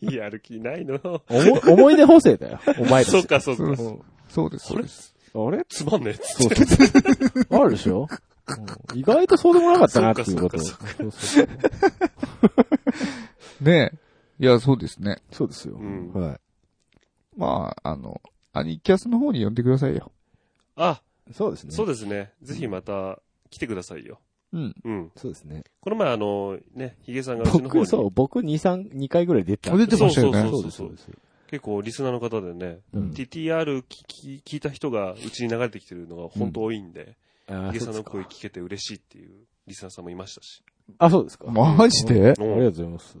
Speaker 1: やる気ないの。
Speaker 2: 思い思い出補正だよ。お前た
Speaker 1: そっ
Speaker 2: ち。
Speaker 1: かそっか。
Speaker 3: そうです。そうです。
Speaker 2: あれ
Speaker 1: つまんねえっつ
Speaker 2: そ
Speaker 1: っ
Speaker 2: う
Speaker 1: て。
Speaker 2: そうそう。あるでしょうん意外とそうでもなかったなっていうこと。
Speaker 1: そっ
Speaker 2: そうそうそう
Speaker 3: ねえ。いや、そうですね。
Speaker 2: そうですよ
Speaker 1: う。ん。
Speaker 2: は
Speaker 3: まあ、あの、アニキャスの方に呼んでくださいよ。
Speaker 1: あ、
Speaker 2: い。そうですね。
Speaker 1: そうですね。ぜひまた来てくださいよ。
Speaker 3: うん。
Speaker 1: うん。
Speaker 2: そうですね。
Speaker 1: この前あの、ね、ヒゲさんがうちの方
Speaker 2: 僕、
Speaker 1: に
Speaker 2: そう、僕2、3、2回ぐらい出てた。
Speaker 3: 出てましたよね
Speaker 1: そう
Speaker 2: そ
Speaker 1: そう
Speaker 2: うで
Speaker 1: そうそう
Speaker 2: す。
Speaker 1: 結構リスナーの方でね、
Speaker 2: うん
Speaker 1: TTR 聞き聞いた人がうちに流れてきてるのが本当多いんで、
Speaker 2: あ
Speaker 1: ヒゲ
Speaker 2: ー
Speaker 1: さんの
Speaker 2: そうですか
Speaker 1: 声聞けて嬉しいっていうリスナーさんもいましたし。
Speaker 2: あ、そうですか。
Speaker 3: マジ
Speaker 2: うんあ
Speaker 3: で
Speaker 2: りがとうございます。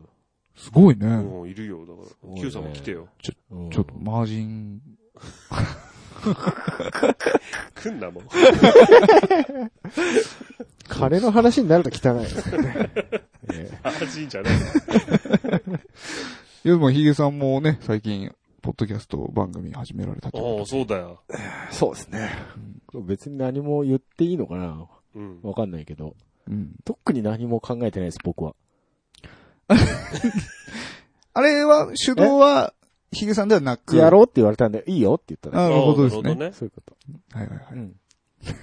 Speaker 3: すごいね。
Speaker 1: もういるよ。だから、Q さんも来てよ。
Speaker 2: うん
Speaker 3: ちょっとマージン。
Speaker 1: 来んなもん。
Speaker 7: 金の話になると汚い よ。
Speaker 1: あ、ジンじゃない。
Speaker 3: いや、でもヒゲさんもね、最近、ポッドキャスト番組始められたって
Speaker 1: お
Speaker 3: こ
Speaker 1: おそうだよ。
Speaker 2: そうですね。別に何も言っていいのかな
Speaker 1: うん。
Speaker 2: わかんないけど。
Speaker 3: と。うん。
Speaker 2: 特に何も考えてないです、僕は。
Speaker 3: あれは、手動は、ヒゲさんではなく。
Speaker 2: やろうって言われたんで、いいよって言った
Speaker 3: あ
Speaker 2: ら。
Speaker 3: なるほどです
Speaker 1: なる
Speaker 3: ね。
Speaker 1: ほどね。
Speaker 2: そういうこと。
Speaker 3: はいはいは
Speaker 2: うん。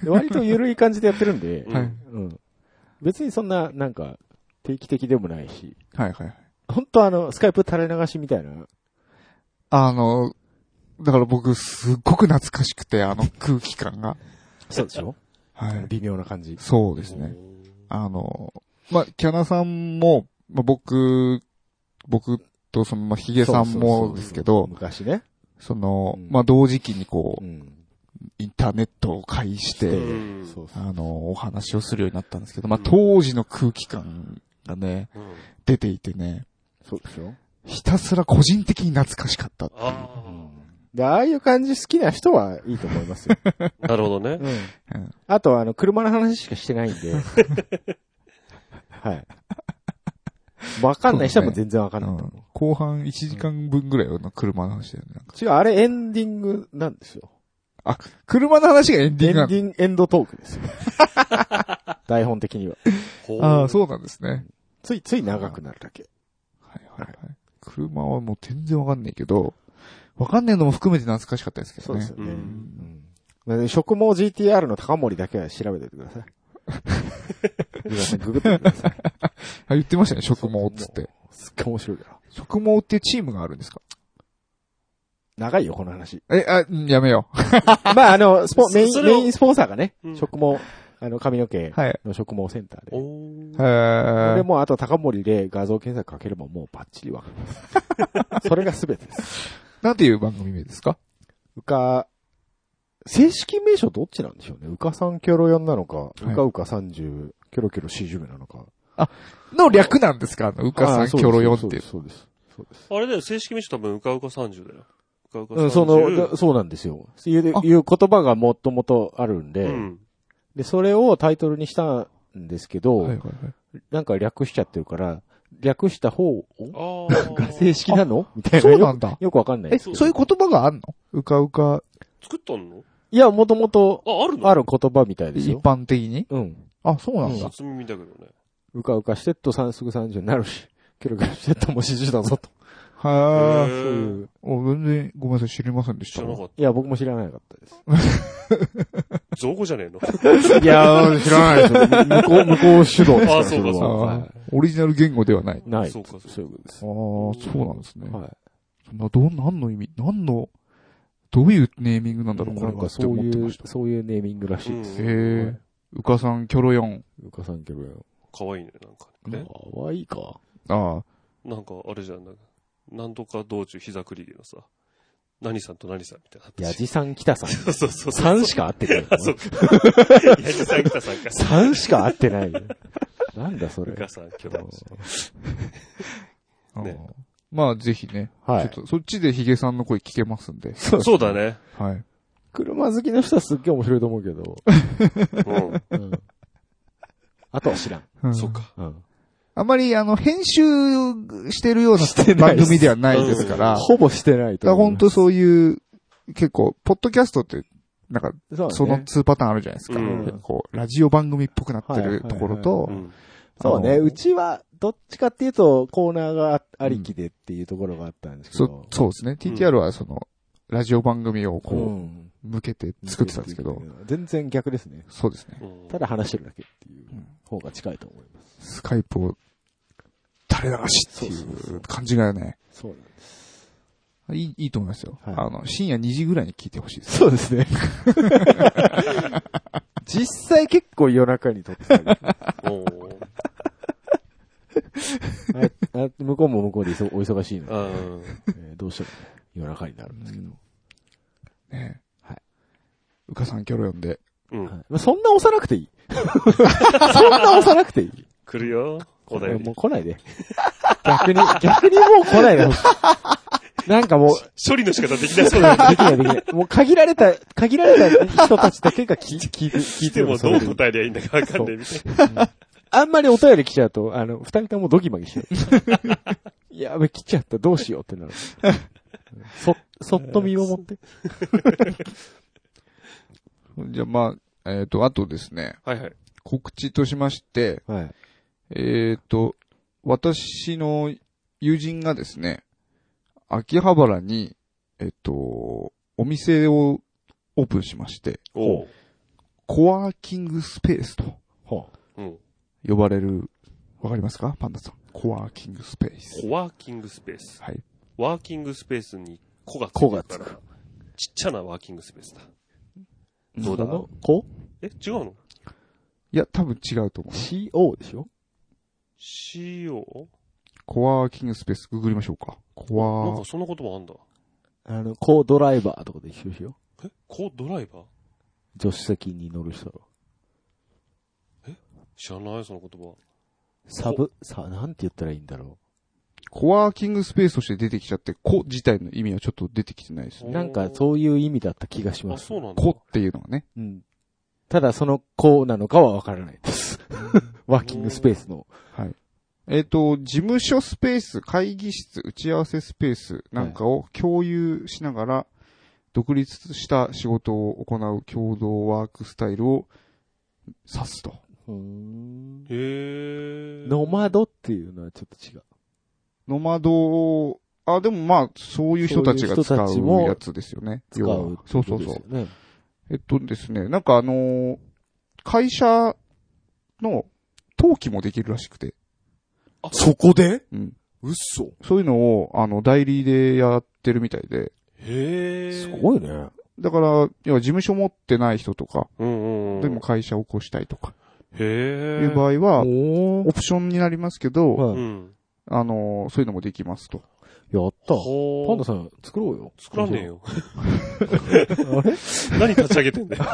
Speaker 2: で割と緩い感じでやってるんで
Speaker 1: う、ん
Speaker 3: い。はい
Speaker 2: うん。別にそんな、なんか、定期的でもないし、
Speaker 3: はいはい。
Speaker 2: 本当あの、スカイプ垂れ流しみたいな。
Speaker 3: あの、だから僕、すっごく懐かしくて、あの空気感が。
Speaker 2: そうでしょ
Speaker 3: はい。
Speaker 2: 微妙な感じ。
Speaker 3: そうですね。あの、まあ、キャナさんも、まあ、僕、僕とその、まあ、ヒゲさん
Speaker 2: そうそうそうそ
Speaker 3: も
Speaker 2: う
Speaker 3: ですけど、
Speaker 2: 昔ね。
Speaker 3: その
Speaker 2: う、ん
Speaker 3: まあ、同時期にこ
Speaker 2: う
Speaker 3: う、
Speaker 2: ん。
Speaker 3: インターネットを介して、
Speaker 1: ん
Speaker 2: そうそう。
Speaker 3: あの、お話をするようになったんですけど、まあ
Speaker 1: う、ん
Speaker 3: 当時の空気感がね、
Speaker 1: うん
Speaker 3: 出ていてね、
Speaker 2: そうでしょ
Speaker 3: ひたすら個人的に懐かしかった。
Speaker 1: あ
Speaker 2: で、ああいう感じ好きな人はいいと思いますよ。
Speaker 1: あ。なるほどね。
Speaker 2: うん
Speaker 3: うん。
Speaker 2: あとは、あの、車の話しかしてないんで。 はい。わかんない人はもう全然わかんないと思う。
Speaker 3: 後半1時間分ぐらいの車の話だよね。なんか
Speaker 2: 違う、あれエンディングなんですよ。
Speaker 3: 車の話がエンディ
Speaker 2: エ
Speaker 3: ン
Speaker 2: ンデ
Speaker 3: グなんだ
Speaker 2: ィング、エンドトークですよ。 台本的には。
Speaker 1: ほ
Speaker 3: ああ、そうなんですね。
Speaker 2: ついつい長くなるだけ。
Speaker 3: はいはいはい。車はもう全然わかんないけど、わかんないのも含めて懐かしかったですけ
Speaker 2: そ
Speaker 3: ど
Speaker 2: う
Speaker 3: ね。
Speaker 2: ですよね。
Speaker 1: う
Speaker 2: うんんまあね食毛 GTR の高森だけは調べておいてください。皆さんググってください。
Speaker 3: あ、言ってましたね、食毛っつって。
Speaker 2: すっごい面白いから。
Speaker 3: 食毛っていうチームがあるんですか
Speaker 2: 長いよ、この話。
Speaker 3: え、あ、うんやめよう。
Speaker 2: まあ、あの、スポ、メイ
Speaker 1: そ
Speaker 2: ン、
Speaker 1: れ
Speaker 2: メ
Speaker 1: を
Speaker 2: インスポンサーがね
Speaker 1: うん、
Speaker 2: 食毛、あの、髪の毛
Speaker 3: はい。
Speaker 2: の食毛センターで。
Speaker 1: お
Speaker 3: へ
Speaker 1: ー
Speaker 2: で
Speaker 3: ー
Speaker 2: もう、あと高森で画像検索かければもうバッチリわかります。それが全てです。
Speaker 3: なんていう番組名ですか
Speaker 2: うか、正式名称どっちなんでしょうね。うかさんキョロ4なのか、
Speaker 3: いう
Speaker 2: かうか30、キョロキョロ40名なのか。
Speaker 3: の略なんですかあの、うか
Speaker 2: あ
Speaker 3: さ
Speaker 2: あ
Speaker 3: ん、
Speaker 2: そ
Speaker 3: キ
Speaker 2: う
Speaker 3: ョロヨンって
Speaker 2: で
Speaker 3: いう
Speaker 2: す。。そうです。そうです。
Speaker 1: あれだよ、正式名称多分、うかうか30だよ。うかうか30。
Speaker 2: うん、その、だそうなんですよ。いう、いう
Speaker 3: あ
Speaker 2: 言葉がもともとあるんで、
Speaker 1: うん。
Speaker 2: で、それをタイトルにしたんですけど、
Speaker 3: はいはいはい。
Speaker 2: なんか略しちゃってるから、略した方
Speaker 1: あ ー
Speaker 2: が正式なのみたいな。
Speaker 3: そうなんだ
Speaker 2: よ。よくわかんない
Speaker 3: え、。そういう言葉があんのうかうか、
Speaker 1: 作ったの
Speaker 2: いや、もともと
Speaker 1: あ、あるの
Speaker 2: ある言葉みたいです
Speaker 3: 一
Speaker 2: よ。
Speaker 3: 般的に
Speaker 2: うん。
Speaker 3: あ、そうなんだ。
Speaker 1: 初耳だけどね。
Speaker 2: うかうかしてっと三すぐ30になるし、 キョロキョロしてっともう40だぞと。
Speaker 1: へー
Speaker 3: はー
Speaker 2: そういう。
Speaker 3: お全然、ごめんなさい、知りませんでし
Speaker 1: 知
Speaker 3: た
Speaker 1: ら。なかっ
Speaker 2: いや、僕も知らなかったです。
Speaker 1: た。造語じゃねえの
Speaker 2: いや、知らないですよ。向こ う、向 こう主導ですから
Speaker 1: あそうか
Speaker 2: れは
Speaker 1: そ
Speaker 3: あ
Speaker 2: は
Speaker 3: ーオリジナル言語ではない。
Speaker 2: いない。
Speaker 1: そうかそうか
Speaker 2: そういうことです
Speaker 3: ああ、。そうなんですね。
Speaker 2: はい。
Speaker 3: な、どう、何の意味、何の、どういうネーミングなんだろう、こ
Speaker 2: な
Speaker 3: れ
Speaker 2: ん
Speaker 3: は
Speaker 2: か
Speaker 3: って
Speaker 2: そう
Speaker 3: 思っ
Speaker 2: い
Speaker 3: てま
Speaker 2: う
Speaker 3: し、た。
Speaker 2: そういうネーミングらしいです。
Speaker 1: う
Speaker 3: へ
Speaker 1: ん
Speaker 3: え、うかさん、キョロヨン。
Speaker 2: うかさんキョロ
Speaker 1: かわいいね、なんか
Speaker 2: ヨン。
Speaker 1: ね。
Speaker 2: かわいいか。
Speaker 3: ああ、
Speaker 1: なんか、あれじゃん、なんか、なんとか道中膝くりのさ、何さんと何さんみたいな。
Speaker 2: やじさん、きたさん。
Speaker 1: そうそうそうそう。
Speaker 2: 3しか合ってないよ。
Speaker 1: あ、 そうか。やじさん、き たさんか。
Speaker 2: 3しか合ってないよ。なんだそ れ
Speaker 1: う。かさん、きょろ。
Speaker 3: ああ
Speaker 1: ね
Speaker 3: まあ、ぜひね、
Speaker 2: は
Speaker 3: ちょっ
Speaker 2: い。
Speaker 3: と、そっちでヒゲさんの声聞けますんで。
Speaker 2: そう
Speaker 1: そうだね。
Speaker 3: はい。
Speaker 2: 車好きの人はすっげえ面白いと思うけど。
Speaker 1: う
Speaker 2: うん。あとは知らん。
Speaker 3: うん
Speaker 1: ん。そう。か。
Speaker 2: うん。
Speaker 3: あんまり、あの、編集してるよう
Speaker 2: してな
Speaker 3: な
Speaker 2: い
Speaker 3: 番
Speaker 2: です
Speaker 3: 組ではないですから、
Speaker 2: ほぼしてない
Speaker 3: だ
Speaker 2: と思う。
Speaker 3: 本当そういう、結構、ポッドキャストって、なんか、
Speaker 2: そうだね
Speaker 3: その2パターンあるじゃないですか。
Speaker 1: うん
Speaker 3: でこう、ラジオ番組っぽくなってるところと
Speaker 1: う、ん。
Speaker 2: そうね。
Speaker 3: あの
Speaker 2: うちは、どっちかっていうと、コーナーがあありきでっていうところがあったんですけ
Speaker 3: そ
Speaker 2: ど。
Speaker 3: そうですね。TTR はその、ラジオ番組を
Speaker 2: う
Speaker 3: こ
Speaker 2: ん
Speaker 3: う、向けて作ってたんですけど、。
Speaker 2: 全然逆ですね。
Speaker 3: そうですね。
Speaker 1: うん
Speaker 2: ただ話してるだけっていう方が近いと思います。
Speaker 3: スカイプを垂れ流しっていう感じがね、
Speaker 2: そうなんです。
Speaker 3: いい、いいと思いますよ。
Speaker 2: はい
Speaker 3: あの、深夜2時ぐらいに聞いてほしいです。
Speaker 2: そうですね。 実際結構夜中に撮ってたり
Speaker 1: おー
Speaker 2: あ あ向こうも向こうでいそお忙しいので、
Speaker 1: うん
Speaker 2: えーどうしても夜中になるんですけど。
Speaker 3: ね
Speaker 2: はい。
Speaker 3: うかさんキョロ呼んで、
Speaker 1: うん
Speaker 2: はいまあ、そんな押さなくていい。 そんな押さなくていい。
Speaker 1: 来るよ、お便
Speaker 2: も
Speaker 1: り
Speaker 2: う。来ないで。 逆に、逆にもう来ないでほしい。なんかもう、
Speaker 1: 処理の仕方できなそう だ
Speaker 2: できないできない。 もう限られた、限られた人たちだけが聞聞いて、聞
Speaker 1: 来
Speaker 2: いて
Speaker 1: て
Speaker 2: る
Speaker 1: も
Speaker 2: のそ
Speaker 1: ど
Speaker 2: れ
Speaker 1: う
Speaker 2: で
Speaker 1: 答えりゃいいんだかわかんないみたいな。
Speaker 2: あんまりお便り来ちゃうと、あの、二人ともドギマギしてる。 やべ、来ちゃった、どうしようってなる。そ、そっと身をもって。
Speaker 3: じゃあまあ、えっ、と、あとですね、
Speaker 1: はいはい。
Speaker 3: 告知としまして、
Speaker 2: はい。
Speaker 3: えっ、と、私の友人がですね、秋葉原に、えっ、と、お店をオープンしまして、
Speaker 1: おう。
Speaker 3: コワーキングスペースと
Speaker 2: ほ
Speaker 1: うん。
Speaker 3: 呼ばれる、わかりますかパンダさん。コワーキングスペース。
Speaker 1: コワーキングスペース。
Speaker 3: はい。
Speaker 1: ワーキングスペースに子がつ
Speaker 2: 子
Speaker 1: い
Speaker 2: が
Speaker 1: て
Speaker 2: つ
Speaker 1: るか
Speaker 2: く
Speaker 1: ら、ちっちゃなワーキングスペースだ。
Speaker 2: う。
Speaker 1: どうだ
Speaker 2: そのこ
Speaker 1: え、違うの
Speaker 3: いや、多分違うと思う。
Speaker 2: ?CO でしょ
Speaker 1: ?CO?
Speaker 3: コワーキングスペース、ググりましょうか。コ
Speaker 1: なん
Speaker 3: ワ
Speaker 1: か
Speaker 3: ー、
Speaker 1: そんなこともあんだ。
Speaker 2: あの、コドライバーとかで一緒しよ
Speaker 1: え、コドライバー
Speaker 2: う。助手席に乗る人。
Speaker 1: 知らない、その言葉。
Speaker 2: サブ、さ、なんて言ったらいいんだろ
Speaker 3: コワーキングスペースとして出てきちゃって、コ自体の意味はちょっと出てきてないです
Speaker 2: う。
Speaker 3: ね。
Speaker 2: なんかそういう意味だった気がしま
Speaker 1: あ、
Speaker 2: す。
Speaker 1: そうなんだ。
Speaker 3: コっていうのがね。
Speaker 2: うん。ただその子なのかはわからないです。ワーキングスペースの。
Speaker 3: はい。えっ、と、事務所スペース、会議室、打ち合わせスペースなんかを共有しながら、独立した仕事を行う共同ワークスタイルを指すと。
Speaker 2: うん。
Speaker 1: へー。
Speaker 2: ノマドっていうのはちょっと違う。
Speaker 3: ノマドを、あ、でもまあ、そういう人たちが使
Speaker 2: そういう人たちも
Speaker 3: うやつですよね。
Speaker 2: 使
Speaker 3: 要
Speaker 2: う
Speaker 3: は。そうそうそう。
Speaker 2: う。
Speaker 3: えっとですね、なんかあのー会社の登記もできるらしくて。
Speaker 2: そこで
Speaker 3: うん。
Speaker 2: 嘘
Speaker 3: そういうのを、あの、代理でやってるみたいで。
Speaker 1: へー。
Speaker 2: すごいね。
Speaker 3: だから、要は事務所持ってない人とか、
Speaker 1: うんうんうん。
Speaker 3: でも会社を起こしたいとか、
Speaker 1: へー。
Speaker 3: いう場合は、
Speaker 2: お
Speaker 3: オプションになりますけど、
Speaker 2: は
Speaker 1: う
Speaker 2: い。
Speaker 1: ん。
Speaker 3: あのー、そういうのもできますと。
Speaker 2: やった。
Speaker 1: ほー
Speaker 2: パンダさん作ろうよ。
Speaker 1: 作らねえよ。
Speaker 2: あれ
Speaker 1: 何立ち上げてんだよ。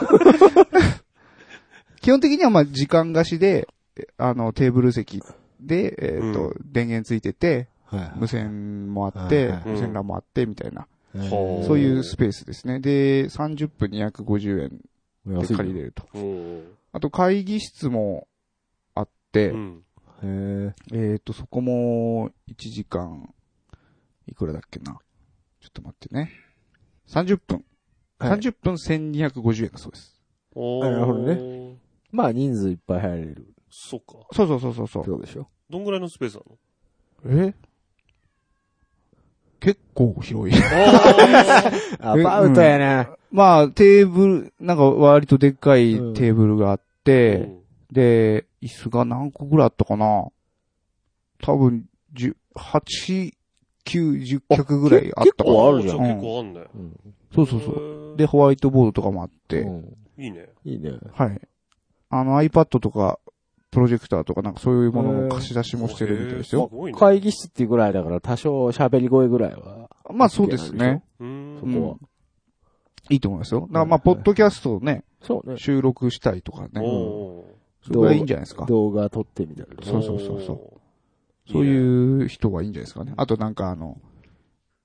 Speaker 3: 基本的には、まあ、時間貸しで、えあの、テーブル席で、えっ、と、電源ついてて、
Speaker 2: は
Speaker 3: 無線もあって、
Speaker 2: はい
Speaker 3: 無線 LAN もあって、みたいな、
Speaker 2: い。
Speaker 1: ほおー
Speaker 3: そういうスペースですね。で、30分250円
Speaker 2: 安
Speaker 3: で
Speaker 2: いよ
Speaker 3: 借りれると。
Speaker 1: うん。
Speaker 3: あと、会議室もあって、
Speaker 1: うん。
Speaker 2: へー
Speaker 3: えっ、と、そこも、1時間、いくらだっけな。ちょっと待ってね。30分。
Speaker 2: はい
Speaker 3: 30分1250円だそうです。
Speaker 1: お
Speaker 2: なるほど
Speaker 1: ね。
Speaker 2: まあ人数いっぱい入れる。
Speaker 1: そっか。
Speaker 3: そうそうそうそうそう。
Speaker 2: うでしょ
Speaker 1: どんぐらいのスペースなの
Speaker 3: え結構広い。
Speaker 2: アバウトやな。
Speaker 3: まあ、テーブル、なんか割とでっかい
Speaker 2: うん
Speaker 3: テーブルがあっ
Speaker 1: う
Speaker 3: て、
Speaker 1: ん
Speaker 3: で、椅子が何個ぐらいあったかな多分、10、8、9、10脚ぐらいあったかな。
Speaker 2: あるじゃん
Speaker 1: 結構あんね。
Speaker 3: そうそうそう。
Speaker 1: う
Speaker 3: で、、ホワイトボードとかもあって、
Speaker 2: うん
Speaker 1: いいね。
Speaker 2: いいね。
Speaker 3: はい。あの iPad とか、プロジェクターとかなんかそういうものも貸し出しもしてるみたいです
Speaker 1: へー
Speaker 3: よ
Speaker 1: す。ごいね。
Speaker 2: 会議室っていうぐらいだから多少喋り声ぐらいは。
Speaker 3: まあそうですね。
Speaker 1: うー
Speaker 2: そ
Speaker 1: ん。
Speaker 2: こは。
Speaker 3: いいと思いますよ。だからまあ、ポッドキャストをね、
Speaker 2: そうね。
Speaker 3: 収録したいとかね。
Speaker 1: おー
Speaker 3: それがいいんじゃないですか。
Speaker 2: 動画撮ってみたりとか。
Speaker 3: そうそうそうそう
Speaker 1: おー
Speaker 3: そう
Speaker 1: いね
Speaker 3: いう人はいいんじゃないですかね。あとなんかあの、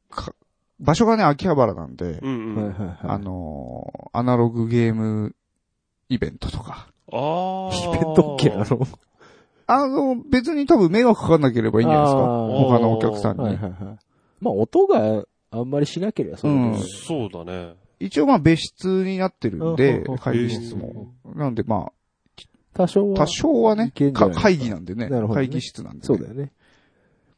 Speaker 3: か場所がね、秋葉原なんで、
Speaker 1: うんう
Speaker 2: はい
Speaker 1: ん。
Speaker 2: はいはい。
Speaker 3: あのーアナログゲームイベントとか。
Speaker 1: あー。
Speaker 2: イベントっけあの。
Speaker 3: あの、別に多分迷惑かかんなければいいんじゃないですか。
Speaker 2: あー
Speaker 3: 他のお客さんに。
Speaker 2: はいはいはい。まあ音があんまりしなければそうれで
Speaker 3: ん
Speaker 1: そうだね。
Speaker 3: 一応まあ別室になってるんで
Speaker 2: うんうんうん、
Speaker 3: 会議室も。なのでま
Speaker 2: 多少
Speaker 3: あ、
Speaker 2: は。
Speaker 3: 多少はいね
Speaker 2: けん、じゃ
Speaker 3: か
Speaker 2: ない
Speaker 3: 会議なんでね
Speaker 2: なるほどね
Speaker 3: 会議室なんで、ね。
Speaker 2: そうだよね。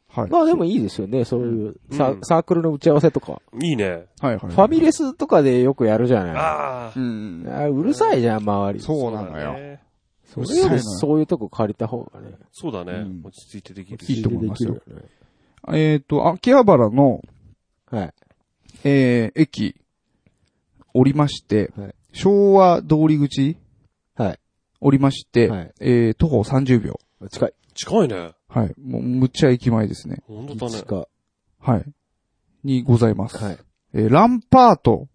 Speaker 3: はい。
Speaker 2: まあでもいいですよね、そういうサ
Speaker 1: う
Speaker 2: ー
Speaker 1: ん
Speaker 2: サークルの打ち合わせとか。
Speaker 1: いいね。
Speaker 3: はいはい。
Speaker 2: ファミレスとかでよくやるじゃない。
Speaker 1: ああ。
Speaker 3: うん。
Speaker 2: あうるさいじゃん、周り。
Speaker 3: そうなのよ。
Speaker 1: よ。
Speaker 2: それよ
Speaker 3: うるさいの
Speaker 2: り
Speaker 3: よ
Speaker 2: そういうとこ借りた方がね。
Speaker 1: そうだね
Speaker 3: うん。
Speaker 1: 落ち着いてできる
Speaker 3: いい
Speaker 1: し。
Speaker 3: と思いますよ
Speaker 2: できるね。
Speaker 3: えっ、と、秋葉原の、
Speaker 2: はい。
Speaker 3: えー、駅、降りまして、
Speaker 2: はい
Speaker 3: 昭和通り口、
Speaker 2: はい
Speaker 3: 降りまして、
Speaker 2: はい
Speaker 3: えー、徒歩30秒。
Speaker 2: 近い。
Speaker 1: 近いね。
Speaker 3: はい。もう、むっちゃ駅前ですね。
Speaker 1: 本当だね。
Speaker 2: 近い。
Speaker 3: はい。にございます。
Speaker 2: はい。
Speaker 3: えー、ランパート、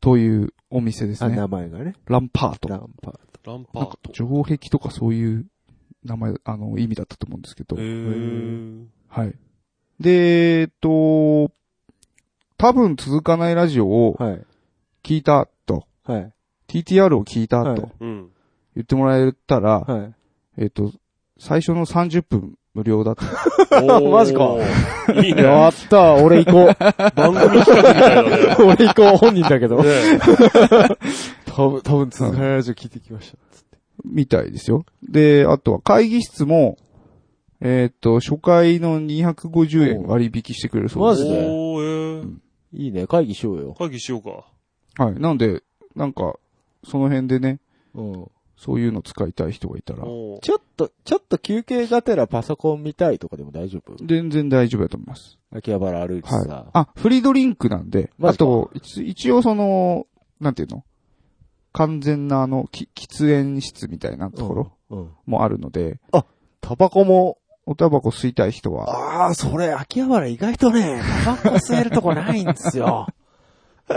Speaker 3: というお店です
Speaker 2: あ、
Speaker 3: ね。
Speaker 2: 名前がね。
Speaker 3: ランパート。
Speaker 2: ランパー
Speaker 1: ランパ
Speaker 3: なん
Speaker 1: ー
Speaker 3: か
Speaker 1: ト。
Speaker 3: 城壁とかそういう名前、あの、意味だったと思うんですけど。
Speaker 1: へー
Speaker 3: はい。で、えっと、多分続かないラジオを
Speaker 2: ト。はい。
Speaker 3: 聞いたと、
Speaker 2: はい。
Speaker 3: TTR を聞いた
Speaker 2: はい
Speaker 3: と
Speaker 1: うん。
Speaker 3: 言ってもらえたら、
Speaker 2: はい。
Speaker 3: えっと、最初の30分無料だと。
Speaker 1: マジか。いいね。番
Speaker 2: った俺行こう。
Speaker 1: 組企画みたいだね。
Speaker 2: 俺行こう、本人だけど。
Speaker 1: ね
Speaker 2: 多分、多分、つなラジオ聞いてきまし
Speaker 3: みたいですよ。で、あとは会議室も、えっと、初回の250円割引してくれるそう
Speaker 2: マ
Speaker 3: で
Speaker 2: ジ
Speaker 3: す。
Speaker 2: で
Speaker 1: おーえー
Speaker 2: た。いいね、会議しようよ。
Speaker 1: 会議しようか。
Speaker 3: はい。なので、なんか、その辺でね、
Speaker 2: うん。
Speaker 3: そういうの使いたい人がいたら、
Speaker 1: おー
Speaker 2: ちょっと、ちょっと休憩がてらパソコン見たいとかでも大丈夫
Speaker 3: 全然大丈夫だと思います。
Speaker 2: 秋葉原歩いてさ。
Speaker 3: はい。あ、フリードリンクなんで、
Speaker 2: マ
Speaker 3: あ
Speaker 2: ジか
Speaker 3: と、一一応その、なんていうの完全なあの、き喫煙室みたいなところ
Speaker 2: うん。
Speaker 3: もあるので、
Speaker 2: タバコも、
Speaker 3: おタバコ吸いたい人は、
Speaker 2: ああ、それ、秋葉原意外とね、タバコ吸えるとこないんですよ。 そ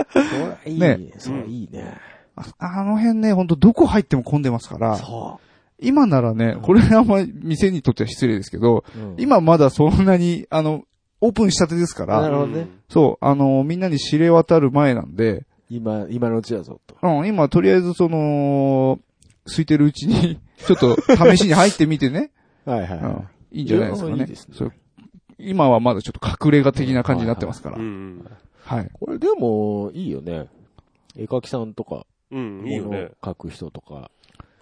Speaker 2: れいい
Speaker 3: ね
Speaker 2: ね。それいいね。
Speaker 3: ああの辺ね、ほんとどこ入っても混んでますから、
Speaker 2: そ
Speaker 3: 今ならね、これあんまり店にとっては失礼ですけど、
Speaker 2: う。うん、
Speaker 3: 今まだそんなに、あの、オープンしたてですか
Speaker 2: な
Speaker 3: ら、
Speaker 2: るほどね。
Speaker 3: そう、あの、みんなに知れ渡る前なんで、
Speaker 2: 今、今のうちだぞ、と。
Speaker 3: うん、今とりあえずその、空いてるうちに、ちょっと試しに入ってみてね、
Speaker 2: はいは
Speaker 3: うんいいんじゃないですか
Speaker 2: いや
Speaker 3: ね
Speaker 2: いいですね。
Speaker 3: そう今はまだちょっと隠れ家的な感じになってますから
Speaker 1: う。ん。
Speaker 3: はい。
Speaker 2: これでも、いいよね。絵描きさんとか、
Speaker 1: うん、いいよ
Speaker 2: 物を
Speaker 1: ね。
Speaker 2: 描く人とか、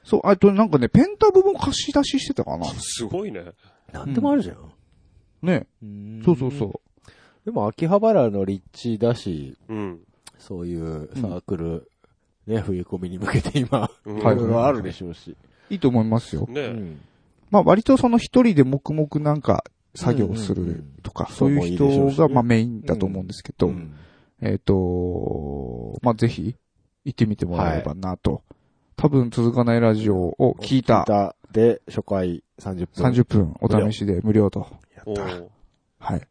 Speaker 3: そう、あとなんかね、ペンタブも貸し出ししてたかな。
Speaker 1: すごいね。
Speaker 2: なんでもあるじゃん。
Speaker 3: ね。
Speaker 2: うん
Speaker 3: そうそうそう。
Speaker 2: でも秋葉原の立地だし、
Speaker 1: うん。
Speaker 2: そういうサークル、ね、冬コミに向けて今、
Speaker 1: う
Speaker 2: い
Speaker 1: ん
Speaker 3: は
Speaker 2: ろ
Speaker 3: い
Speaker 2: いろあるでしょうし。
Speaker 3: いいと思いますよ。
Speaker 2: う
Speaker 1: ね
Speaker 2: ん
Speaker 3: まあ割とその一人で黙々なんか作業す
Speaker 2: うんうんう
Speaker 3: る
Speaker 2: ん
Speaker 3: とか、
Speaker 2: そ
Speaker 3: そうう
Speaker 2: も
Speaker 3: い
Speaker 2: いいうでしょうしね
Speaker 3: 人がまあメインだと思うんですけど
Speaker 2: う、ん
Speaker 3: えっと、まあぜひ行ってみてもらえればなと。多分続かないラジオを聞いた
Speaker 2: 歌で、初回30分。
Speaker 3: 30分お試しで無料と。
Speaker 1: おー
Speaker 3: はい。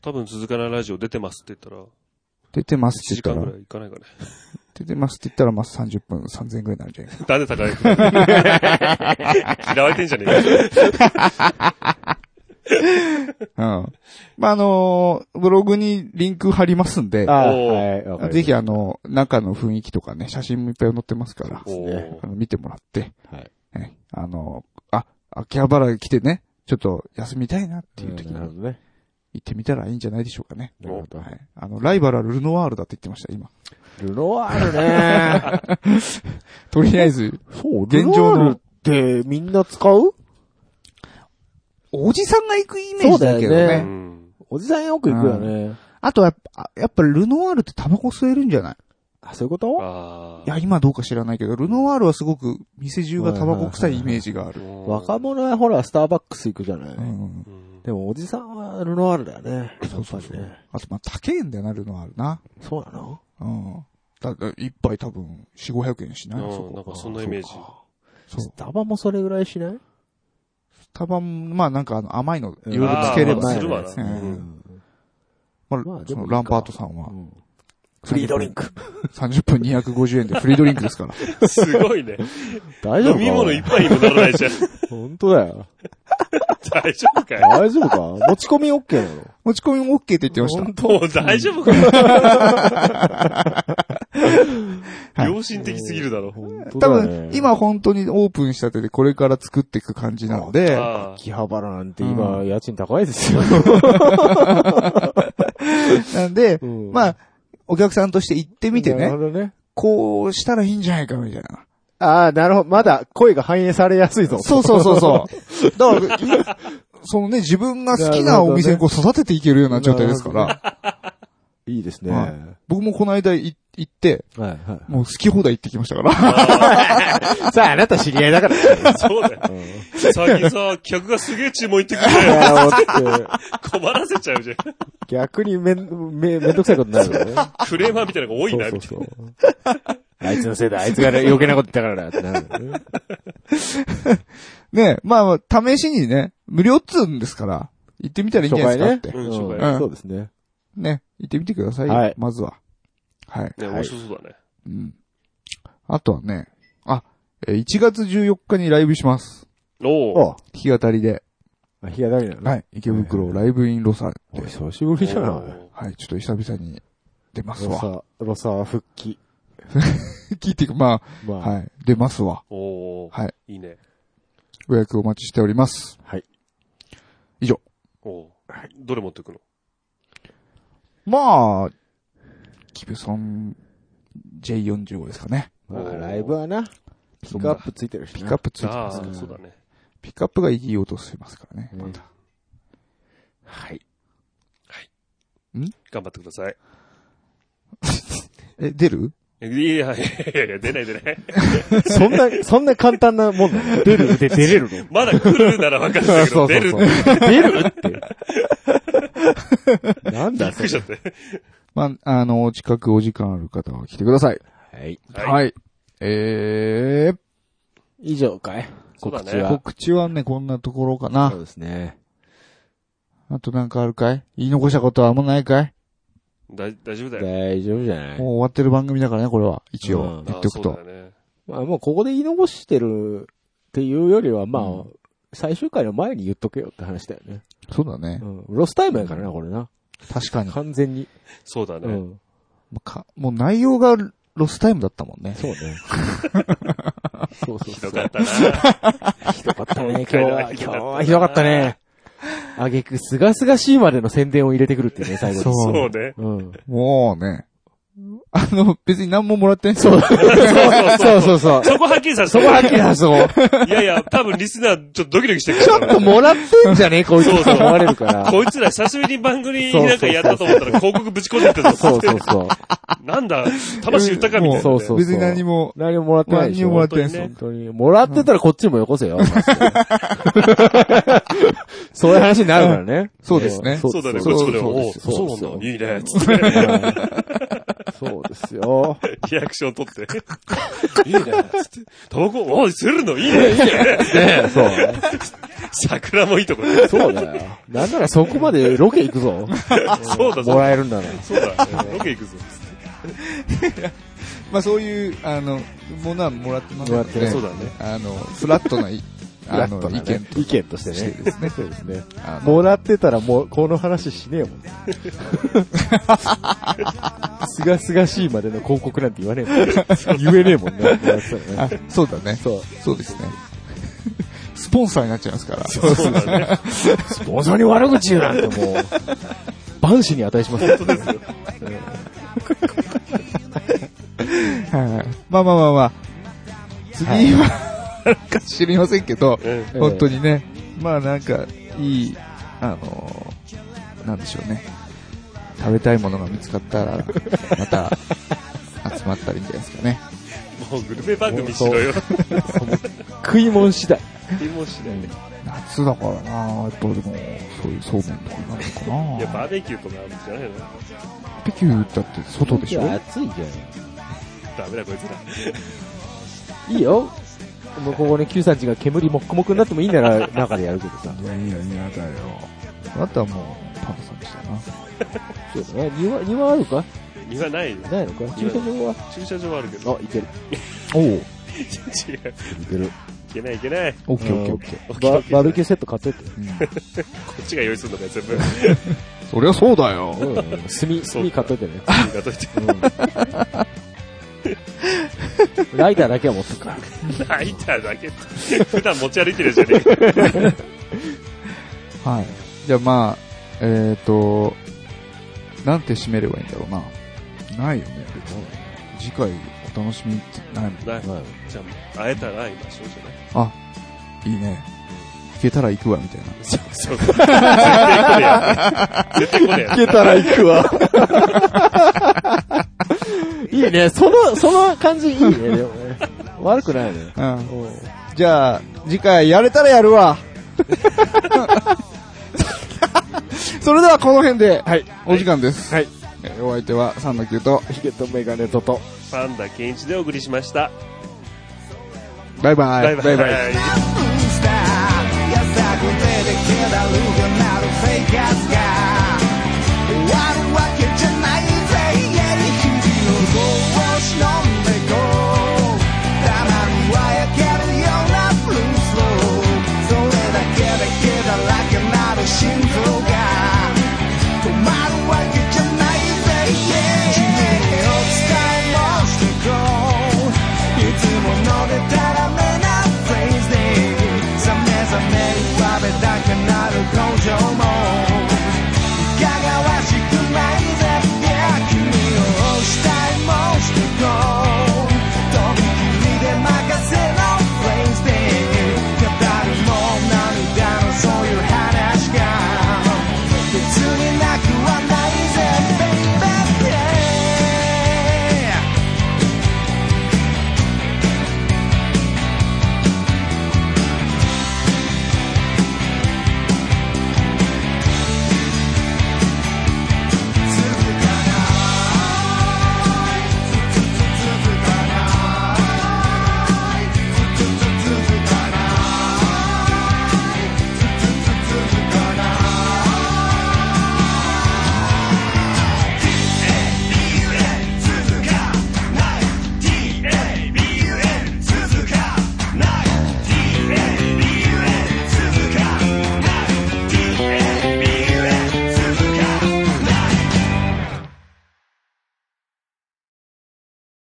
Speaker 1: 多分続かないラジオ出てますって言ったら、
Speaker 3: 出てます
Speaker 1: 1
Speaker 3: って
Speaker 1: 時間
Speaker 3: 言っ
Speaker 1: ぐ
Speaker 3: たら
Speaker 1: らい、いかないかね。
Speaker 3: 出てますって言ったらまあ30分3000円ぐらいになるんじゃないですか
Speaker 1: なんで高い嫌われてんじゃねえか。
Speaker 3: うん。まあ、あのーブログにリンク貼りますんで、
Speaker 2: あ
Speaker 1: おー
Speaker 2: はいわかりました。
Speaker 3: ぜひあの、中の雰囲気とかね、写真もいっぱい載ってますから、
Speaker 1: おー
Speaker 3: あの見てもらって、
Speaker 2: はい
Speaker 3: えあのーあ、秋葉原来てね、ちょっと休みたいなっていう時
Speaker 2: うんな
Speaker 3: に
Speaker 2: るほ
Speaker 3: 行
Speaker 2: どね。
Speaker 3: ってみたらいいんじゃないでしょうかね。
Speaker 2: なるほど
Speaker 3: は。い。あの、ライバルはルノワールだって言ってました、今。
Speaker 2: ルノワール ね。
Speaker 3: とりあえず、
Speaker 2: そう、
Speaker 3: 現
Speaker 2: 現
Speaker 3: 状
Speaker 2: 状
Speaker 3: の
Speaker 2: の。ってみんな使う
Speaker 3: おじさんが行くイメージだけど
Speaker 2: そうだ
Speaker 1: う
Speaker 2: よ
Speaker 3: ね。
Speaker 1: ん。
Speaker 2: おじさんよく行くよね。
Speaker 3: あとはやっぱ、やっぱルノワールってタバコ吸えるんじゃない
Speaker 2: あ、そういうこと
Speaker 1: あ
Speaker 3: い
Speaker 1: あ
Speaker 3: や、。今どうか知らないけど、ルノワールはすごく店中がタバコ臭いイメージがある。
Speaker 2: 若者はほら、スターバックス行くじゃない。
Speaker 3: うん。
Speaker 1: うん
Speaker 2: でもおじさんはルノワールだよね。
Speaker 3: そうそう
Speaker 2: やっぱ
Speaker 3: そ
Speaker 2: り
Speaker 3: う
Speaker 2: ね。。
Speaker 3: あと、まあ、高えんだよな、ルノワールな。
Speaker 2: そうなの
Speaker 3: うん。だだ一杯多分、四五百円しないそ
Speaker 1: うんな
Speaker 3: こ
Speaker 1: ん。かそんなイメージ。
Speaker 3: そう
Speaker 2: ス。タバもそれぐらいしない
Speaker 3: 多分、まあなんかあの、甘いの、いろいろつければ
Speaker 1: あーまあ
Speaker 3: ね。
Speaker 1: するわな
Speaker 3: う
Speaker 1: うん
Speaker 3: んま
Speaker 2: ま
Speaker 3: あ
Speaker 2: あ、で
Speaker 3: そ
Speaker 2: もい
Speaker 3: の、
Speaker 2: いか
Speaker 3: ランパートさんは、
Speaker 2: フリードリンク。
Speaker 3: 30分250円でフリードリンクですから。
Speaker 1: すごいね。
Speaker 2: 大丈夫
Speaker 1: 飲み
Speaker 2: か
Speaker 1: 物一杯にもならないじ ゃん。
Speaker 2: 本当だよ。
Speaker 1: 大丈夫かよ。
Speaker 2: 大丈夫か持ち込み OK なの
Speaker 3: 持ち込みも OK って言ってました。
Speaker 1: もう大丈夫かよ。
Speaker 3: はい
Speaker 1: 良心的すぎるだろ。
Speaker 3: 多分、、今本当にオープンしたてでこれから作っていく感じなので、
Speaker 1: ああ
Speaker 2: 秋葉原なんて今、家賃高いですよ。
Speaker 3: なんで、
Speaker 2: うん
Speaker 3: まあ、お客さんとして行ってみて
Speaker 2: なる
Speaker 3: ね
Speaker 2: ほ、どね。
Speaker 3: こうしたらいいんじゃないかみたいな。
Speaker 2: ああ、なるほど。まだ声が反映されやすいぞ。
Speaker 3: そうそうそうそう。 だから、そのね、自分が好きなお店にこう育てていけるような状態ですから、
Speaker 2: う。 いいですね。
Speaker 3: は
Speaker 2: はい
Speaker 3: 僕もこの間い行って、
Speaker 2: い、は
Speaker 3: もう好き放題行ってきましたから。
Speaker 2: い。さあ、あなた知り合いだから。
Speaker 1: そうだよ。最近さ、客がすげえ注文言ってくれよ。困らせちゃうじゃん。
Speaker 2: 逆にめん、め、めんどくさいことになるよね。
Speaker 1: クレーマーみたいなのが多いな、みたいな。
Speaker 2: う。 あいつのせいだ、あいつが余計なこと言ったからだってなるよね。
Speaker 3: ね、まあ、試しにね、無料っつうんですから、行ってみたらいいんじゃないですかって。
Speaker 1: うん
Speaker 2: う
Speaker 1: 紹介
Speaker 2: ん
Speaker 1: ね
Speaker 2: そうですね。
Speaker 3: ね、行ってみてくださいよ。
Speaker 2: はい
Speaker 3: まずは。はい。
Speaker 1: 面白そうだね。
Speaker 3: うん。あとはね、あ、えー1月14日にライブします。
Speaker 1: おお。
Speaker 2: お
Speaker 3: 弾き語りで。
Speaker 2: あ、日がだけなの
Speaker 3: はい。池袋ライブインロサ
Speaker 2: お
Speaker 3: です。
Speaker 2: 久しぶりじゃない。
Speaker 3: はい。ちょっと久々に出ます
Speaker 2: ロ
Speaker 3: わ。
Speaker 2: サ、ロサ復帰。
Speaker 3: 聞いてく、まあ、
Speaker 2: まあ、
Speaker 3: はい。出ますわ。
Speaker 1: おお
Speaker 3: はい。
Speaker 1: いいね。
Speaker 3: 予約お待ちしております。
Speaker 2: はい。
Speaker 3: 以上。
Speaker 1: おおどれ持ってくの
Speaker 3: まあ、キブソン J45 ですかね。
Speaker 2: まあ、ライブはな、ピックアップついてるし
Speaker 3: ピ
Speaker 2: な。
Speaker 3: ックアップついて
Speaker 1: あ
Speaker 3: ま
Speaker 1: あ、
Speaker 3: す。
Speaker 1: そうだね。
Speaker 3: ピックアップがいい音しますからね。
Speaker 2: うん
Speaker 3: また。
Speaker 2: はい。
Speaker 1: 頑張ってください。
Speaker 3: え、出る
Speaker 1: いやいやいやいや、出ない出ない。
Speaker 2: そん な、そんな簡単なもんなの出るで出れるの
Speaker 1: まだ来るなら分かるんだ けど、出るってびっ
Speaker 2: 出るって。 なんだ
Speaker 1: く
Speaker 2: そ
Speaker 1: りしちゃ
Speaker 2: れ。
Speaker 1: って。
Speaker 3: まあ、あの、近くお時間ある方は来てください。
Speaker 2: はい。
Speaker 1: はい。
Speaker 3: はい。えー、
Speaker 2: 以上かい
Speaker 1: そうだ
Speaker 2: 告
Speaker 1: ね
Speaker 2: 知は。
Speaker 3: 告知はね、こんなところか
Speaker 2: そう
Speaker 3: な。
Speaker 2: ですね。
Speaker 3: あとなんかあるかい言い残したことはあんまないかい
Speaker 1: だ大丈夫だよ。
Speaker 2: 大丈夫じゃない
Speaker 3: もう終わってる番組だからね、これは。一
Speaker 2: う
Speaker 3: 応
Speaker 2: ん。
Speaker 3: 言っておく
Speaker 1: ああ
Speaker 3: と
Speaker 1: そ。うだよね。
Speaker 2: まあもうここで言い残してるっていうよりは、まあ、
Speaker 3: うん
Speaker 2: 最終回の前に言っとけよって話だよね。
Speaker 3: そうだね
Speaker 2: う。ん。ロスタイムやからな、これな。
Speaker 3: 確かに。
Speaker 2: 完全に。
Speaker 1: そうだ
Speaker 2: う
Speaker 1: ね。
Speaker 2: ん。
Speaker 3: かもう内容がロスタイムだったもんね。
Speaker 2: そうね。そうそう
Speaker 1: ひど
Speaker 2: そう。
Speaker 1: かったな。
Speaker 2: ひどかったね、今
Speaker 1: 今
Speaker 2: 日
Speaker 1: 回
Speaker 2: は。
Speaker 1: は
Speaker 2: 今日はひどかったね。あげく、すがすがしいまでの宣伝を入れてくるっていうね、最後に。
Speaker 3: そう
Speaker 1: そうね。
Speaker 2: うん。
Speaker 3: もうね。あの、別に何ももらってない。そう。
Speaker 2: そうそうそう。
Speaker 1: そこはっきりさせ
Speaker 2: そ
Speaker 1: て。
Speaker 2: こはっきり出 そう。
Speaker 1: いやいや、多分リスナーちょっとドキドキしてる
Speaker 2: ちょ
Speaker 1: か
Speaker 2: っ
Speaker 1: ら。
Speaker 2: ともらってんじゃねこいつ
Speaker 1: そう
Speaker 2: って
Speaker 1: そう
Speaker 2: 思われるから。
Speaker 1: こいつら久しぶりに番組なんかやったと思ったら広告ぶち込んでってた
Speaker 2: そう
Speaker 1: ぞ。
Speaker 2: そうそう。
Speaker 1: なんだ、魂売ったかみたいな。
Speaker 2: そうそう
Speaker 3: 別に何も、
Speaker 2: 何ももらってないでし
Speaker 3: 何も
Speaker 2: ょ。
Speaker 3: もらってない
Speaker 1: 本当に
Speaker 3: で
Speaker 1: ね
Speaker 2: 本当に。もらってたらこっちにもよこせよ。 そういう話になるからね。
Speaker 3: そうですね
Speaker 1: そうだね、こ
Speaker 3: そ
Speaker 1: っちも
Speaker 3: うそう
Speaker 1: でも、おう
Speaker 2: そう
Speaker 1: そう
Speaker 2: そう
Speaker 1: なん
Speaker 2: そう
Speaker 1: だ、いいね、つって。
Speaker 2: そうですよ。
Speaker 1: リアクション 取って。いいね、つって。タバコ、おい、するのいいね、いいね。
Speaker 2: ねそう。
Speaker 1: 桜もいいとこだ。
Speaker 2: そうだよ。なんならそこまでロケ行くぞ。
Speaker 1: そうだ、そ
Speaker 2: も
Speaker 1: うだ。
Speaker 2: らえるんだなら。
Speaker 1: そうだ、ロケ行くぞ。
Speaker 3: まあそういう、あの、ものはもらってます
Speaker 2: もらってない
Speaker 1: そうだね。
Speaker 3: あの、フラット な、いあの、意見と
Speaker 2: 意見として
Speaker 3: して
Speaker 2: ね。
Speaker 3: ですね。
Speaker 2: そうですね。
Speaker 3: あの
Speaker 2: もらってたらもう、この話しねえもんね。すがすがしいまでの広告なんて言わねえもん。言えねえもんね。もらってたら
Speaker 3: あ
Speaker 2: ね
Speaker 3: そうだね。
Speaker 2: そう。
Speaker 3: そうですね。スポンサーになっちゃいますから。
Speaker 1: そうだね。
Speaker 2: スポンサーに悪口言うなんてもう、万死に値しますよ。
Speaker 1: 本当ですよ。
Speaker 3: はいまあまあまあまあ。次は、 なんか知りませんけど、
Speaker 1: うん
Speaker 3: 本当にね、まあなんか、いい、あのーなんでしょうね。食べたいものが見つかったら、また、集まったらいいんじゃないですかね。
Speaker 1: もうグルメ番組しろよ。
Speaker 2: 食い物次第。
Speaker 1: もしないね。
Speaker 3: 夏だからなやっぱでも、そういうそうめんとかになるのかない
Speaker 1: や、バーベキューとかあるんじゃないの
Speaker 3: バーベキューだって外でしょ
Speaker 2: いや暑いじ
Speaker 1: ダメだ、こいつら。
Speaker 2: ゃん。いいよ。もうここね、Q さんちが煙もっこもくになってもいいなら中でやるけどさ。
Speaker 3: いやいやいやだよ。あなたはもう、パンさんでしたな。
Speaker 2: そうだね。庭、庭あるか
Speaker 1: 庭ないよ。
Speaker 2: ないのか駐車場は
Speaker 1: 駐車場はあるけど。
Speaker 2: あ、いけ る。
Speaker 3: おう。
Speaker 1: 違う。
Speaker 2: いける。
Speaker 1: いけないいけない。
Speaker 3: オッケーオッケーオッケー。
Speaker 2: ババーベキューセット買っといて。
Speaker 1: こっちが用意するのかよ、全部。
Speaker 3: そりゃそうだよ。
Speaker 2: うん。炭、炭買っといてね。
Speaker 1: 自分がといて。
Speaker 2: ライターだけは持ってくから。
Speaker 1: ライターだけって普段持ち歩いてるじゃねえか。
Speaker 3: はい。じゃあまあ、えっ、と、なんて締めればいいんだろうな。ないよね。次回お楽しみってないもん
Speaker 1: ない。じゃあ、会えたら会いましょうじゃない
Speaker 3: あ、いいね。行けたら行くわ、みたいな。
Speaker 1: そうそう。 絶 対来ねえやつ。絶対来ねえやつ。
Speaker 2: けたら行くわ。いいね。その、その感じいいね、でもね。悪くないね。
Speaker 3: うん。じゃあ、次回やれたらやるわ。それではこの辺で、はい、お時間です。はい。お相手は3の9と、
Speaker 2: ヒゲとメガネとと。
Speaker 1: パンダケンイチでお送りしました。
Speaker 3: バイバイ。
Speaker 1: バイバイ。
Speaker 4: 「優しく出てきたるよなる世界」